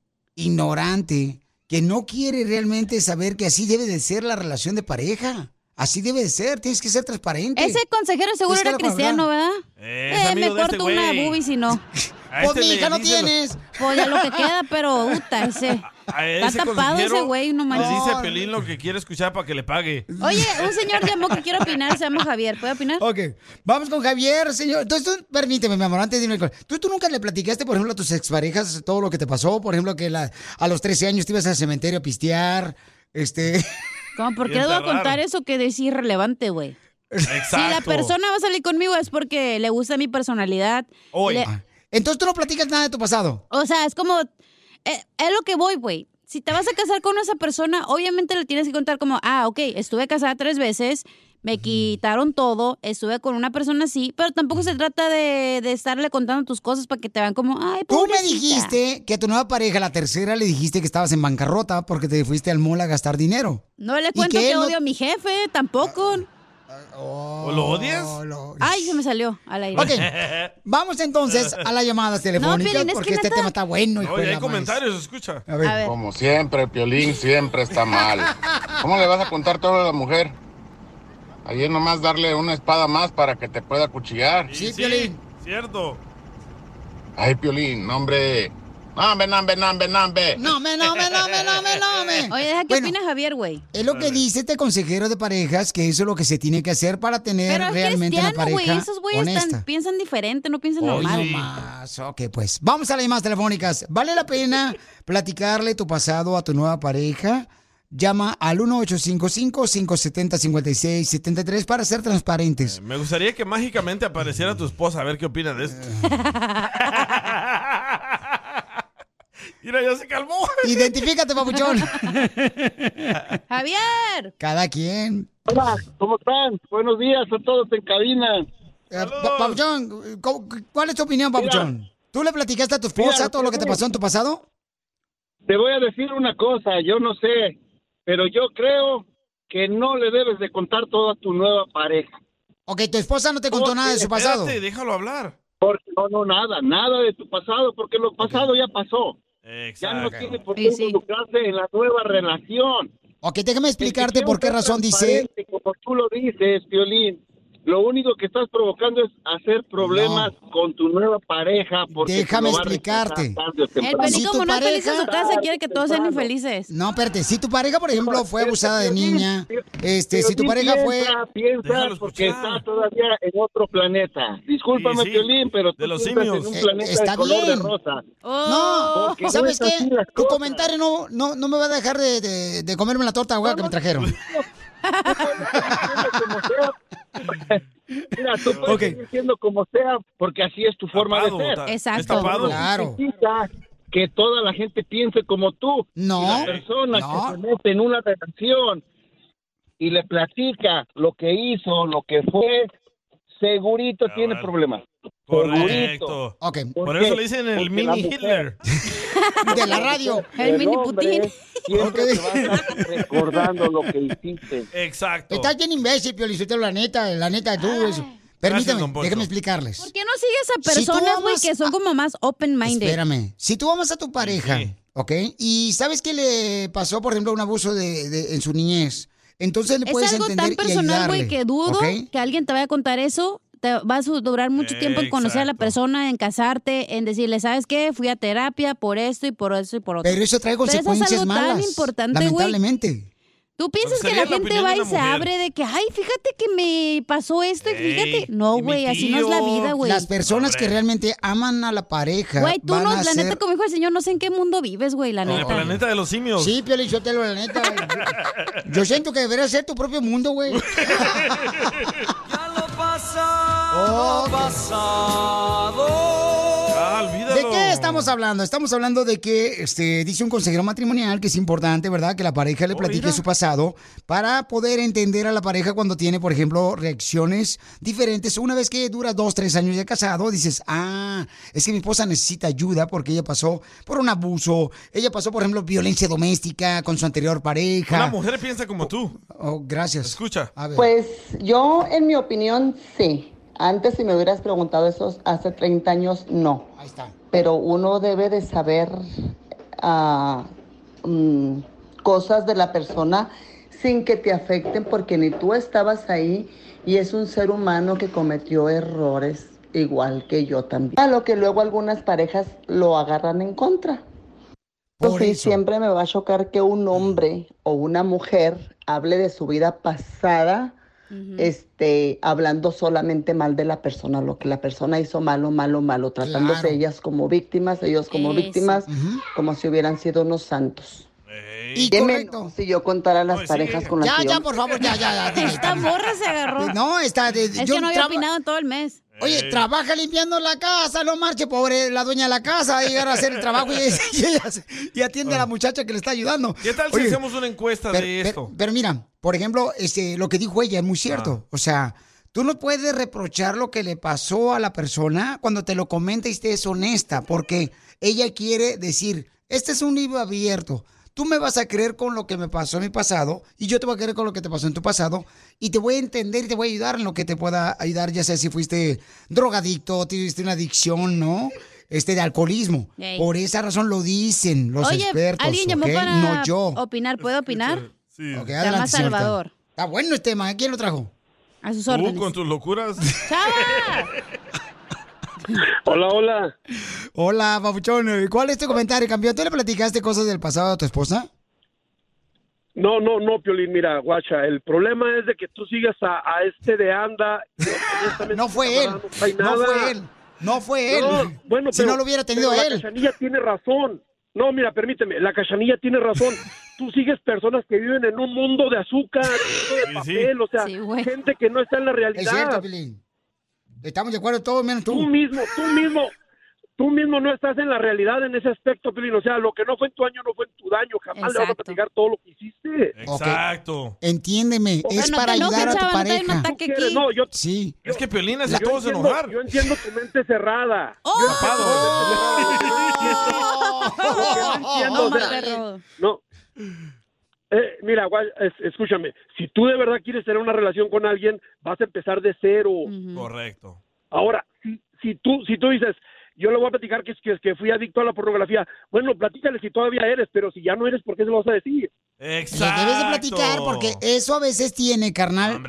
S3: ignorante que no quiere realmente saber que así debe de ser la relación de pareja. Así debe de ser, tienes que ser transparente.
S4: Ese consejero seguro
S3: Es que
S4: era
S3: la palabra-
S4: cristiano, ¿verdad?
S3: Eh, es
S4: me
S3: amigo de
S4: corto
S3: este
S4: una
S3: güey.
S4: boobie si no.
S5: A Pues, este le mija, no dice lo-
S3: tienes.
S4: Pues ya lo que queda, pero puta, ese.
S5: A
S4: Está
S5: ese
S4: tapado ese
S5: consejero
S4: güey, no
S5: le
S4: manches.
S5: dice a Piolín lo que quiere escuchar para que le pague.
S4: Oye, un señor llamó que quiere opinar, se llama Javier. ¿Puede opinar?
S3: Ok, vamos con Javier, señor. Entonces, tú, permíteme, mi amor, antes de irme con- ¿Tú, tú nunca le platicaste, por ejemplo, a tus exparejas todo lo que te pasó? Por ejemplo, que la- a los 13 años te ibas al cementerio a pistear, este...
S4: ¿Cómo? ¿Por qué le voy a contar eso que es irrelevante, güey? Si la persona va a salir conmigo es porque le gusta mi personalidad.
S3: Hoy.
S4: Le-
S3: Ah, Entonces tú no platicas nada de tu pasado.
S4: O sea, es como. eh, es lo que voy, güey. Si te vas a casar con esa persona, obviamente le tienes que contar como, ah, ok, estuve casada tres veces, me quitaron todo, estuve con una persona así, pero tampoco se trata de, de estarle contando tus cosas para que te vean como, ay,
S3: Tú me
S4: pobrecita".
S3: dijiste que a tu nueva pareja, la tercera, le dijiste que estabas en bancarrota porque te fuiste al mall a gastar dinero.
S4: No le cuento
S3: que
S4: que,
S3: él no- Ah,
S4: odio a mi jefe, tampoco.
S5: ¿O lo odias?
S4: Ay, se me salió al aire.
S3: Ok, vamos entonces a las llamadas telefónicas
S4: Piolín, es que
S3: porque este
S4: neta-
S3: tema está bueno. hijo de
S5: Oye, hay
S3: la maíz.
S5: comentarios, escucha.
S3: A ver. A ver.
S19: Como siempre, el Piolín siempre está mal. ¿Cómo le vas a contar todo a la mujer? Ayer nomás darle una espada más para que te pueda cuchillar.
S5: Sí, Piolín. Cierto.
S19: Ay, Piolín, no, hombre. No, hombre, no, hombre, no, hombre, no, hombre.
S3: No, me, no, me, no, me, no, me, no, me.
S4: Oye, deja que opine Javier, güey.
S3: Es lo que dice este consejero de parejas, que eso es lo que se tiene que hacer para tener
S4: Pero es
S3: realmente una
S4: cristiano, güey.
S3: pareja
S4: Esos güeyes
S3: honesta.
S4: están- piensan diferente, no piensan
S3: Hoy
S4: normal.
S3: nomás, ok, pues. Vamos a las llamadas telefónicas. ¿Vale la pena platicarle tu pasado a tu nueva pareja? Llama al 1855-570-5673 para ser transparentes.
S5: Me gustaría que mágicamente apareciera tu esposa a ver qué opina de esto.
S3: Eh,
S5: Mira, ya se calmó.
S3: Identifícate, papuchón.
S4: Javier.
S3: Cada quien.
S22: Hola, ¿cómo están? Buenos días a todos en cabina.
S3: Eh,
S22: Oh.
S3: Pa- Papuchón, ¿cu- ¿cuál es tu opinión, Papuchón? ¿Tú le platicaste a tu esposa
S22: Mira,
S3: todo lo que te pasó en tu pasado?
S22: Te voy a decir una cosa, yo no sé, pero yo creo que no le debes de contar todo a tu nueva pareja.
S3: Ok, tu esposa no te contó nada de su pasado.
S22: Espérate, déjalo hablar. Porque no, no, nada, nada de tu pasado, porque lo pasado ya pasó. Ya no tiene por qué involucrarse en la nueva relación.
S3: Ok, déjame explicarte
S22: El que
S3: por qué
S22: quiera ser
S3: razón dice...
S22: Este transparente, Como tú lo dices, Piolín, lo único que estás provocando es hacer problemas con tu nueva pareja. Porque
S3: Déjame
S22: te lo va a
S3: explicarte.
S22: rechazar tarde o temprano.
S4: Pelín, como no es feliz en su casa, quiere que todos sean infelices.
S3: No, espérate, si tu pareja, por ejemplo, fue abusada de niña, este,
S22: Pero
S3: si tu
S22: sí
S3: pareja fue...
S22: piensa, Piensa porque está todavía en otro planeta.
S3: Sí,
S22: Discúlpame,
S3: sí,
S22: Piolín, pero tú
S3: de los
S22: piensas
S3: simios.
S22: en un
S3: Eh,
S22: planeta
S3: está
S22: de color de
S3: bien.
S22: rosa.
S4: Oh.
S3: No,
S22: Porque
S3: ¿sabes
S22: no es
S3: qué?
S22: así las
S3: Tu
S22: cosas.
S3: comentario no, no, no me va a dejar de, de- de comerme la torta de huevo que me trajeron.
S22: Mira, tú puedes seguir siendo como sea, porque así es tu forma
S7: Tapado,
S22: de ser.
S7: ta- Exacto. es tapado.
S22: Claro. Que toda la gente piense como tú.
S3: No.
S22: Y la persona
S7: No.
S22: que se mete en una relación y le platica lo que hizo, lo que fue, segurito tiene problemas.
S5: Correcto.
S3: Ok.
S5: Por
S22: ¿Por
S5: eso
S22: qué?
S5: le dicen el
S22: Porque la
S5: mini
S22: mujer-
S5: Hitler.
S22: De la radio.
S4: El mini
S22: hombre
S4: Putin.
S22: Siempre te va a estar recordando lo que hiciste.
S5: Exacto.
S3: Estás bien imbécil, Piolichotelo, la neta, la neta, tú, eso.
S5: Gracias,
S3: Permítame,
S5: don Poncho.
S3: déjame explicarles.
S4: ¿Por qué no sigues a
S3: Si tú
S4: personas, güey,
S3: amas
S4: que son como más open-minded?
S3: Espérame, si tú amas a tu pareja, ¿ok? Y sabes que le pasó, por ejemplo, un abuso de, de- en su niñez, entonces le
S4: Es
S3: puedes
S4: algo
S3: entender
S4: tan
S3: y
S4: personal, güey,
S3: ayudarle,
S4: que dudo
S3: ¿ok?
S4: que alguien te vaya a contar eso. Te vas a durar mucho tiempo en conocer a la persona, en casarte, en decirle, ¿sabes qué? Fui a terapia por esto y por eso y por otro.
S3: Pero eso trae consecuencias
S4: es algo
S3: malas.
S4: tan importante, güey.
S3: lamentablemente.
S4: ¿Tú piensas que
S3: sería
S4: la
S3: la
S4: gente
S3: opinión
S4: va
S3: de
S4: y
S3: una
S4: se
S3: mujer.
S4: abre de que, ay, fíjate que me pasó esto y
S3: Ey,
S4: Pues fíjate? No,
S3: y mi
S4: güey, así no es la
S3: tío.
S4: vida, güey.
S3: Las personas que realmente aman a la pareja.
S4: Güey, tú
S3: van
S4: no,
S3: a
S4: la
S3: ser-
S4: neta, como dijo el señor, no sé en qué mundo vives, güey, la
S5: En el
S4: neta.
S5: planeta de los simios.
S3: oh. Sí, Piolichotelo, la neta. güey. Yo siento que debería ser tu propio mundo, güey.
S7: Pasado, pasado.
S3: Ah, ¿De qué estamos hablando? Estamos hablando de que este, dice un consejero matrimonial que es importante, ¿verdad? Que la pareja
S5: Oh,
S3: le platique su pasado para poder entender a la pareja cuando tiene, por ejemplo, reacciones diferentes. Una vez que dura dos, tres años de casado, dices, ah, es que mi esposa necesita ayuda porque ella pasó por un abuso, ella pasó, por ejemplo, violencia doméstica con su anterior pareja.
S5: Una mujer piensa como tú.
S3: Oh, gracias.
S5: Escucha.
S3: A ver.
S23: Pues yo, en mi opinión, sí. Antes, si me hubieras preguntado eso hace 30 años, no.
S3: Ahí está.
S23: Pero uno debe de saber ah, mm, cosas de la persona sin que te afecten porque ni tú estabas ahí y es un ser humano que cometió errores igual que yo también. A lo que luego algunas parejas lo agarran en contra. Pues sí, siempre me va a chocar que un hombre o una mujer hable de su vida pasada, este, hablando solamente mal de la persona, lo que la persona hizo malo, malo, malo, tratándose
S3: Claro.
S23: ellas como víctimas, ellos como
S3: Eso.
S23: víctimas, como si hubieran sido unos santos.
S3: Y
S23: Qué
S3: correcto.
S23: menos si yo contara las
S5: Pues
S23: parejas con las
S3: Ya,
S23: que yo me-
S3: ya, por favor, ya, ya, ya.
S4: Esta morra se agarró.
S3: No, está de.
S4: Es que no había opinado en todo el mes.
S3: Oye,
S4: Ey.
S3: trabaja limpiando la casa, no marche, pobre, la dueña de la casa, y ahora hacer el trabajo y, y ella se- y atiende a la muchacha que le está ayudando.
S5: Ah. ¿Qué tal si
S3: Oye,
S5: hacemos una encuesta
S3: pero,
S5: de
S3: pero-
S5: esto?
S3: Pero, mira, por ejemplo, este, lo que dijo ella es muy cierto. O sea, tú no puedes reprochar lo que le pasó a la persona cuando te lo comenta y estés honesta, porque ella quiere decir, este es un libro abierto. Tú me vas a creer con lo que me pasó en mi pasado y yo te voy a creer con lo que te pasó en tu pasado y te voy a entender y te voy a ayudar en lo que te pueda ayudar, ya sea si fuiste drogadicto, tuviste una adicción, ¿no? Este de alcoholismo.
S4: Ey.
S3: Por esa razón lo dicen los
S4: Oye,
S3: expertos.
S4: alguien llamó
S3: ¿ok?
S4: para
S3: No yo.
S4: opinar. ¿Puedo opinar?
S5: Sí.
S3: Ok,
S4: Llama
S3: adelante, señorita.
S4: Salvador.
S3: Está bueno el tema. ¿eh? ¿Quién lo trajo?
S4: A sus
S5: Tú con tus locuras.
S3: Hola, hola. Hola, papuchón. ¿Y ¿Cuál es tu comentario, campeón? ¿Tú le platicaste cosas del pasado a tu esposa?
S24: No, no, no, Piolín, mira, guacha, el problema es de que tú sigas a, a este de anda.
S3: No fue él. No fue él. No fue él.
S24: bueno,
S3: si
S24: pero-
S3: no lo hubiera tenido
S24: pero La
S3: él.
S24: cachanilla tiene razón. No, mira, permíteme, la cachanilla tiene razón. Tú sigues personas que viven en un mundo de azúcar, un mundo de papel, o sea, gente que no está en la realidad.
S3: Es cierto, Pilín. Estamos de acuerdo todos, menos tú.
S24: Tú mismo, tú mismo, tú mismo no estás en la realidad en ese aspecto, Pilín. O sea, lo que no fue en tu año no fue en tu daño. Jamás le vas a
S4: Exacto.
S24: platicar todo lo que hiciste.
S5: Exacto.
S3: Entiéndeme, es para ayudar a tu pareja.
S24: quieres, no, yo,
S3: sí.
S5: Es que Piolín
S24: yo
S5: hace todos
S24: entiendo-
S5: enojar.
S24: Yo entiendo tu mente cerrada.
S4: Yo
S24: Porque no entiendo, o sea, no. Eh, mira, guay, es- escúchame, si tú de verdad quieres tener una relación con alguien, vas a empezar de cero.
S5: Correcto.
S24: Ahora, si, si tú si tú dices, yo le voy a platicar que, que, que fui adicto a la pornografía, bueno, platícale si todavía eres, pero si ya no eres, ¿por qué se lo vas a decir?
S3: Le debes de platicar porque eso a veces tiene, carnal,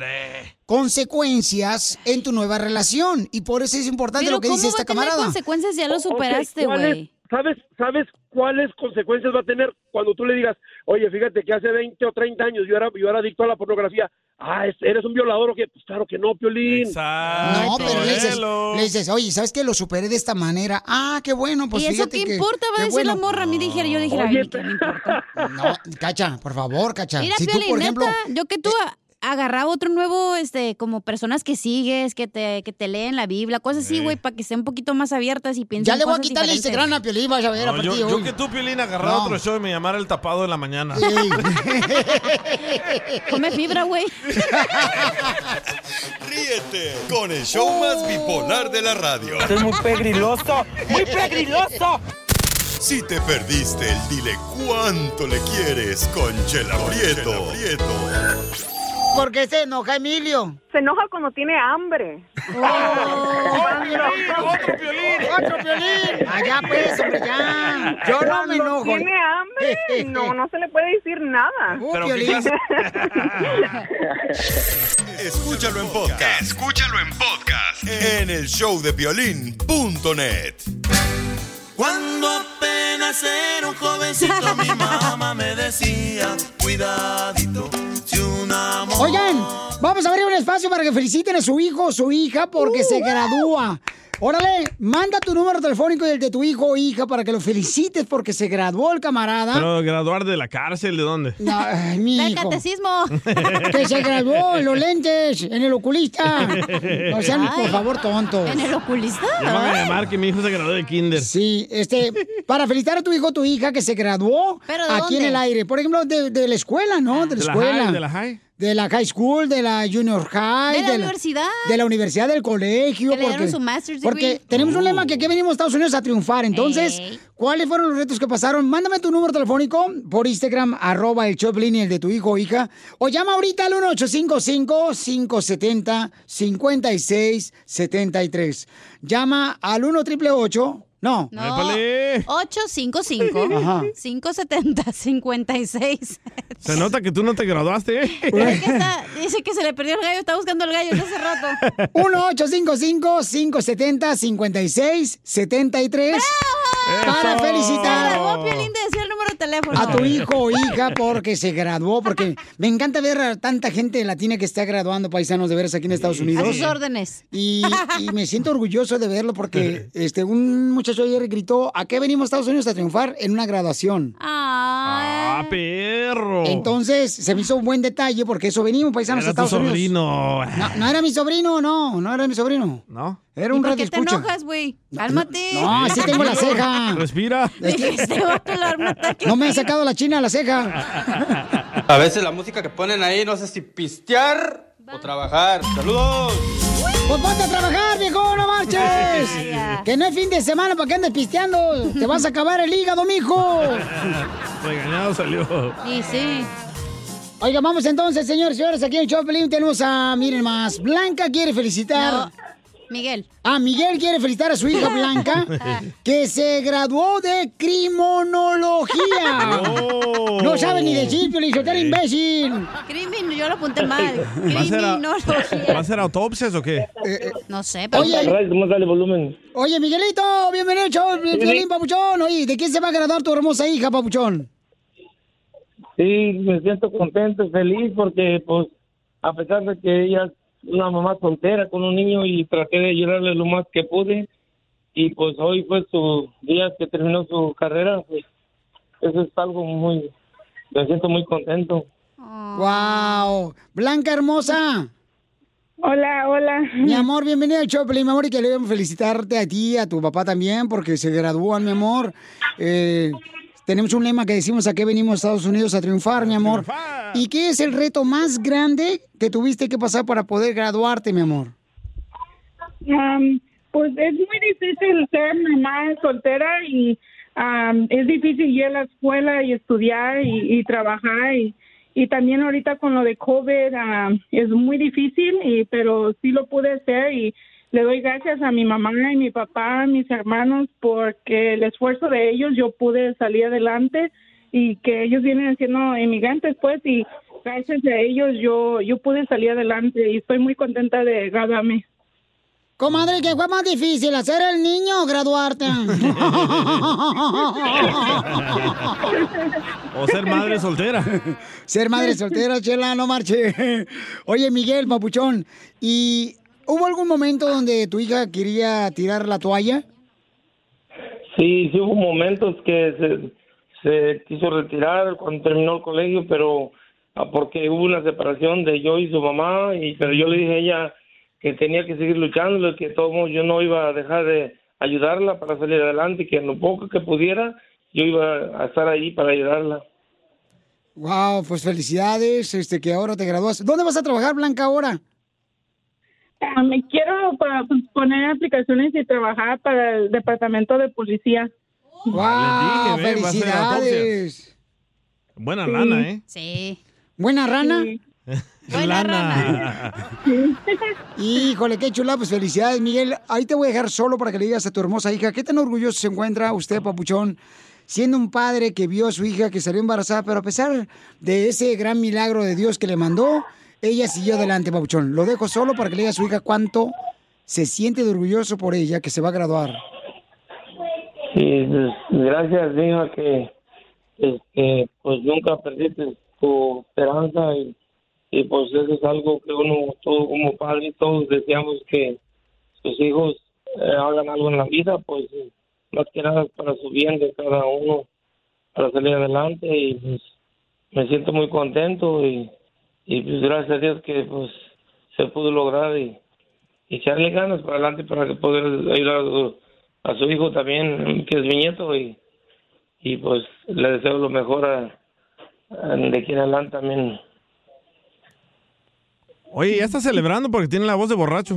S3: consecuencias en tu nueva relación. Y por eso es importante
S4: Pero
S3: lo que dice
S4: ¿cómo va
S3: esta
S4: a tener
S3: camarada.
S4: consecuencias? Ya lo
S24: O- ok,
S4: superaste,
S24: ¿cuáles-
S4: güey.
S24: ¿Sabes, ¿Sabes cuáles consecuencias va a tener cuando tú le digas, oye, fíjate que hace 20 o 30 años yo era, yo era adicto a la pornografía? Ah, es- ¿eres un violador o qué? Pues claro que no, Piolín.
S3: No, pero le dices, le dices, oye, ¿sabes qué? Lo superé de esta manera. Ah, qué bueno, pues
S4: ¿Y eso
S3: fíjate
S4: qué
S3: que-
S4: importa? Va
S3: qué
S4: a decir la
S3: bueno.
S4: morra. A mí dijera, yo dijera,
S3: Oye,
S4: ay, ¿qué me importa?
S3: No, Cacha, por favor, Cacha.
S4: Mira,
S3: si tú,
S4: Piolín,
S3: por
S4: neta,
S3: ejemplo, eh,
S4: yo que tú a- agarraba otro nuevo, este, como personas que sigues, que te, que te leen la Biblia, cosas así, güey, para que estén un poquito más abiertas y piensen
S3: ya le voy a
S4: cosas
S3: quitar el
S4: diferentes.
S3: Instagram a Piolín, vaya a ver, a
S5: No,
S3: partir
S5: yo,
S3: de
S5: yo
S3: hoy.
S5: que tú, Piolín, agarraba
S3: No.
S5: otro show y me llamara el tapado de la mañana.
S4: Come fibra, güey.
S8: Ríete con el show
S12: Oh.
S8: más bipolar de la radio.
S25: Esto es muy pegriloso, muy pegriloso.
S8: Si te perdiste el dile cuánto le quieres con Chela Prieto.
S3: ¿Por qué se enoja Emilio?
S7: Se enoja cuando tiene hambre.
S25: ¡Otro
S5: violín!
S7: ¡Otro violín!
S3: Oh, Allá pues, hombre, ya. Yo no me enojo.
S7: tiene hambre, no, no se le puede decir nada.
S3: Uh,
S8: Pero ¿qué Piolín. clase- Escúchalo en podcast. Escúchalo en podcast. En el showdepiolín.net.
S25: Cuando apenas era un jovencito, mi mamá me decía, cuidadito, si una mo-
S3: Oigan, vamos a abrir un espacio para que feliciten a su hijo o su hija
S7: Uh,
S3: porque se gradúa. Órale, manda tu número telefónico y el de tu hijo o hija para que lo felicites porque se graduó el camarada.
S5: Pero graduar de la cárcel, ¿de dónde?
S3: No, ay, mi
S4: Del
S3: hijo.
S4: catecismo.
S3: Que se graduó en los lentes, en el oculista. No sean,
S4: Ay.
S3: por favor, tontos.
S4: ¿En el oculista?
S5: Llámame a
S4: Ay.
S5: llamar que mi hijo se graduó de kinder.
S3: Sí, este, para felicitar a tu hijo o tu hija que se graduó
S4: ¿Pero de
S3: aquí en
S4: dónde?
S3: el aire. Por ejemplo, de, de la escuela, ¿no? De la
S5: ¿De la
S3: escuela.
S5: high, de la high?
S3: De la high school, de la junior high.
S4: De la universidad.
S3: De la universidad, del colegio.
S4: Que le
S3: porque,
S4: dieron su master's degree.
S3: porque tenemos un lema que aquí venimos a Estados Unidos a triunfar. Entonces,
S4: Ey.
S3: ¿cuáles fueron los retos que pasaron? Mándame tu número telefónico por Instagram, arroba el Choplin y el de tu hijo o hija. O llama ahorita al 1855-570-5673. Llama al 1 888 No.
S4: No. 855-570-56.
S5: Se nota que tú no te graduaste,
S4: Es
S5: ¿eh?
S4: que está- Dice que se le perdió el gallo, está buscando el gallo desde hace rato.
S3: 1-855-570-5673. Para
S4: ¡Eso! Se
S3: felicitar
S4: graduó Piolín de decir el número de teléfono.
S3: a tu hijo o hija porque se graduó. Porque me encanta ver a tanta gente latina que está graduando, paisanos de veras aquí en Estados
S4: A
S3: Unidos.
S4: sus órdenes.
S3: Y, y me siento orgulloso de verlo porque este un muchacho ayer gritó, ¿a qué venimos a Estados Unidos a triunfar? En una graduación.
S5: ¡Ah, perro!
S3: Entonces, se me hizo un buen detalle porque eso venimos, paisanos, a
S5: Era tu
S3: Estados Unidos.
S5: sobrino.
S3: No, no era mi sobrino, no, no era mi sobrino.
S5: ¿No?
S3: Era un
S4: ¿Y por
S3: radio
S4: qué te
S3: escucha.
S4: enojas, güey? Cálmate.
S3: No, así tengo la ceja.
S5: Respira.
S3: No me han sacado la china a la ceja.
S6: A veces la música que ponen ahí, no sé si pistear o trabajar. ¡Saludos!
S3: Pues ponte a trabajar, viejo, no marches. Que no es fin de semana para que andes pisteando. Te vas a acabar el hígado, mijo.
S5: Regañado salió.
S4: Y sí.
S3: Oiga, vamos entonces, señores y señores, aquí en el Choplin tenemos a, miren más, Blanca quiere felicitar.
S4: Miguel.
S3: Ah, Miguel quiere felicitar a su hija Blanca, que se graduó de criminología. No sabe ni decir, Piolín, yo era imbécil.
S4: Crimin, yo lo apunté mal.
S5: ¿Va a ser a-
S4: Criminología.
S5: ¿Va a ser autopsias o qué?
S4: No sé, pero...
S3: Eh, Oye.
S5: ¿Cómo sale el volumen?
S3: Oye, Miguelito, bienvenido al show,
S4: sí.
S3: Piolín, papuchón. Oye, ¿de quién se va a graduar tu hermosa hija, papuchón?
S26: Sí, me siento contento y feliz porque, pues, a pesar de que ella es una mamá soltera con un niño y traté de ayudarle lo más que pude, y pues hoy fue su día que terminó su carrera, pues, eso es algo muy, me siento muy contento.
S3: Wow, Blanca hermosa. Hola, hola. Mi amor, bienvenida al show, Pelín, mi amor, y queremos felicitarte a ti, a tu papá también, porque se gradúan, mi amor. Eh, tenemos un lema que decimos a qué venimos a Estados Unidos a triunfar, mi amor. ¿Y qué es el reto más grande que tuviste que pasar para poder graduarte, mi amor?
S9: Um, pues es muy difícil ser mamá soltera y um, es difícil ir a la escuela y estudiar y, y trabajar y, y también ahorita con lo de COVID um, es muy difícil y pero sí lo pude hacer y le doy gracias a mi mamá y mi papá, mis hermanos porque el esfuerzo de ellos yo pude salir adelante y que ellos vienen siendo inmigrantes pues y gracias a ellos yo yo pude salir adelante y estoy muy contenta de graduarme.
S3: Comadre, ¿qué fue más difícil, hacer el niño o graduarte?
S5: o ser madre soltera.
S3: Ser madre soltera, chela, no marche. Oye, Miguel, papuchón, ¿y hubo algún momento donde tu hija quería tirar la toalla?
S26: Sí, sí hubo momentos que se, se quiso retirar cuando terminó el colegio, pero ah, porque hubo una separación de yo y su mamá, y pero yo le dije a ella que tenía que seguir luchando, que de todos modos yo no iba a dejar de ayudarla para salir adelante, que en lo poco que pudiera yo iba a estar ahí para ayudarla.
S3: Wow, pues felicidades, este que ahora te gradúas. ¿Dónde vas a trabajar, Blanca, ahora?
S9: Ah, Me quiero pa- pues, poner aplicaciones y trabajar para el departamento de policía.
S3: ¡Wow!
S5: Les dije, ve, va a ser
S3: Ah, ¡Felicidades!
S5: Buena
S9: Sí.
S5: lana, ¿eh?
S4: Sí.
S3: ¿Buena rana?
S5: Buena lana.
S3: Híjole, qué chula, pues felicidades, Miguel. Ahí te voy a dejar solo para que le digas a tu hermosa hija, ¿qué tan orgulloso se encuentra usted, papuchón, siendo un padre que vio a su hija que salió embarazada, pero a pesar de ese gran milagro de Dios que le mandó, ella siguió adelante, papuchón. Lo dejo solo para que le diga a su hija cuánto se siente de orgulloso por ella que se va a graduar.
S26: Y pues, gracias, hija, que este, pues nunca perdiste tu esperanza y, y, pues eso es algo que uno, todo como padre, todos deseamos que sus hijos eh, hagan algo en la vida, pues eh, más que nada es para su bien de cada uno, para salir adelante y pues me siento muy contento y, y pues gracias a Dios que pues se pudo lograr y, y echarle ganas para adelante para que poder ayudar a su, a su hijo también, que es mi nieto, y, y pues le deseo lo mejor a, a-
S5: ¿eh?
S26: de aquí en adelante también.
S5: Oye, ya está celebrando porque tiene la voz de borracho.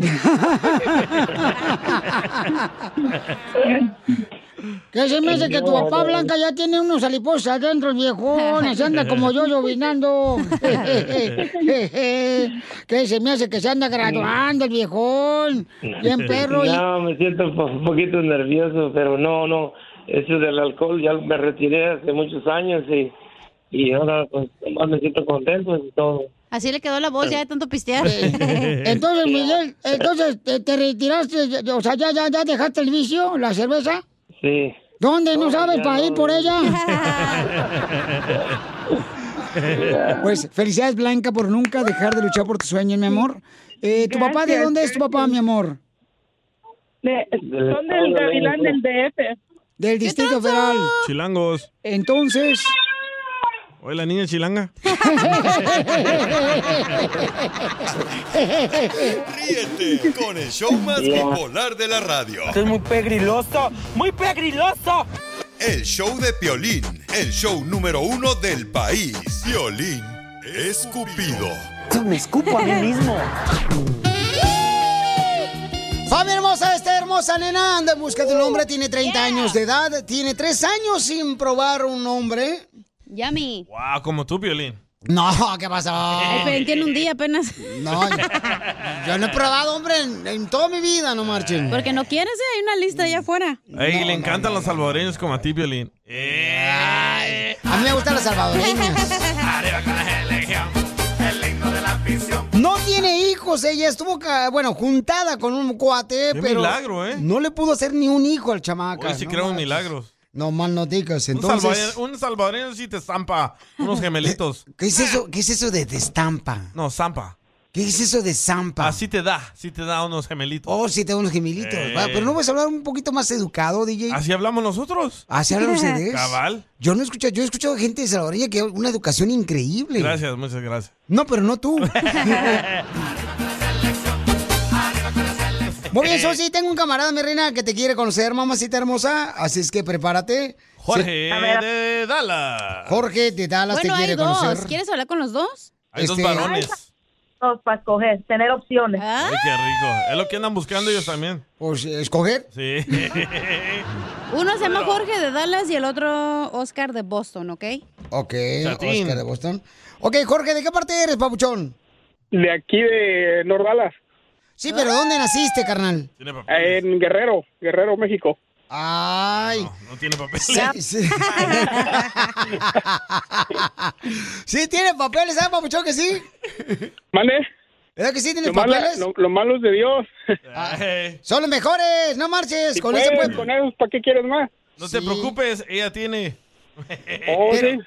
S3: ¿Qué se me hace que tu papá Blanca ya tiene unos alipos adentro, viejones? Anda como yo llovinando. ¿Qué se me hace que se anda graduando el viejón? Bien perro. y-
S26: No, me siento un po- un poquito nervioso, pero no, no. Eso del alcohol ya me retiré hace muchos años y, y ahora pues más me siento contento y todo.
S4: Así le quedó la voz ya de tanto pistear.
S3: Entonces, Miguel, entonces te, te retiraste, o sea, ya, ya, ya dejaste el vicio, la cerveza.
S26: Sí.
S3: ¿Dónde? ¿No sabes
S26: ya
S3: para ir
S26: no.
S3: por ella? Pues felicidades, Blanca, por nunca dejar de luchar por tus sueños, mi amor. Eh, ¿Tu papá de
S9: Gracias,
S3: dónde es tu papá, mi amor?
S9: Son del Gavilán del DF.
S3: Del Distrito Federal.
S5: Chilangos.
S3: Entonces.
S5: Oye, la niña chilanga.
S8: Ríete con el show más bipolar de la radio.
S7: Esto es muy pegriloso, muy pegriloso.
S8: El show de Piolín, el show número uno del país. Piolín escupido.
S3: Me escupo
S8: a mí
S3: mismo. Familia hermosa, esta hermosa nena anda en busca de un hombre, tiene 30 años de edad, tiene 3 años sin probar un hombre.
S4: Yami.
S5: Wow, como tú, Piolín.
S3: No, ¿qué pasó?
S4: en un día apenas.
S3: No, yo no he probado, hombre, en, en toda mi vida, no marchen.
S4: Porque no quieres, eh, hay una lista allá afuera.
S5: Ey, le encantan los salvadoreños como a ti, Piolín.
S3: A mí me gustan las salvadoreñas. No tiene hijos, ella estuvo, ca- bueno, juntada con un cuate,
S5: Qué
S3: pero
S5: milagro, ¿eh?
S3: no le pudo hacer ni un hijo al chamaca.
S5: Hoy sí
S3: ¿no?
S5: crearon milagros.
S3: No mal no digas,
S5: Un
S3: entonces...
S5: salvadoreño- Un, salvadoreño sí te zampa unos gemelitos.
S3: ¿Qué es eso? ¿Qué es eso de, de estampa?
S5: No, zampa.
S3: ¿Qué es eso de zampa?
S5: Así te da, sí te da unos gemelitos.
S3: Oh, sí, tengo unos gemelitos.
S5: Eh.
S3: Va, Pero no vas a hablar un poquito más educado, DJ.
S5: Así hablamos nosotros.
S3: Así hablan ustedes.
S5: Cabal.
S3: Yo no he escuchado, yo he escuchado gente de salvadoreña que una educación increíble.
S5: Gracias, muchas gracias.
S3: No, pero no tú. Muy
S5: Eh.
S3: bien, Sosi, tengo un camarada, mi reina, que te quiere conocer, mamacita hermosa. Así es que prepárate.
S5: Jorge
S3: Se-
S5: de Dallas.
S3: Jorge de Dallas
S4: bueno,
S3: te quiere
S4: hay dos.
S3: conocer.
S4: ¿Quieres hablar con los dos?
S5: Hay dos
S3: Este-
S5: varones.
S4: para escoger, tener opciones.
S5: Ay, qué rico. Es lo que andan buscando ellos también.
S3: Pues, ¿escoger?
S5: Sí.
S4: Uno se llama Jorge de Dallas y el otro Oscar de Boston, ¿ok?
S3: Ok,
S4: Chatín.
S3: Oscar de Boston. Ok, Jorge, ¿de qué parte eres, papuchón?
S10: De aquí de Nordalas.
S3: Sí, pero ¿dónde naciste, carnal?
S10: En Guerrero, Guerrero, México.
S3: Ay.
S5: No tiene papel.
S3: Sí, sí. Sí tiene papeles, ¿sabes, papuchón, que sí?
S10: ¿Mande?
S3: ¿Verdad que sí tiene
S10: Lo malo-
S3: papeles? Ah.
S10: lo, lo malo es de Dios.
S3: Son los mejores, no marches.
S10: Si
S3: con ese
S10: puedes,
S3: puedes-
S10: con esos, ¿para qué quieres más?
S5: No te preocupes, ella tiene.
S10: Oh, sí.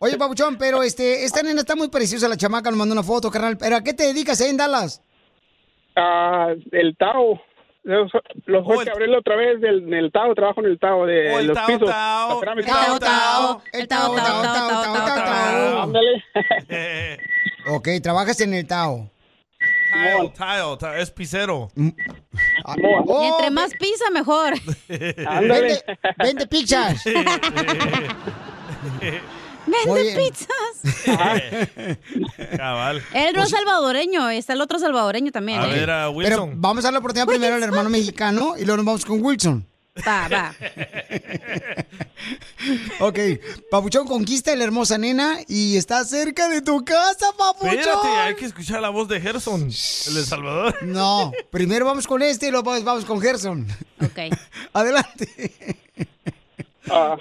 S3: Oye, papuchón, pero este, esta nena está muy preciosa, la chamaca, nos mandó una foto, carnal. ¿Pero a qué te dedicas ahí en Dallas?
S10: Ah, el Tao. Los, los
S3: Oh,
S10: fue que abrirlo otra vez del, en el Tao, trabajo en el Tao de los pisos. Las pirámides.
S3: El Tao, Tao, Tao, Tao, Tao, Tao. Ok, trabajas en el Tao.
S5: Tile, tile, tile, es pisero.
S3: Mm. Ah, oh,
S4: Y entre más pizza, mejor.
S5: Ándale.
S3: Vende, vende pizzas.
S4: Vende
S3: Oye.
S4: pizzas.
S5: Cabal.
S4: Él
S3: Pues
S4: no es salvadoreño, está el otro salvadoreño también.
S5: A
S4: ¿eh?
S5: ver, a Wilson.
S3: Pero vamos a dar la oportunidad primero al hermano mexicano y luego nos vamos con Wilson.
S4: Va, va.
S3: Ok, Papuchón conquista a la hermosa nena y está cerca de tu casa, Papuchón.
S5: Espérate, hay que escuchar la voz de Gerson, el de Salvador.
S3: No, primero vamos con este y luego vamos- vamos con Gerson.
S4: Ok.
S3: Adelante.
S10: Ah.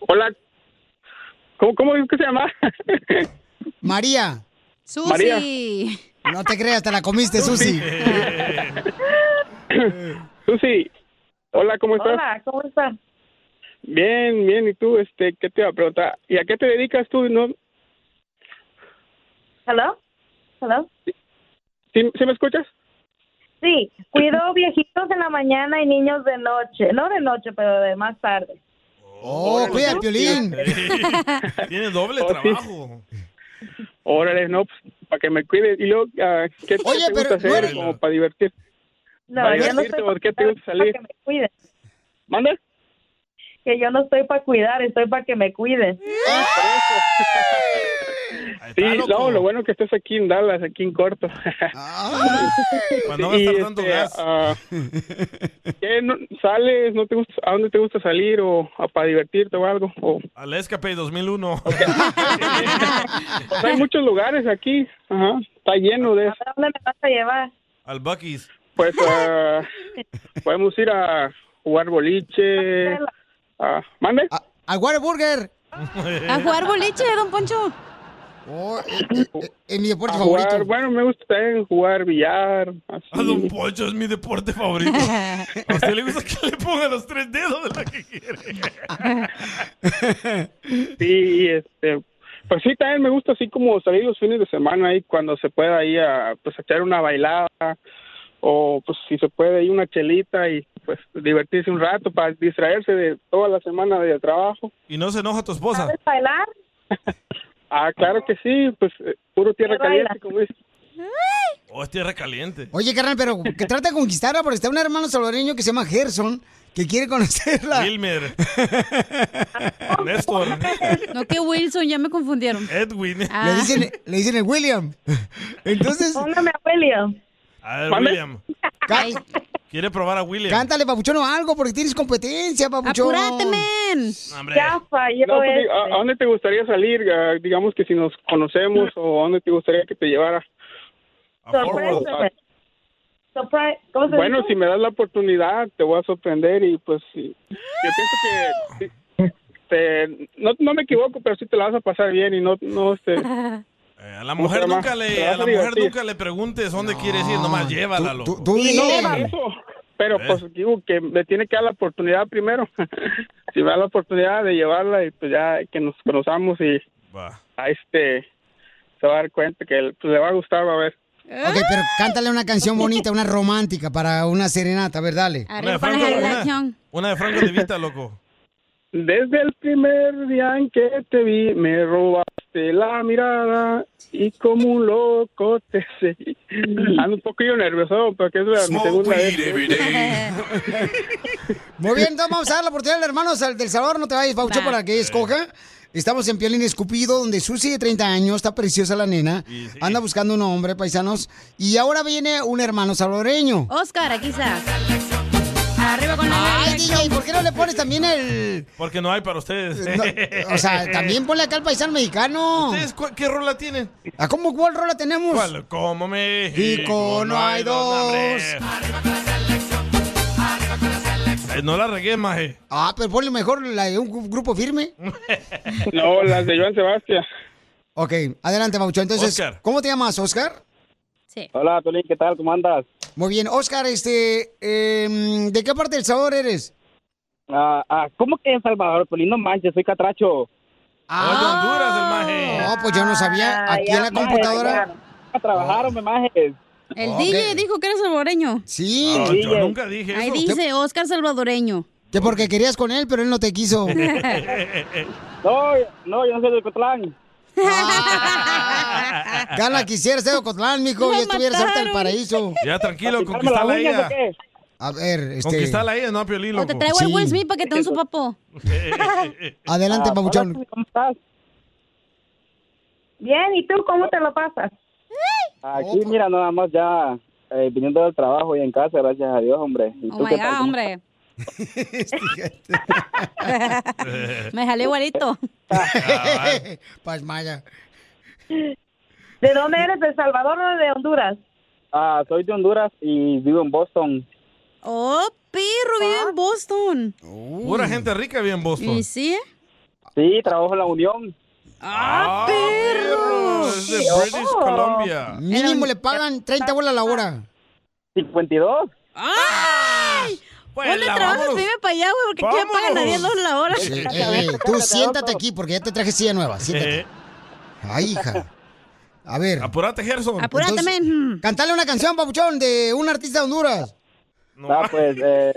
S10: Hola. ¿Cómo, ¿Cómo dices que se llama?
S3: María.
S4: Susi.
S10: María.
S3: No te creas, te la comiste, Susi.
S10: Susi. Hola, ¿cómo estás?
S9: Hola, Ah, ¿cómo están?
S10: Bien, bien. ¿Y tú, este, qué te iba a preguntar? ¿Y a qué te dedicas tú? ¿No?
S9: ¿Hello? ¿Hello?
S10: ¿Sí, sí me escuchas?
S9: Sí, cuido viejitos en la mañana y niños de noche. No de noche, pero de más tarde.
S3: Oh, cuida el piolín.
S5: Tiene doble
S10: Oh, sí.
S5: trabajo.
S10: Órale, no, pues, para que me cuides. Y luego, ah, ¿qué qué
S9: Oye,
S10: te
S9: pero
S10: gusta
S9: no
S10: hacer
S9: eres-
S10: como para divertir?
S9: No,
S10: para
S9: yo no
S10: divertirte,
S9: estoy
S10: ¿o qué te gusta salir?
S9: Que me cuiden.
S10: ¿Manda?
S9: Que yo no estoy para cuidar, estoy para que me cuiden.
S10: Sí, no, lo bueno que estás aquí en Dallas, aquí en corto.
S3: Ah.
S5: Cuando Ah, pues va a estar dando gas.
S10: ah, ¿qué, no- ¿Sales? No te gusta, ¿A dónde te gusta salir? ¿O a- para divertirte o algo? O,
S5: Al Escape 2001.
S10: pues hay muchos lugares aquí. Ajá, está lleno de eso.
S2: ¿A dónde me vas a llevar?
S5: Al Bucky's.
S10: Pues ah, podemos ir a jugar boliche. ah, ¿Mande?
S3: A Whataburger.
S4: ¿A jugar boliche, don Poncho?
S3: Oh, Es eh, mi deporte
S10: A jugar,
S3: favorito.
S10: Bueno, me gusta también jugar billar. Así.
S5: Ah, Don Poncho es mi deporte favorito. ¿A usted le gusta que le ponga los tres dedos de la que quiere?
S10: Sí, este, pues sí, también me gusta así como salir los fines de semana ahí cuando se pueda ahí a, pues, a echar una bailada o pues si se puede ahí una chelita y pues divertirse un rato para distraerse de toda la semana de trabajo.
S5: Y no se enoja tu esposa.
S2: bailar?
S10: Ah, claro que sí, pues eh, puro tierra
S3: ¿Qué baila?
S10: caliente como dice.
S5: Oh, es tierra caliente.
S3: Oye, carnal, pero que trata de conquistarla porque está un hermano salvadoreño que se llama Gerson que quiere conocerla.
S5: Wilmer. Néstor.
S4: No, que Wilson, ya me confundieron. Ah.
S5: Edwin.
S3: Le, dicen, le dicen el William. Entonces.
S2: Póngame a William.
S5: A ver,
S3: ¿Mande?
S5: William. ¿Quiere probar a William?
S3: Cántale, papuchón, o algo porque tienes competencia, papuchón.
S4: Apúrate, men.
S5: Hombre.
S10: No, pues, digo, ¿a, a dónde te gustaría salir? Ah, digamos que si nos conocemos o a dónde te gustaría que te llevara.
S2: Sorpréndeme. Surprise. ¿Cómo se
S10: Bueno,
S2: dice?
S10: si me das la oportunidad, te voy a sorprender y pues sí. yo pienso que sí, te- Este, no, no me equivoco, pero sí te la vas a pasar bien y no no este
S5: Eh, a la mujer nunca le, a la mujer nunca le preguntes dónde quieres ir, nomás llévala, loco.
S10: pero
S5: Eh.
S10: pues digo que me tiene que dar la oportunidad primero. si me da la oportunidad de llevarla y pues ya que nos conozcamos y a este se va a dar cuenta que pues, le va a gustar, va a ver.
S3: Ok, Eh, pero cántale una canción bonita, una romántica para una serenata, a ver, dale.
S5: Una de Franco, una, una de Franco de Vita, loco.
S10: Desde el primer día en que te vi, me robaste la mirada y como un loco te seguí. Ando un poquillo nervioso porque es la- mi segunda vez.
S3: Muy bien, entonces vamos a dar la oportunidad al hermano Sal- del Salvador, no te vayas, Paucho, para que escoja. Estamos en Piolín Escupido, donde Susi de 30 años, está preciosa la nena, anda buscando un hombre, paisanos, y ahora viene un hermano salvadoreño.
S4: Oscar, aquí está. Arriba con la
S3: Ay, DJ, ¿por qué no le pones también el...?
S5: Porque no hay para ustedes.
S3: Eh, O sea, también ponle acá al paisano mexicano.
S5: ¿Ustedes qué rola tienen?
S3: ¿A cómo cuál rola tenemos?
S5: ¿Cuál? Como México.
S3: Rico, pues, no hay dos.
S5: Eh, no la regué, maje.
S3: Ah, pero ponle mejor la de un gru- grupo firme.
S10: No, las de Joan Sebastián.
S3: Ok, adelante, Paucho. Entonces,
S10: Oscar.
S3: ¿cómo te llamas, Oscar?
S11: Hola, Tolín, ¿qué tal? ¿Cómo andas?
S3: Muy bien, Oscar, este, em, ¿de qué parte del Salvador eres?
S11: Ah, ah, ¿Cómo que en Salvador, Tolín? No manches, soy catracho.
S5: Ah,
S11: de Honduras,
S3: maje.
S11: el
S3: No, pues yo no sabía. Aquí en la computadora.
S11: A trabajar, hombre, majes.
S4: El
S11: Ok.
S4: DJ dijo que eres salvadoreño.
S3: Sí.
S11: No, yo nunca
S5: dije
S4: Ahí dice Oscar salvadoreño.
S3: Que porque querías con él, pero él no te quiso.
S11: No, no, yo no soy de Cotlán.
S3: Gala, quisiera ser de Ocotlán, mijo,
S11: Lo
S3: y estuvieras ahorita en el
S11: mataron.
S3: paraíso.
S5: Ya, tranquilo, conquistala a ella.
S3: A ver, este...
S5: Conquistala a ella, no a Piolín,
S4: O
S5: loco.
S4: te
S5: Eh,
S4: traigo al Will Smith para que te den su papo.
S3: Adelante,
S4: Ah,
S3: Pabuchón.
S4: hola,
S11: ¿Cómo estás?
S2: Bien, ¿y tú cómo te lo pasas?
S11: Aquí, mira, nada más ya eh, viniendo del trabajo y en casa, gracias a Dios, hombre. ¿Y
S4: Oh
S11: tú
S4: my
S11: qué tal?
S4: God, hombre.
S3: Este
S4: Me jalé igualito.
S11: Ah,
S3: Pues, Maya.
S11: ¿De dónde eres? ¿De Salvador o de Honduras? Ah, soy de Honduras y vivo en Boston.
S4: Oh, perro, vive
S3: Ah.
S4: en Boston.
S5: Uh. Pura gente rica bien en Boston.
S4: ¿Y sí?
S11: Sí, trabajo en la Unión.
S5: ¡Ah, perro! Es de British Columbia.
S3: Mínimo le pagan 30 bolas la hora.
S11: 52.
S4: ¡Ay!
S3: Pues,
S4: ¿Dónde
S3: la
S4: trabajas?
S3: vámonos.
S4: Vive para allá, güey, porque aquí me pagan a 10 dólares la hora.
S3: Sí, eh, eh, tú siéntate aquí porque ya te traje silla nueva. Siéntate. Ay, hija. A ver.
S5: Eh. Apúrate, Gerson.
S4: Apúrate, men.
S3: Cantale una canción, papuchón, de un artista de Honduras.
S11: Ah, pues, eh...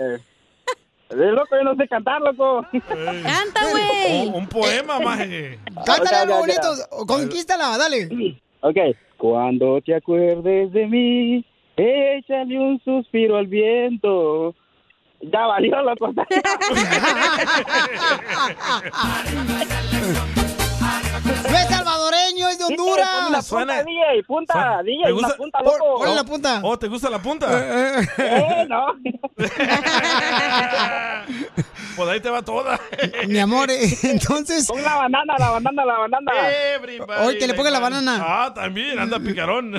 S11: eh, loco, yo no sé cantar, loco.
S4: ¡Canta,
S11: güey!
S5: Un, un poema, eh. maje.
S11: Cántale algo bonito,
S3: conquístala, dale.
S11: Ok. Cuando te acuerdes de mí, échale un suspiro al viento. Ya valió la cosa.
S3: No es salvadoreño, es de Honduras.
S5: Suena- suena- ¿Te gusta-
S3: Pon- ponle la punta. Eh,
S5: Oh, ¿te gusta la punta?
S3: no.
S5: Pues ahí te va toda.
S3: Mi amor, eh, entonces.
S5: Pon la banana, la banana, la banana.
S3: Hoy que le ponga la banana. Eh.
S5: Ah, también, anda picarón.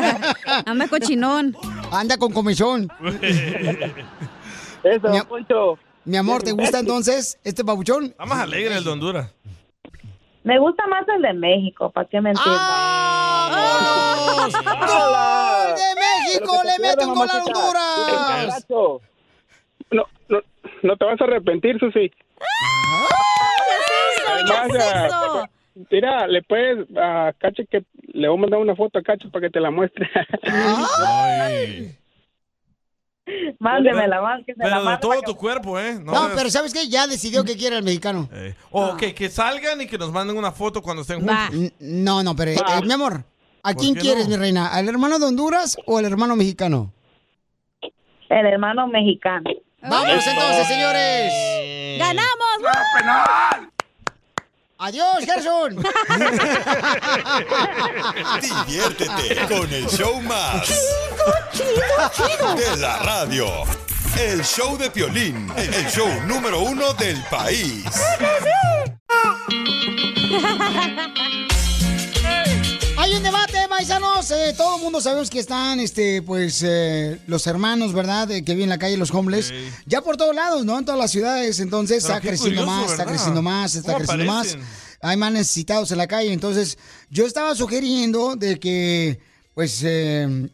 S3: Anda cochinón. Anda con comisión.
S5: Eso,
S3: mi, mi amor, ¿te gusta entonces este babuchón?
S5: Está más alegre el de Honduras.
S13: Me gusta más el de México, ¿para qué mentir?
S3: ¡Gol de México! ¡Le mete un gol a Honduras!
S10: No, no, no te vas a arrepentir, Susi. Además, ah, Mira, le puedes a Cacho que le voy a mandar una foto a Cacho para que te la muestre.
S13: Mándemela, más que se la
S5: Pero de
S13: mande.
S5: todo tu cuerpo, ¿eh?
S3: No, pero ¿sabes qué? Ya decidió que quiere el mexicano.
S5: O que, que salgan y que nos manden una foto cuando estén juntos.
S3: N- No, no, pero eh,
S5: Va.
S3: mi amor, ¿a
S5: ¿Por
S3: quién
S5: qué
S3: quieres,
S5: no?
S3: mi reina? ¿Al hermano de Honduras o al hermano mexicano?
S13: El hermano mexicano.
S3: Vamos entonces, señores.
S4: ¡Ganamos!
S5: ¡Ah,
S3: ¡Adiós, Gerson!
S8: Diviértete con el show más. De la radio. El show de Piolín, el show número uno del país.
S3: Hay un debate, paisanos. Eh, todo el mundo sabemos que están, este, pues, eh, los hermanos, ¿verdad? Eh, que viven en la calle, los homeless. Ya por todos lados, ¿no? En todas las ciudades. Entonces
S14: Pero
S3: está
S14: qué
S3: creciendo
S14: curioso,
S3: más, está
S14: ¿verdad?
S3: creciendo más, está
S14: ¿Cómo
S3: creciendo
S14: aparecen?
S3: más. Hay más necesitados en la calle. Entonces, yo estaba sugiriendo de que, pues, eh,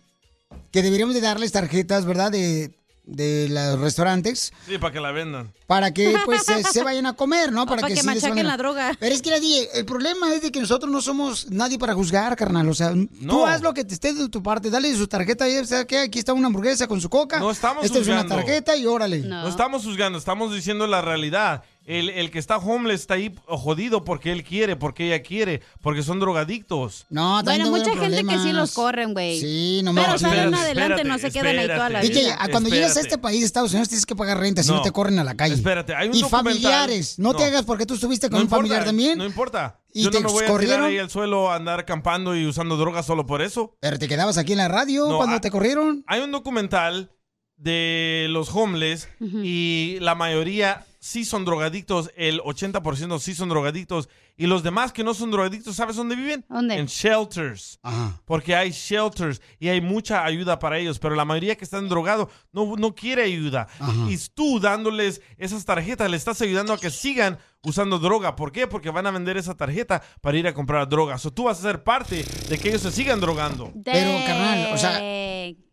S3: que deberíamos de darles tarjetas, ¿verdad? De, de los restaurantes
S5: Sí, para que la vendan.
S3: para que pues se, se vayan a comer, ¿no? Para
S4: para que
S3: sí les
S4: machaquen
S3: valga.
S4: la droga.
S3: Pero es que la DJ, el problema es de que nosotros no somos nadie para juzgar, carnal. O sea, tú haz lo que te esté de tu parte, dale su tarjeta y o sea, que aquí está una hamburguesa con su coca. No
S5: estamos
S3: Esta es una
S5: juzgando.
S3: tarjeta y órale.
S5: No. estamos juzgando, estamos diciendo la realidad. El, el que está homeless está ahí jodido porque él quiere, porque ella quiere, porque son drogadictos.
S3: No, también
S4: Bueno, mucha
S3: tuvieron
S4: gente que sí
S3: problemas.
S4: los corren, güey.
S3: Sí, no
S4: Pero
S3: manches.
S4: salen adelante, no se quedan ahí toda la vida.
S3: DJ, a- cuando llegas a este país, Estados Unidos, tienes que pagar renta, si no,
S5: No.
S3: te corren a la calle.
S5: Espérate, hay un
S3: Y
S5: documental-
S3: familiares, no, te
S5: No.
S3: hagas porque tú estuviste con
S5: No
S3: un
S5: importa,
S3: familiar también.
S5: No importa.
S3: ¿Y
S5: Yo
S3: te
S5: no me voy a
S3: corrieron?
S5: tirar ahí al suelo a andar acampando y usando drogas solo por eso.
S3: Pero te quedabas aquí en la radio
S5: No,
S3: cuando
S5: ah-
S3: te corrieron.
S5: Hay un documental de los homeless y la mayoría sí son drogadictos, el 80% sí son drogadictos y los demás que no son drogadictos, ¿sabes dónde viven?
S4: ¿Dónde?
S5: En shelters. Porque hay shelters y hay mucha ayuda para ellos, pero la mayoría que están drogados no, no quiere ayuda. Y tú dándoles esas tarjetas, le estás ayudando a que sigan usando droga. ¿Por qué? Porque van a vender esa tarjeta para ir a comprar drogas. O tú vas a ser parte de que ellos se sigan drogando.
S3: Pero, carnal, o sea,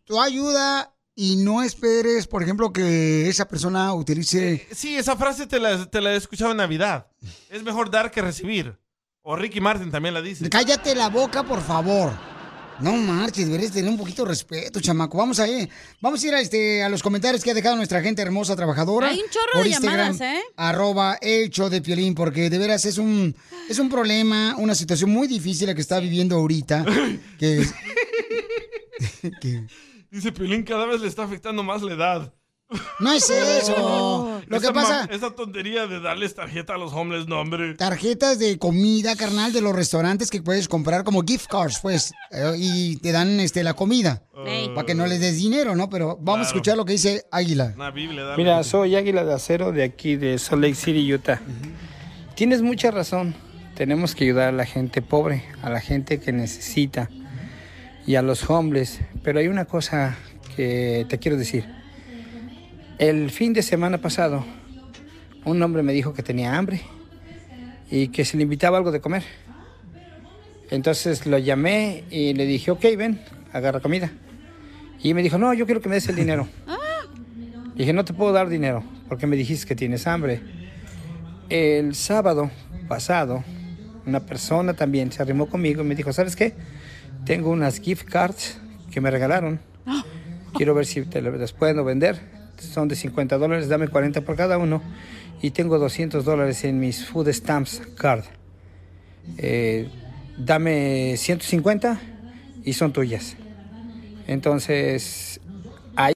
S3: tú ayuda y no esperes, por ejemplo, que esa persona utilice.
S5: Sí, esa frase te la, te la he escuchado en Navidad. Es mejor dar que recibir. O Ricky Martin también la dice.
S3: Cállate la boca, por favor. No marches, deberías tener un poquito de respeto, chamaco. Vamos a ir, vamos a ir a, este, a los comentarios que ha dejado nuestra gente hermosa trabajadora.
S4: Hay un chorro
S3: por
S4: de
S3: Instagram,
S4: llamadas, ¿eh?
S3: Arroba el show de Piolín, porque de veras es un, es un problema, una situación muy difícil la que está viviendo ahorita. Que es-
S5: Dice Piolín, cada vez le está afectando más la edad.
S3: no es eso. Lo
S5: Esa
S3: que
S5: ma-
S3: pasa...
S5: Esa tontería de darles tarjeta a los hombres, no, hombre.
S3: tarjetas de comida, carnal, de los restaurantes que puedes comprar como gift cards, pues, eh, y te dan este la comida
S5: Ey.
S3: para que no les des dinero, ¿no? Pero vamos a escuchar lo que dice Águila.
S5: Una Biblia, dale.
S27: Mira, soy Águila de Acero de aquí, de Salt Lake City, Utah. Tienes mucha razón. Tenemos que ayudar a la gente pobre, a la gente que necesita y a los hombres. Pero hay una cosa que te quiero decir. El fin de semana pasado, un hombre me dijo que tenía hambre y que se le invitaba algo de comer. Entonces lo llamé y le dije, ok, ven, agarra comida. Y me dijo, no, yo quiero que me des el dinero. Le Dije, no te puedo dar dinero porque me dijiste que tienes hambre. El sábado pasado, una persona también se arrimó conmigo y me dijo, ¿sabes qué? Tengo unas gift cards que me regalaron. Quiero ver si te las puedo vender. Son de 50 dólares, dame 40 por cada uno. Y tengo 200 dólares en mis food stamps card. Eh, dame 150 y son tuyas. Entonces, ahí...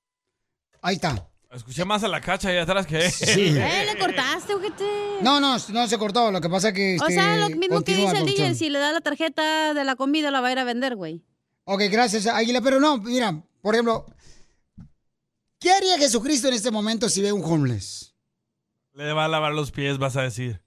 S3: Ahí está.
S5: Escuché más a la cacha ahí atrás que...
S3: Sí.
S4: Eh, le cortaste, ojete.
S3: No, no, no se cortó. Lo que pasa que.
S4: o
S3: este,
S4: sea, lo mismo que
S3: continúa,
S4: dice el DJ,
S3: Papuchón.
S4: si le da la tarjeta de la comida, la va a ir a vender, güey.
S3: Ok, gracias, Águila. Pero no, mira, por ejemplo, ¿qué haría Jesucristo en este momento si ve un homeless?
S5: Le va a lavar los pies, vas a decir.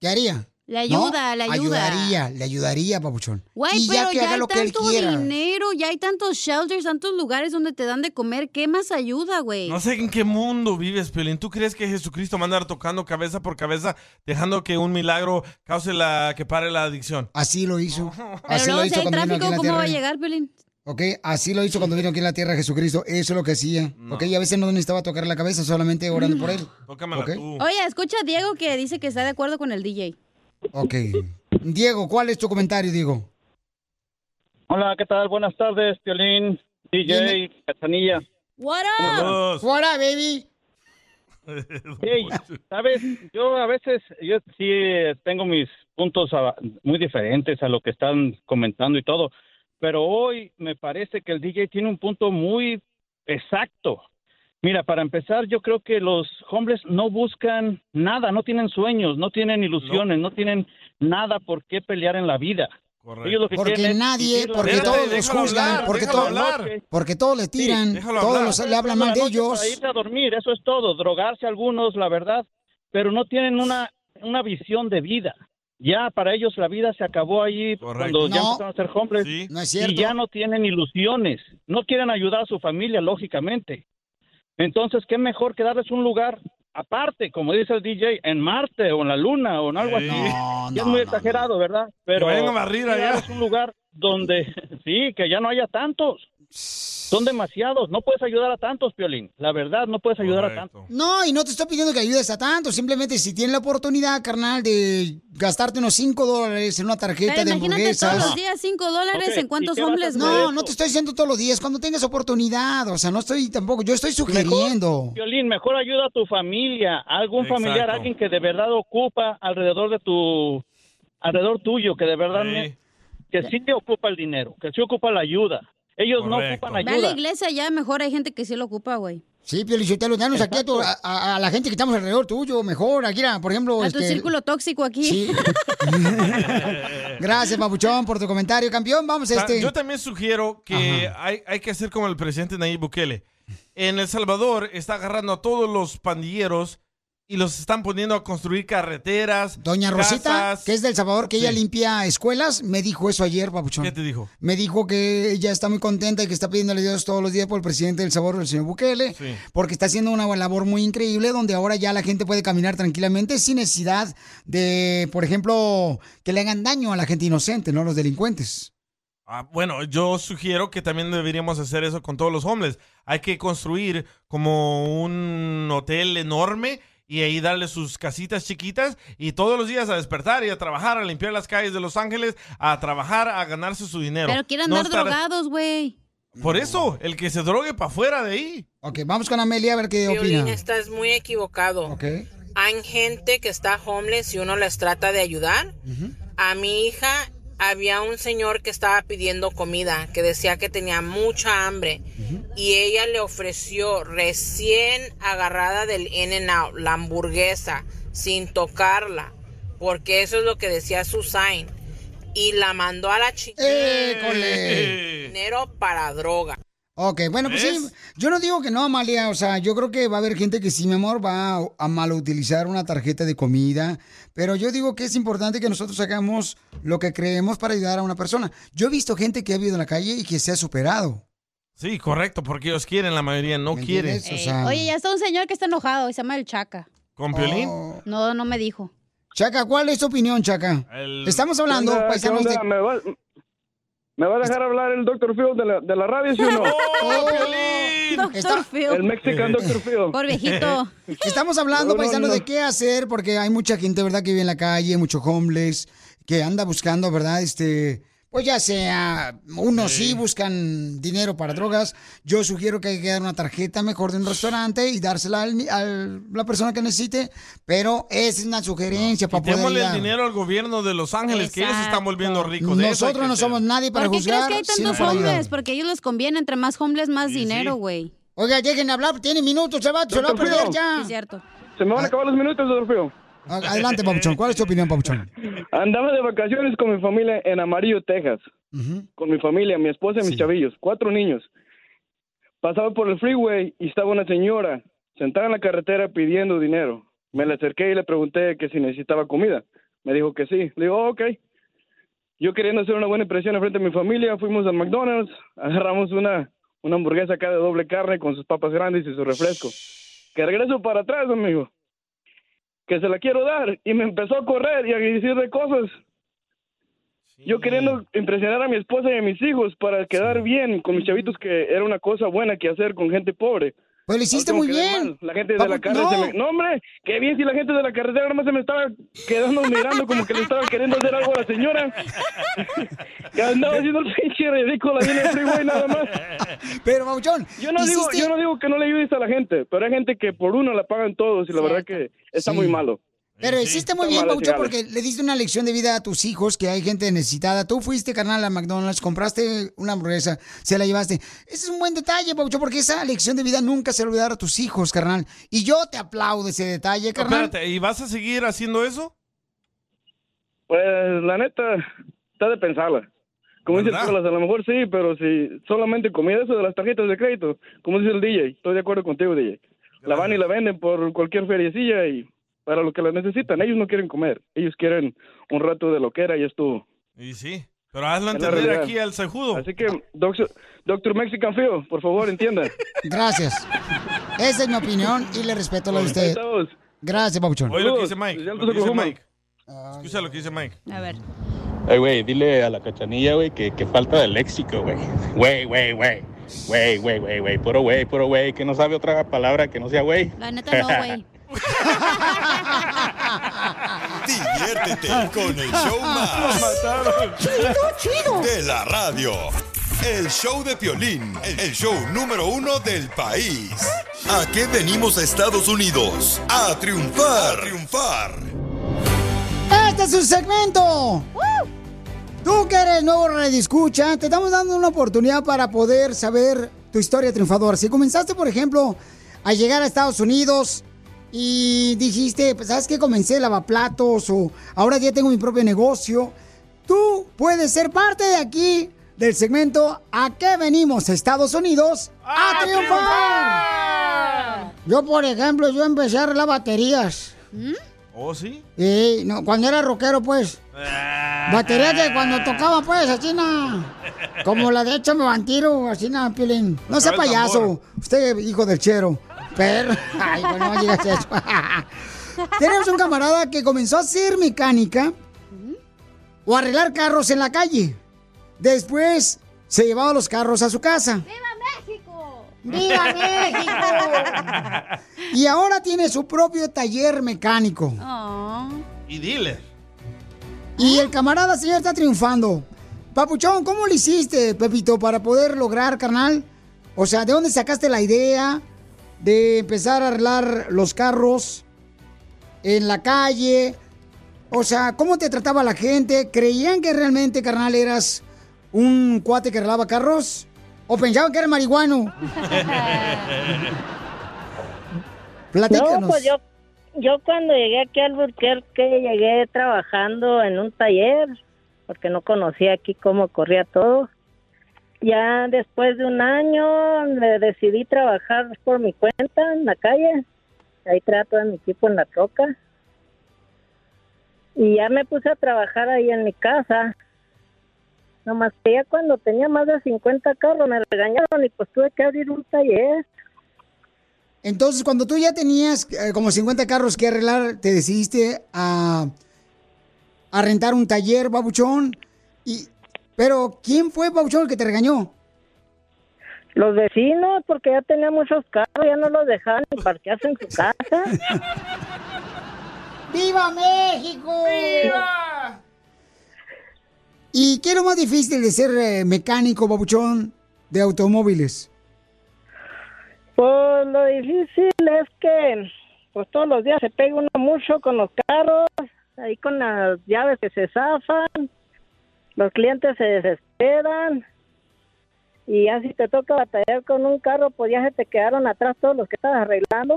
S3: ¿Qué haría?
S4: Le
S3: ¿No?
S4: ayuda, le ayuda.
S3: Ayudaría, le ayudaría, papuchón.
S4: Güey,
S3: y ya
S4: pero
S3: que
S4: ya,
S3: haga
S4: hay
S3: lo que él
S4: tanto
S3: quiera.
S4: dinero, ya hay tantos shelters, tantos lugares donde te dan de comer. ¿Qué más ayuda, güey?
S5: No sé en qué mundo vives, Piolín. ¿Tú crees que Jesucristo va a andar tocando cabeza por cabeza, dejando que un milagro cause la que pare la adicción?
S3: Así lo hizo.
S4: Pero
S3: Así
S4: luego
S3: lo
S4: si
S3: hizo
S4: hay
S3: cuando vino aquí
S4: tráfico,
S3: a la
S4: ¿cómo va a
S3: tierra.
S4: llegar, Pelín?
S3: Ok, así lo hizo cuando vino aquí a la tierra Jesucristo. Eso es lo que hacía. Ok, y a veces no necesitaba tocar la cabeza, solamente orando por él.
S5: Tócamela
S3: Ok.
S5: tú.
S4: Oye, escucha a Diego que dice que está de acuerdo con el DJ.
S3: Ok. Diego, ¿cuál es tu comentario, Diego?
S14: Hola, ¿qué tal? Buenas tardes, Piolín, DJ, Cachanilla.
S4: What
S14: Saludos.
S3: What up, baby?
S14: Hey, sabes, yo a veces, yo sí eh, tengo mis puntos a- muy diferentes a lo que están comentando y todo, pero hoy me parece que el DJ tiene un punto muy exacto. Mira, para empezar, yo creo que los hombres no buscan nada, no tienen sueños, no tienen ilusiones, no, tienen nada por qué pelear en la vida. Ellos lo que
S3: Porque
S14: quieren es
S3: nadie,
S14: vivir la
S3: porque
S14: vida.
S3: todos los juzgan, porque, todos, porque todos les tiran,
S14: déjalo
S3: todos
S14: hablar.
S3: los- le hablan mal de
S14: Toda la noche
S3: ellos.
S14: para irse a dormir, eso es todo. Drogarse algunos, la verdad, pero no tienen una, una visión de vida. Ya para ellos la vida se acabó ahí cuando ya
S3: No.
S14: empezaron a ser hombres
S3: No es cierto.
S14: y ya no tienen ilusiones. No quieren ayudar a su familia, lógicamente. Entonces, qué mejor que darles un lugar aparte, como dice el DJ, en Marte o en la Luna o en algo así. Ya es muy exagerado, ¿verdad? Pero
S5: Que vayan a barrir
S14: sí,
S5: allá.
S14: darles un lugar donde sí, que ya no haya tantos. Son demasiados. No puedes ayudar a tantos, Piolín. La verdad, no puedes ayudar a tantos.
S3: No, y no te estoy pidiendo que ayudes a tanto. Simplemente si tienes la oportunidad, carnal, de gastarte unos 5 dólares en una tarjeta
S4: Pero
S3: de
S4: imagínate
S3: hamburguesas.
S4: todos los días 5 dólares en cuántos hombres,
S3: No, no te estoy diciendo todos los días. Cuando tengas oportunidad. O sea, no estoy tampoco. Yo estoy sugiriendo.
S14: Piolín, mejor ayuda a tu familia, a algún
S3: Exacto.
S14: familiar, alguien que de verdad ocupa alrededor de tu alrededor tuyo, que de verdad que sí te ocupa el dinero, que sí ocupa la ayuda. Ellos
S3: Correcto.
S14: no ocupan
S4: Ve a la
S14: ayuda.
S4: iglesia ya, mejor hay gente que sí lo ocupa, güey.
S3: Sí, Piolichotelo, danos aquí a, tu- a- a- a la gente que estamos alrededor tuyo, mejor. Aquí, mira, por ejemplo.
S4: A tu
S3: este,
S4: círculo tóxico aquí.
S3: Gracias, Papuchón, por tu comentario, campeón. Vamos a
S5: Ta-
S3: este.
S5: Yo también sugiero que hay, hay que hacer como el presidente Nayib Bukele. En El Salvador está agarrando a todos los pandilleros y los están poniendo a construir carreteras.
S3: Doña Rosita,
S5: casas.
S3: que es del Salvador, que ella
S5: Sí.
S3: limpia escuelas, me dijo eso ayer, Papuchón.
S5: ¿Qué te dijo?
S3: Me dijo que ella está muy contenta y que está pidiéndole a Dios todos los días por el presidente del Salvador, el señor Bukele,
S5: Sí.
S3: porque está haciendo una labor muy increíble donde ahora ya la gente puede caminar tranquilamente sin necesidad de, por ejemplo, que le hagan daño a la gente inocente, no los delincuentes.
S5: Ah, bueno, yo sugiero que también deberíamos hacer eso con todos los hombres. Hay que construir como un hotel enorme y ahí darle sus casitas chiquitas y todos los días a despertar y a trabajar, a limpiar las calles de Los Ángeles, a trabajar, a ganarse su dinero.
S4: Pero quieren
S5: No
S4: andar
S5: estar-
S4: drogados, güey.
S5: Por eso, el que se drogue para afuera de ahí.
S3: Ok, vamos con Amelia a ver qué opina.
S28: Violín, estás muy equivocado.
S3: Ok.
S28: Hay gente que está homeless y uno les trata de ayudar. A mi hija había un señor que estaba pidiendo comida, que decía que tenía mucha hambre y ella le ofreció recién agarrada del In and Out la hamburguesa sin tocarla, porque eso es lo que decía su sign y la mandó a la chica.
S3: ¡École!
S28: Dinero para droga.
S3: Ok, bueno, pues sí, yo no digo que no, Amalia, o sea, yo creo que va a haber gente que sí, mi amor, va a, a malutilizar una tarjeta de comida, pero yo digo que es importante que nosotros hagamos lo que creemos para ayudar a una persona. Yo he visto gente que ha vivido en la calle y que se ha superado.
S5: Sí, correcto, porque ellos quieren, la mayoría no quieren.
S3: entiendes? O sea-
S4: Oye, ya está un señor que está enojado y se llama el Chaca.
S5: ¿Con Piolín?
S4: No, no me dijo.
S3: Oh. Chaca, ¿cuál es tu opinión, Chaca? Estamos hablando,
S18: ¿Qué onda?
S3: paisanos,
S18: ¿Qué
S3: de...
S18: onda? ¿Me, va, me va a dejar hablar el Dr. Phil de la, de la radio, sí o no?
S3: Está-
S18: El Mexican Dr. Phil.
S3: Estamos hablando,
S18: No, no,
S3: paisano,
S18: no.
S3: de qué hacer, porque hay mucha gente, ¿verdad?, que vive en la calle, mucho homeless, que anda buscando, ¿verdad?, este... Pues ya sea, unos sí. buscan dinero para drogas. Yo sugiero que hay que dar una tarjeta mejor de un restaurante y dársela al- al- a la persona que necesite. Pero esa es una sugerencia para poder
S5: Démosle el
S3: ayudar.
S5: dinero al gobierno de Los Ángeles, que ellos se están volviendo ricos. de eso hay
S3: Nosotros
S5: que
S3: no
S5: hacer.
S3: somos nadie para
S4: ¿Por qué
S3: juzgar.
S4: crees que hay
S3: sino
S4: tantos
S3: para ayudar.
S4: hombres? Porque a ellos les conviene, entre más hombres, más dinero, güey.
S3: Oiga, dejen hablar, tiene minutos, se va, se va a
S4: Doctor
S3: perder
S4: Feo.
S3: ya.
S4: Sí, cierto.
S29: Se me van a acabar los minutos, doctor Feo.
S3: Adelante, Papuchón. ¿Cuál es tu opinión, Papuchón?
S29: Andaba de vacaciones con mi familia en Amarillo, Texas. Con mi familia, mi esposa y mis chavillos, cuatro niños. Pasaba por el freeway y estaba una señora sentada en la carretera pidiendo dinero. Me le acerqué y le pregunté que si necesitaba comida. Me dijo que sí. Le digo, "Oh, ok. Yo queriendo hacer una buena impresión en frente de mi familia, fuimos al McDonald's, agarramos una, una hamburguesa acá de doble carne con sus papas grandes y su refresco. Que regreso para atrás, amigo que se la quiero dar. Y me empezó a correr y a decirle cosas. Yo queriendo impresionar a mi esposa y a mis hijos para quedar bien con mis chavitos, que era una cosa buena que hacer con gente pobre.
S3: Pues lo hiciste muy bien.
S29: La gente de
S3: Papu,
S29: la carretera.
S3: no.
S29: No. no, hombre, qué bien si la gente de la carretera nomás se me estaba quedando mirando como que le estaba queriendo hacer algo a la señora. que andaba haciendo el pinche ridículo ahí en el freeway nada más.
S3: Pero, Mauchón,
S29: yo no, digo,
S3: hiciste-
S29: yo no digo que no le ayudes a la gente, pero hay gente que por uno la pagan todos y la verdad que está muy malo.
S3: Pero hiciste muy
S29: Está
S3: bien,
S29: malo,
S3: Papuchón,
S29: chingales.
S3: porque le diste una lección de vida a tus hijos, que hay gente necesitada. Tú fuiste, carnal, a McDonald's, compraste una hamburguesa, se la llevaste. Ese es un buen detalle, Papuchón, porque esa lección de vida nunca se la olvidar a tus hijos, carnal. Y yo te aplaudo ese detalle, carnal.
S5: Espérate, ¿y vas a seguir haciendo eso?
S29: Pues la neta, está de pensarla. Como dice
S5: ¿Verdad?
S29: Carlos, a lo mejor sí, pero si solamente comida eso de las tarjetas de crédito, como dice el DJ, estoy de acuerdo contigo, DJ. La van y la venden por cualquier feriecilla y para lo que la necesitan. Ellos no quieren comer, ellos quieren un rato de lo que era y estuvo.
S5: Y sí. Pero hazlo
S29: Es la
S5: entender
S29: realidad.
S5: aquí al sejudo.
S29: Así que, doctor, doctor Mexican Feo, por favor, entienda.
S3: Gracias. Esa es mi opinión y le respeto la de usted. Gracias, Papuchón.
S5: Oye lo que dice Mike. Lo que dice Mike. Escucha lo que dice Mike.
S4: A ver.
S30: Ay, güey, dile a la cachanilla, güey, que, que falta de léxico, güey. Güey, güey, güey. Güey, güey, güey, güey. Puro güey, puro güey. Que no sabe otra palabra que no sea güey.
S4: La neta no, güey.
S8: Diviértete con el show
S7: Lo
S8: más.
S7: mataron.
S8: De la radio. El show de Piolín, el show número uno del país. ¿A qué venimos a Estados Unidos? A triunfar, a triunfar.
S3: Este es un segmento. Tú que eres nuevo redescucha, te estamos dando una oportunidad para poder saber tu historia triunfadora. Si comenzaste, por ejemplo, a llegar a Estados Unidos y dijiste, pues, ¿sabes qué? Comencé lavaplatos o ahora ya tengo mi propio negocio. Tú puedes ser parte de aquí del segmento ¿A qué venimos, Estados Unidos?
S7: Ah.
S3: ¡A, triunfar! Yo, por ejemplo, yo empecé a arreglar baterías.
S4: ¿Mm?
S5: ¿Oh, sí?
S3: Sí, no, cuando era rockero, pues.
S7: Ah.
S3: Batería que cuando tocaba, pues, así na. Como la de hecho me van tiro, así na, Piolín. No sea
S7: Tocaba el
S3: payaso.
S7: tambor.
S3: Usted, hijo del chero. Pero, ay, bueno, no digas eso. Tenemos un camarada que comenzó a hacer mecánica o arreglar carros en la calle. Después se llevaba los carros a su casa. ¡Viva México! Y ahora tiene su propio taller mecánico.
S4: Oh.
S5: Y dile.
S3: Y el camarada, señor, está triunfando. Papuchón, ¿cómo lo hiciste, Pepito, para poder lograr, carnal? O sea, ¿de dónde sacaste la idea de empezar a arreglar los carros en la calle? O sea, ¿cómo te trataba la gente? ¿Creían que realmente, carnal, eras un cuate que arreglaba carros? ¿O pensaban que era marihuano? Platícanos.
S12: No, pues yo, yo cuando llegué aquí al Burquerque llegué trabajando en un taller, porque no conocía aquí cómo corría todo. Ya después de un año me decidí trabajar por mi cuenta en la calle. Ahí trato a mi equipo en la troca. Y ya me puse a trabajar ahí en mi casa. Nomás que ya cuando tenía más de 50 carros me regañaron y pues tuve que abrir un taller.
S3: Entonces, cuando tú ya tenías eh, como 50 carros que arreglar, te decidiste a, a rentar un taller, babuchón. Y, pero, ¿quién fue, babuchón, el que te regañó?
S12: Los vecinos, porque ya tenía muchos carros, ya no los dejaban ni parquearse en su casa.
S3: ¡Viva México! ¡Viva! ¿Y qué es lo más difícil de ser eh, mecánico, babuchón, de automóviles?
S12: Pues lo difícil es que pues todos los días se pega uno mucho con los carros, ahí con las llaves que se zafan, los clientes se desesperan Y ya si te toca batallar con un carro, pues ya se te quedaron atrás todos los que estabas arreglando.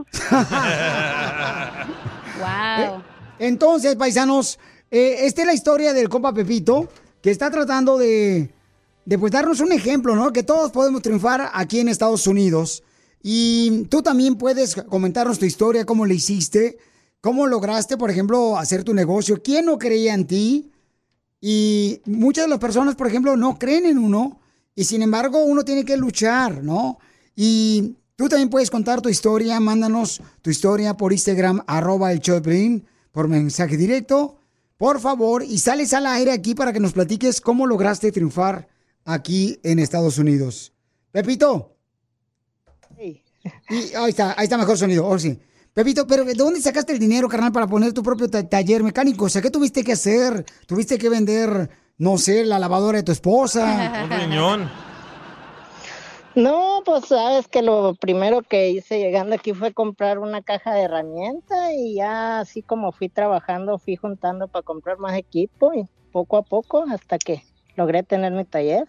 S4: wow.
S3: ¿Eh? Entonces, paisanos, eh, esta es la historia del compa Pepito, que está tratando de, de pues, darnos un ejemplo, ¿no? Que todos podemos triunfar aquí en Estados Unidos. Y tú también puedes comentarnos tu historia, cómo le hiciste, cómo lograste, por ejemplo, hacer tu negocio, quién no creía en ti. Y muchas de las personas, por ejemplo, no creen en uno. Y sin embargo, uno tiene que luchar, ¿no? Y tú también puedes contar tu historia. Mándanos tu historia por Instagram, arroba el show de Piolín, por mensaje directo. Por favor, y sales al aire aquí para que nos platiques cómo lograste triunfar aquí en Estados Unidos. Pepito. Y ahí está, ahí está mejor sonido, ahora sí. Pepito, pero ¿de dónde sacaste el dinero, carnal, para poner tu propio ta- taller mecánico? O sea, ¿qué tuviste que hacer? ¿Tuviste que vender, no sé, la lavadora de tu esposa?
S5: Un riñón.
S12: No, pues sabes que lo primero que hice llegando aquí fue comprar una caja de herramientas y ya así como fui trabajando, fui juntando para comprar más equipo y poco a poco hasta que logré tener mi taller.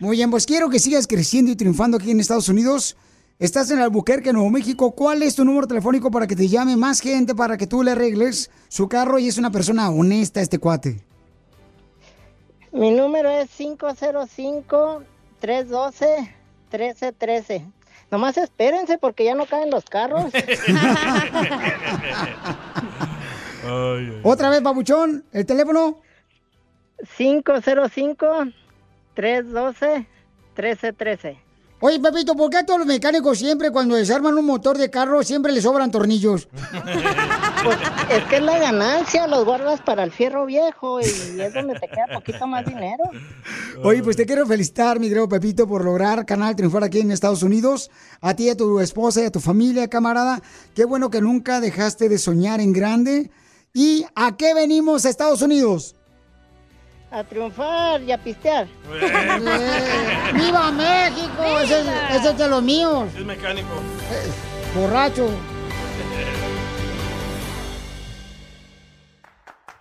S3: Muy bien, pues quiero que sigas creciendo y triunfando aquí en Estados Unidos. Estás en Albuquerque, Nuevo México. ¿Cuál es tu número telefónico para que te llame más gente, para que tú le arregles su carro y es una persona honesta este cuate?
S12: Mi número es 505-312-1313. Nomás espérense porque ya no caen los carros.
S3: Otra vez, babuchón, el teléfono.
S12: 505-312-1313.
S3: Oye, Pepito, ¿por qué a todos los mecánicos siempre cuando desarman un motor de carro siempre les sobran tornillos?
S12: Pues, Es que es la ganancia, los guardas para el fierro viejo y es donde te queda poquito más dinero.
S3: Oye, pues te quiero felicitar, mi querido Pepito, por lograr canal triunfar aquí en Estados Unidos. A ti, a tu esposa y a tu familia, camarada. Qué bueno que nunca dejaste de soñar en grande. ¿Y a qué venimos a Estados Unidos?
S12: A triunfar y a pistear.
S3: ¡Viva México! Ese, es- ese es de los míos. Eh.
S5: Es mecánico.
S3: Borracho.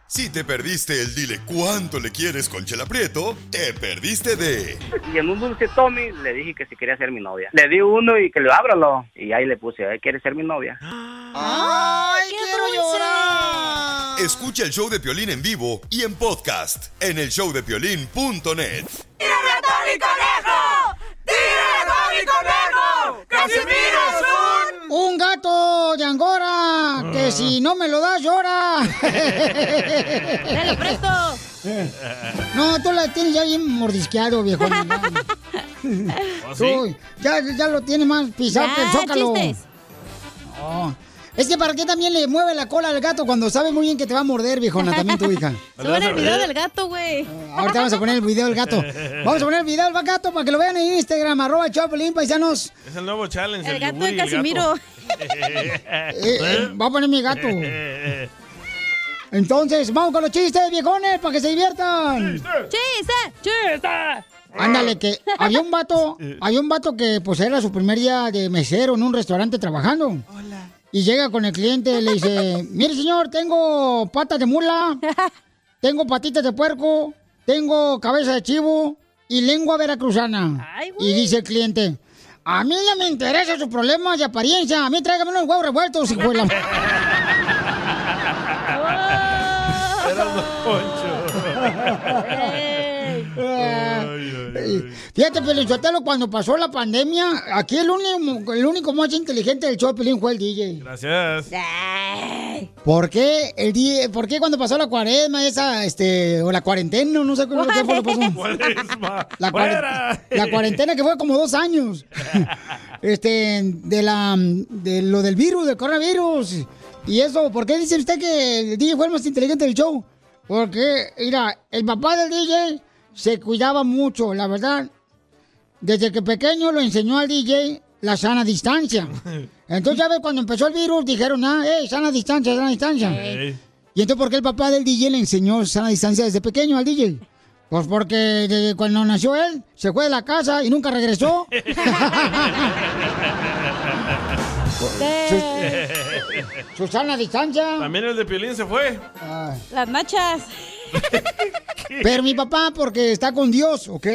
S8: Si te perdiste el dile cuánto le quieres con Chela Prieto, te perdiste de
S19: Y en un dulce Tommy le dije que si quería ser mi novia. Le di uno y que lo ábralo. Y ahí le puse, "Eh, ¿quieres ser mi novia?
S3: ¡Ay, quiero llorar!
S8: Escucha el show de Piolín en vivo y en podcast en el showdepiolín.net.
S3: Un gato de Angora,
S4: Ah.
S3: que si no me lo das, llora.
S4: ¡Te lo presto!
S3: No, tú la tienes ya bien mordisqueado, viejo.
S4: ¿Ah, sí?
S3: Tú ya, ya lo tienes más pisado
S4: Ya,
S3: que el zócalo.
S4: chistes.
S3: No. Es que para qué también le mueve la cola al gato cuando sabe muy bien que te va a morder, viejona, también tu hija.
S4: Suben el video del gato, güey.
S3: Ahorita vamos a poner el video del gato. Vamos a poner el video del gato para que lo vean en Instagram, arroba Choplin, paisanos.
S5: Es el nuevo challenge.
S3: El gato
S5: yogur
S3: de
S5: y el
S3: Casimiro. eh, voy a poner mi gato.
S5: Eh, eh,
S3: Entonces, vamos con los chistes, viejones, para que se diviertan.
S4: ¡Chiste! ¡Chiste!
S7: Ah.
S3: Ándale, que había un vato, había un vato que pues era su primer día de mesero en un restaurante trabajando. Y llega con el cliente, le dice, mire señor, tengo patas de mula, tengo patitas de puerco, tengo cabeza de chivo y lengua veracruzana. y dice el cliente, a mí no me interesan sus problemas de apariencia, a mí tráigame unos huevos revueltos, hijo de la-".
S7: Oh. Era Don
S3: Fíjate, Pelín Sotelo, cuando pasó la pandemia, aquí el único, el único más inteligente del show de Pelín fue el DJ.
S5: Gracias.
S3: ¿Por qué, el DJ, ¿Por qué cuando pasó la cuaresma esa, este, o la cuarentena, no sé cómo fue lo que pasó?
S5: Cuaresma.
S3: La, cuare-
S5: ¡Fuera!
S3: la cuarentena que fue como dos años. Este, de la, de lo del virus, del coronavirus. Y eso, ¿por qué dice usted que el DJ fue el más inteligente del show? Porque, mira, el papá del DJ se cuidaba mucho, la verdad. Desde que pequeño lo enseñó al DJ la sana distancia. Entonces, ya ves, cuando empezó el virus, dijeron, ah, eh, sana distancia, sana distancia.
S7: Ey.
S3: ¿Y entonces por qué el papá del DJ le enseñó sana distancia desde pequeño al DJ? Pues porque desde cuando nació él, se fue de la casa y nunca regresó. Eh, Susana distancia.
S5: También el de Piolín se fue.
S3: Ah.
S4: Las nachas.
S3: Pero mi papá, porque está con Dios, ¿ok?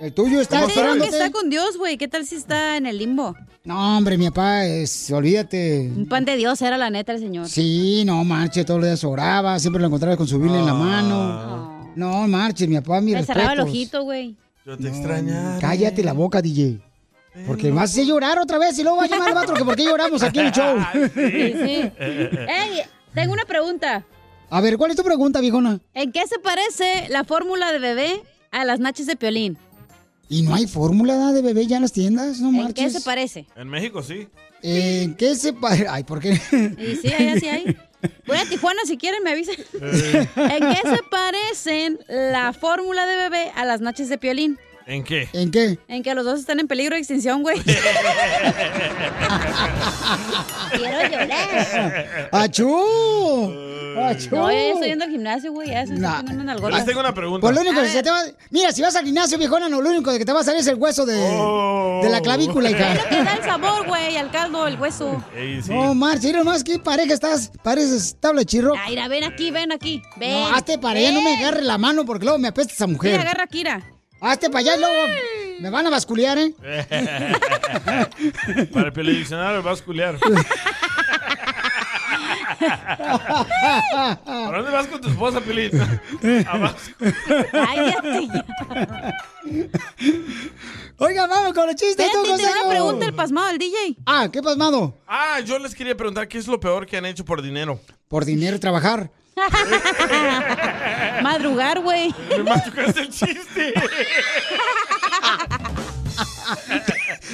S3: El tuyo está
S4: ¿Cómo te digo que
S3: esperándote.
S4: está con Dios, güey. ¿Qué tal si está en el limbo?
S3: No, hombre, mi papá, es, olvídate.
S4: Un pan de Dios era la neta el señor.
S3: Sí, no, marche, todos los días oraba, siempre lo encontraba con su Biblia en la mano. No, marche, mi papá, mi
S4: Le Ah. cerraba el
S3: respetos.
S4: ojito, güey.
S5: Yo te extraña.
S3: Cállate la boca, DJ. Porque vas a hacer llorar otra vez y luego va a llamar el vato que por qué lloramos aquí en el show.
S4: Sí, sí.
S5: Eh.
S4: ¡Ey! Tengo una pregunta.
S3: A ver, ¿cuál es tu pregunta, viejona?
S4: ¿En qué se parece la fórmula de bebé a las nachas de piolín?
S3: ¿Y no hay fórmula de bebé ya en las tiendas? No
S4: ¿En
S3: marches.
S4: qué se parece?
S5: En México sí.
S3: ¿En qué se parece? Ay, ¿por qué?
S4: Y sí, ahí sí hay. Voy a Tijuana si quieren, me avisan.
S5: Eh.
S4: ¿En qué se parecen la fórmula de bebé a las nachas de piolín?
S5: ¿En qué?
S3: ¿En qué?
S4: En que los dos están en peligro de extinción, güey. Quiero llorar.
S3: ¡Achú! ¡Achú!
S4: No, eh, estoy yendo al gimnasio, güey. Ya se me está poniendo una nalgota.
S5: Les tengo una pregunta.
S3: Pues lo único que se te va... Mira, si vas al gimnasio, viejona, no, lo único que te va a salir es el hueso de,
S5: Oh.
S3: de la clavícula,
S4: Es lo que da
S3: hija.
S4: el sabor, güey, al caldo, el hueso.
S5: Ey, sí.
S3: No, marche, mira nomás, qué pareja estás. Pareces tabla de chirro.
S4: Ay, mira, ven aquí, ven aquí. Ven.
S3: No, hazte para allá, no me
S4: Ven.
S3: agarre la mano porque luego me apesta esa mujer.
S4: Mira, agarra Kira.
S3: Hazte para allá y luego me van a basculear, ¿eh?
S5: Para el pelidiccionario vas a culiar. ¿Para dónde vas con tu esposa, Pelín? Abajo.
S4: Cállate
S3: Oiga, vamos con los chistes.
S4: Espérate,
S3: tú,
S4: te dio
S3: Gonzalo.
S4: una pregunta el pasmado al DJ.
S3: Ah, ¿qué pasmado?
S5: Ah, yo les quería preguntar qué es lo peor que han hecho por dinero.
S3: Por dinero trabajar.
S4: Madrugar, güey.
S5: Me machucaste el chiste.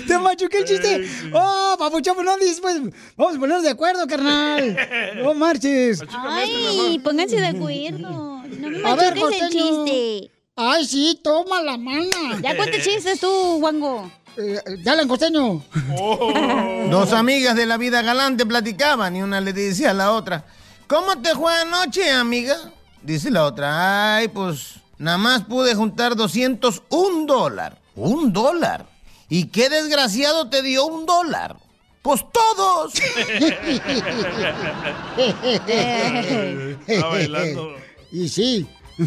S3: Te machuqué el chiste. Oh, papuchón, pues no dices, pues, vamos a ponernos de acuerdo, carnal. No marches.
S5: este,
S4: Ay, pónganse de acuerdo. No me
S3: A ver,
S4: machuques el
S3: costeño.
S4: chiste.
S3: Ay, sí, toma la mano. Eh,
S4: Ya cuántos chistes tú, Wango.
S3: Dale, costeño. Oh.
S21: Dos amigas de la vida galante platicaban y una le decía a la otra, ¿cómo te fue anoche, amiga? Dice la otra, ay, pues nada más pude juntar 201 dólar. ¿Un dólar? ¿Y qué desgraciado te dio un dólar? Pues todos.
S3: Está bailando. Y sí.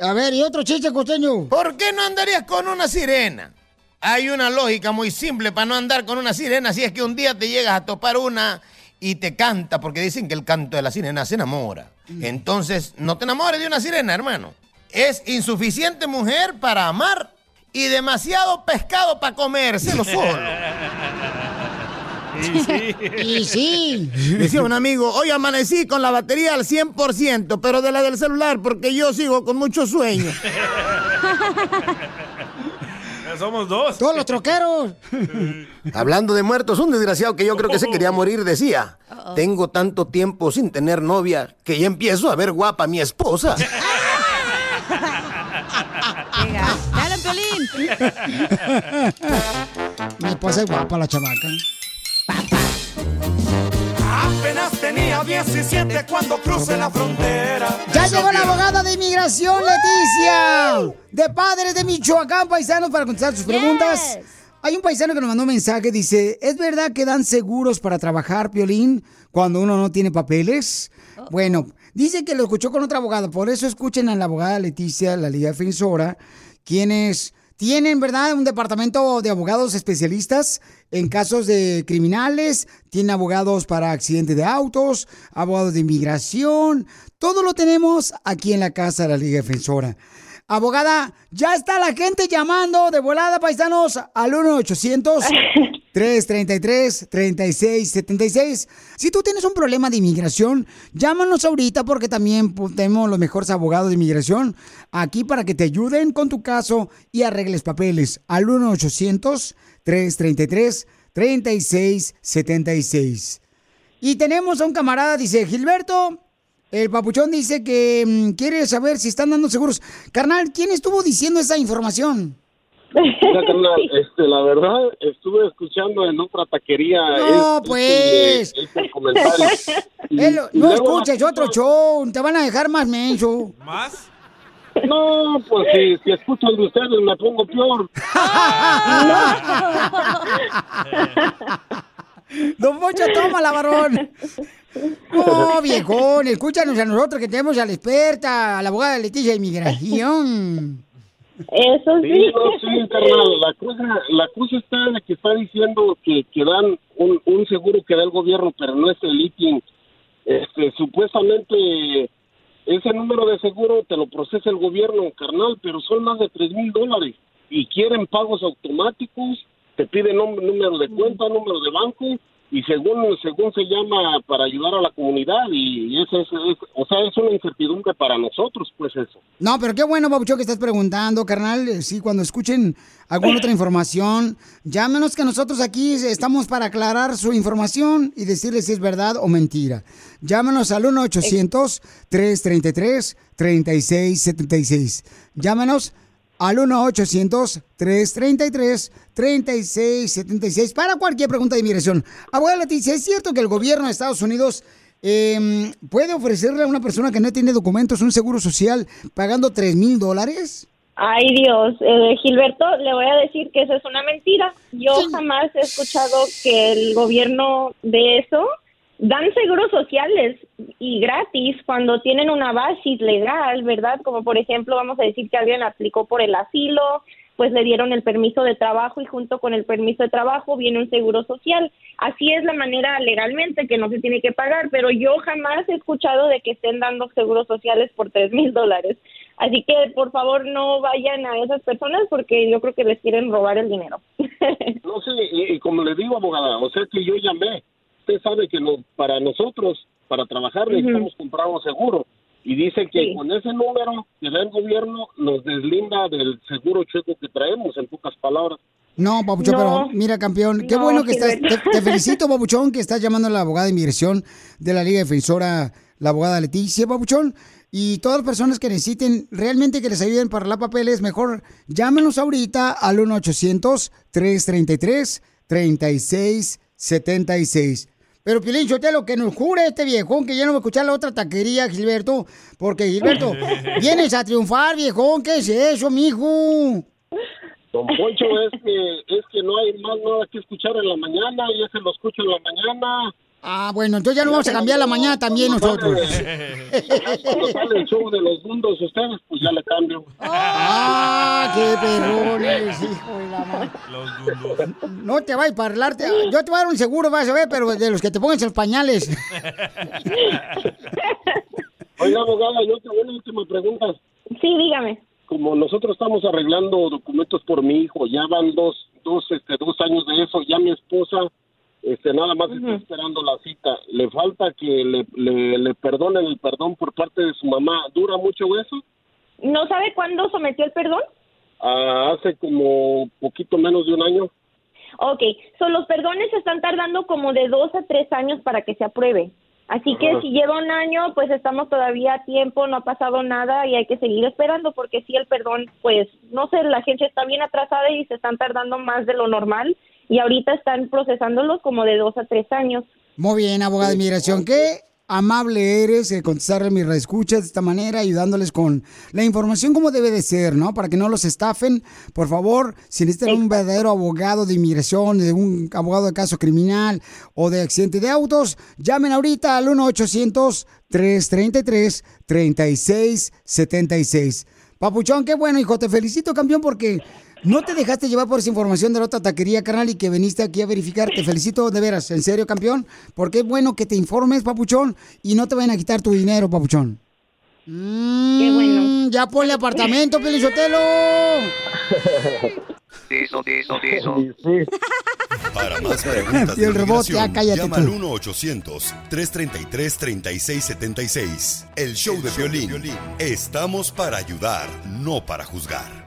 S3: A ver, y otro chiste costeño.
S21: ¿Por qué no andarías con una sirena? Hay una lógica muy simple para no andar con una sirena si es que un día te llegas a topar una y te canta, porque dicen que el canto de la sirena se enamora.
S3: Mm.
S21: Entonces, no te enamores de una sirena, hermano. Es insuficiente mujer para amar y demasiado pescado para comérselo solo.
S3: Y sí.
S21: Decía un amigo, hoy amanecí con la batería al 100%, pero de la del celular, porque yo sigo con mucho sueño.
S5: Ya somos dos.
S3: Todos los troqueros.
S21: Hablando de muertos, un desgraciado que yo creo
S5: Oh.
S21: que se quería morir decía, tengo tanto tiempo sin tener novia que ya empiezo a ver guapa a mi esposa.
S4: Venga, dale, Piolín.
S3: Mi esposa es guapa, la chamaca.
S24: Apenas tenía 17 cuando crucé la frontera.
S3: Ya llegó la abogada de inmigración, Leticia, de padres de Michoacán, paisanos, para contestar sus preguntas. Hay un paisano que nos mandó un mensaje, dice, ¿es verdad que dan seguros para trabajar, Piolín, cuando uno no tiene papeles? Bueno, dice que lo escuchó con otra abogada, por eso escuchen a la abogada Leticia, la Liga Defensora, quienes tienen, ¿verdad?, un departamento de abogados especialistas en casos de criminales, tienen abogados para accidentes de autos, abogados de inmigración, todo lo tenemos aquí en la casa de la Liga Defensora. Abogada, ya está la gente llamando de volada, paisanos, al 1-800-333-3676. Si tú tienes un problema de inmigración, llámanos ahorita porque también pues, tenemos los mejores abogados de inmigración aquí para que te ayuden con tu caso y arregles papeles. Al 1-800-333-3676. Y tenemos a un camarada, dice Gilberto. El papuchón dice que mm, quiere saber si están dando seguros. Carnal, ¿quién estuvo diciendo esa información?
S20: Mira, carnal, este, la verdad, estuve escuchando en otra taquería.
S3: No, pues.
S20: este, este comentario. Y-
S3: Eh, lo-
S20: y
S3: no
S20: luego la
S3: escuches otro show, te van a dejar más menso.
S20: ¿Más? No, pues si, si escucho el de ustedes me pongo peor.
S3: Don Poncho, toma la varón. No, viejón, escúchanos a nosotros que tenemos a la experta, a la abogada Leticia de Inmigración.
S13: Eso sí.
S20: Sí, no, sí, carnal. La cosa, la cosa está de que está diciendo que, que dan un, un seguro que da el gobierno, pero no es el ITIN. Este, supuestamente ese número de seguro te lo procesa el gobierno, carnal, pero son más de tres mil dólares y quieren pagos automáticos, te piden nom- número de cuenta, número de banco y según según se llama para ayudar a la comunidad y eso es, es- o sea, es una incertidumbre para nosotros, pues eso.
S3: No, pero qué bueno, Babucho, que estás preguntando, carnal. Eh, Sí, cuando escuchen alguna otra información, llámenos que nosotros aquí estamos para aclarar su información y decirles si es verdad o mentira. Llámenos al 1-800-333-3676. Llámenos al 1-800-333-3676 para cualquier pregunta de inmigración. Abuela Leticia, ¿es cierto que el gobierno de Estados Unidos eh, puede ofrecerle a una persona que no tiene documentos un seguro social pagando 3 mil dólares?
S13: Ay Dios, eh, Gilberto, le voy a decir que eso es una mentira. Yo jamás he escuchado que el gobierno de eso dan seguros sociales y gratis cuando tienen una base legal, ¿verdad? Como por ejemplo, vamos a decir que alguien aplicó por el asilo, pues le dieron el permiso de trabajo y junto con el permiso de trabajo viene un seguro social. Así es la manera legalmente que no se tiene que pagar, pero yo jamás he escuchado de que estén dando seguros sociales por tres mil dólares. Así que por favor no vayan a esas personas porque yo creo que les quieren robar el dinero.
S20: No sé, y, y como le digo, abogada, o sea que yo llamé. Usted sabe que no- para nosotros, para trabajar,
S13: Ujú.
S20: necesitamos comprar un seguro. Y dice que con ese número que da el gobierno nos deslinda del seguro checo que traemos, en pocas palabras.
S3: No, Papuchón,
S20: No.
S3: pero mira, campeón, qué
S20: No,
S3: bueno que estás.
S20: Gilberto.
S3: Te, te felicito, Papuchón, que estás llamando a la abogada de inmigración de la Liga Defensora, la abogada Leticia, Papuchón. Y todas las personas que necesiten realmente que les ayuden para la papeles, mejor llámenos ahorita al 1-800-333-3676. Pero Pilín Chotelo, que nos jure este viejón que ya no va a escuchar la otra taquería, Gilberto. Porque, Gilberto, vienes a triunfar, viejón. ¿Qué es eso, mijo?
S20: Don Poncho, es que, es que no hay más nada que escuchar en la mañana, y ese lo escucho en la mañana.
S3: Ah, bueno, entonces ya no vamos a cambiar la mañana también nosotros.
S20: Cuando sale el show de los mundos ustedes, pues ya le cambio.
S3: ¡Ah, qué perrones, hijo de la madre! No te voy a hablar, te- yo te voy a dar un seguro, vas a ver, pero de los que te pongas en los pañales.
S20: Oiga, abogada, yo tengo una última pregunta.
S13: Sí, dígame.
S20: Como nosotros estamos arreglando documentos por mi hijo, ya van dos, dos, este, dos años de eso, ya mi esposa este, nada más está esperando la cita. Le falta que le, le, le perdonen el perdón por parte de su mamá. ¿Dura mucho eso?
S13: ¿No sabe cuándo sometió el perdón?
S20: Ah, hace como poquito menos de un año.
S13: Ok, so, los perdones están tardando como de dos a tres años para que se apruebe. Así que
S20: Ajá.
S13: si lleva un año, pues estamos todavía a tiempo, no ha pasado nada y hay que seguir esperando porque si el perdón, pues no sé, la gente está bien atrasada y se están tardando más de lo normal y ahorita están procesándolos como de dos a tres años.
S3: Muy bien, abogada de inmigración, qué amable eres de contestarle mis reescuchas de esta manera, ayudándoles con la información como debe de ser, ¿no? Para que no los estafen, por favor, si necesitan un verdadero abogado de inmigración, de un abogado de caso criminal o de accidente de autos, llamen ahorita al 1-800-333-3676. Papuchón, qué bueno, hijo, te felicito, campeón, porque no te dejaste llevar por esa información de la otra taquería, carnal, y que viniste aquí a verificar. Te felicito de veras, en serio, campeón, porque es bueno que te informes, Papuchón, y no te vayan a quitar tu dinero, Papuchón. qué bueno. Ya ponle apartamento, Pelizotelo.
S8: Eso, eso, eso.
S6: Para más
S8: preguntas
S6: de
S8: de
S6: inmigración,
S8: inmigración,
S6: llama al 1-800-333-3676. El show de violín. Estamos para ayudar, no para juzgar.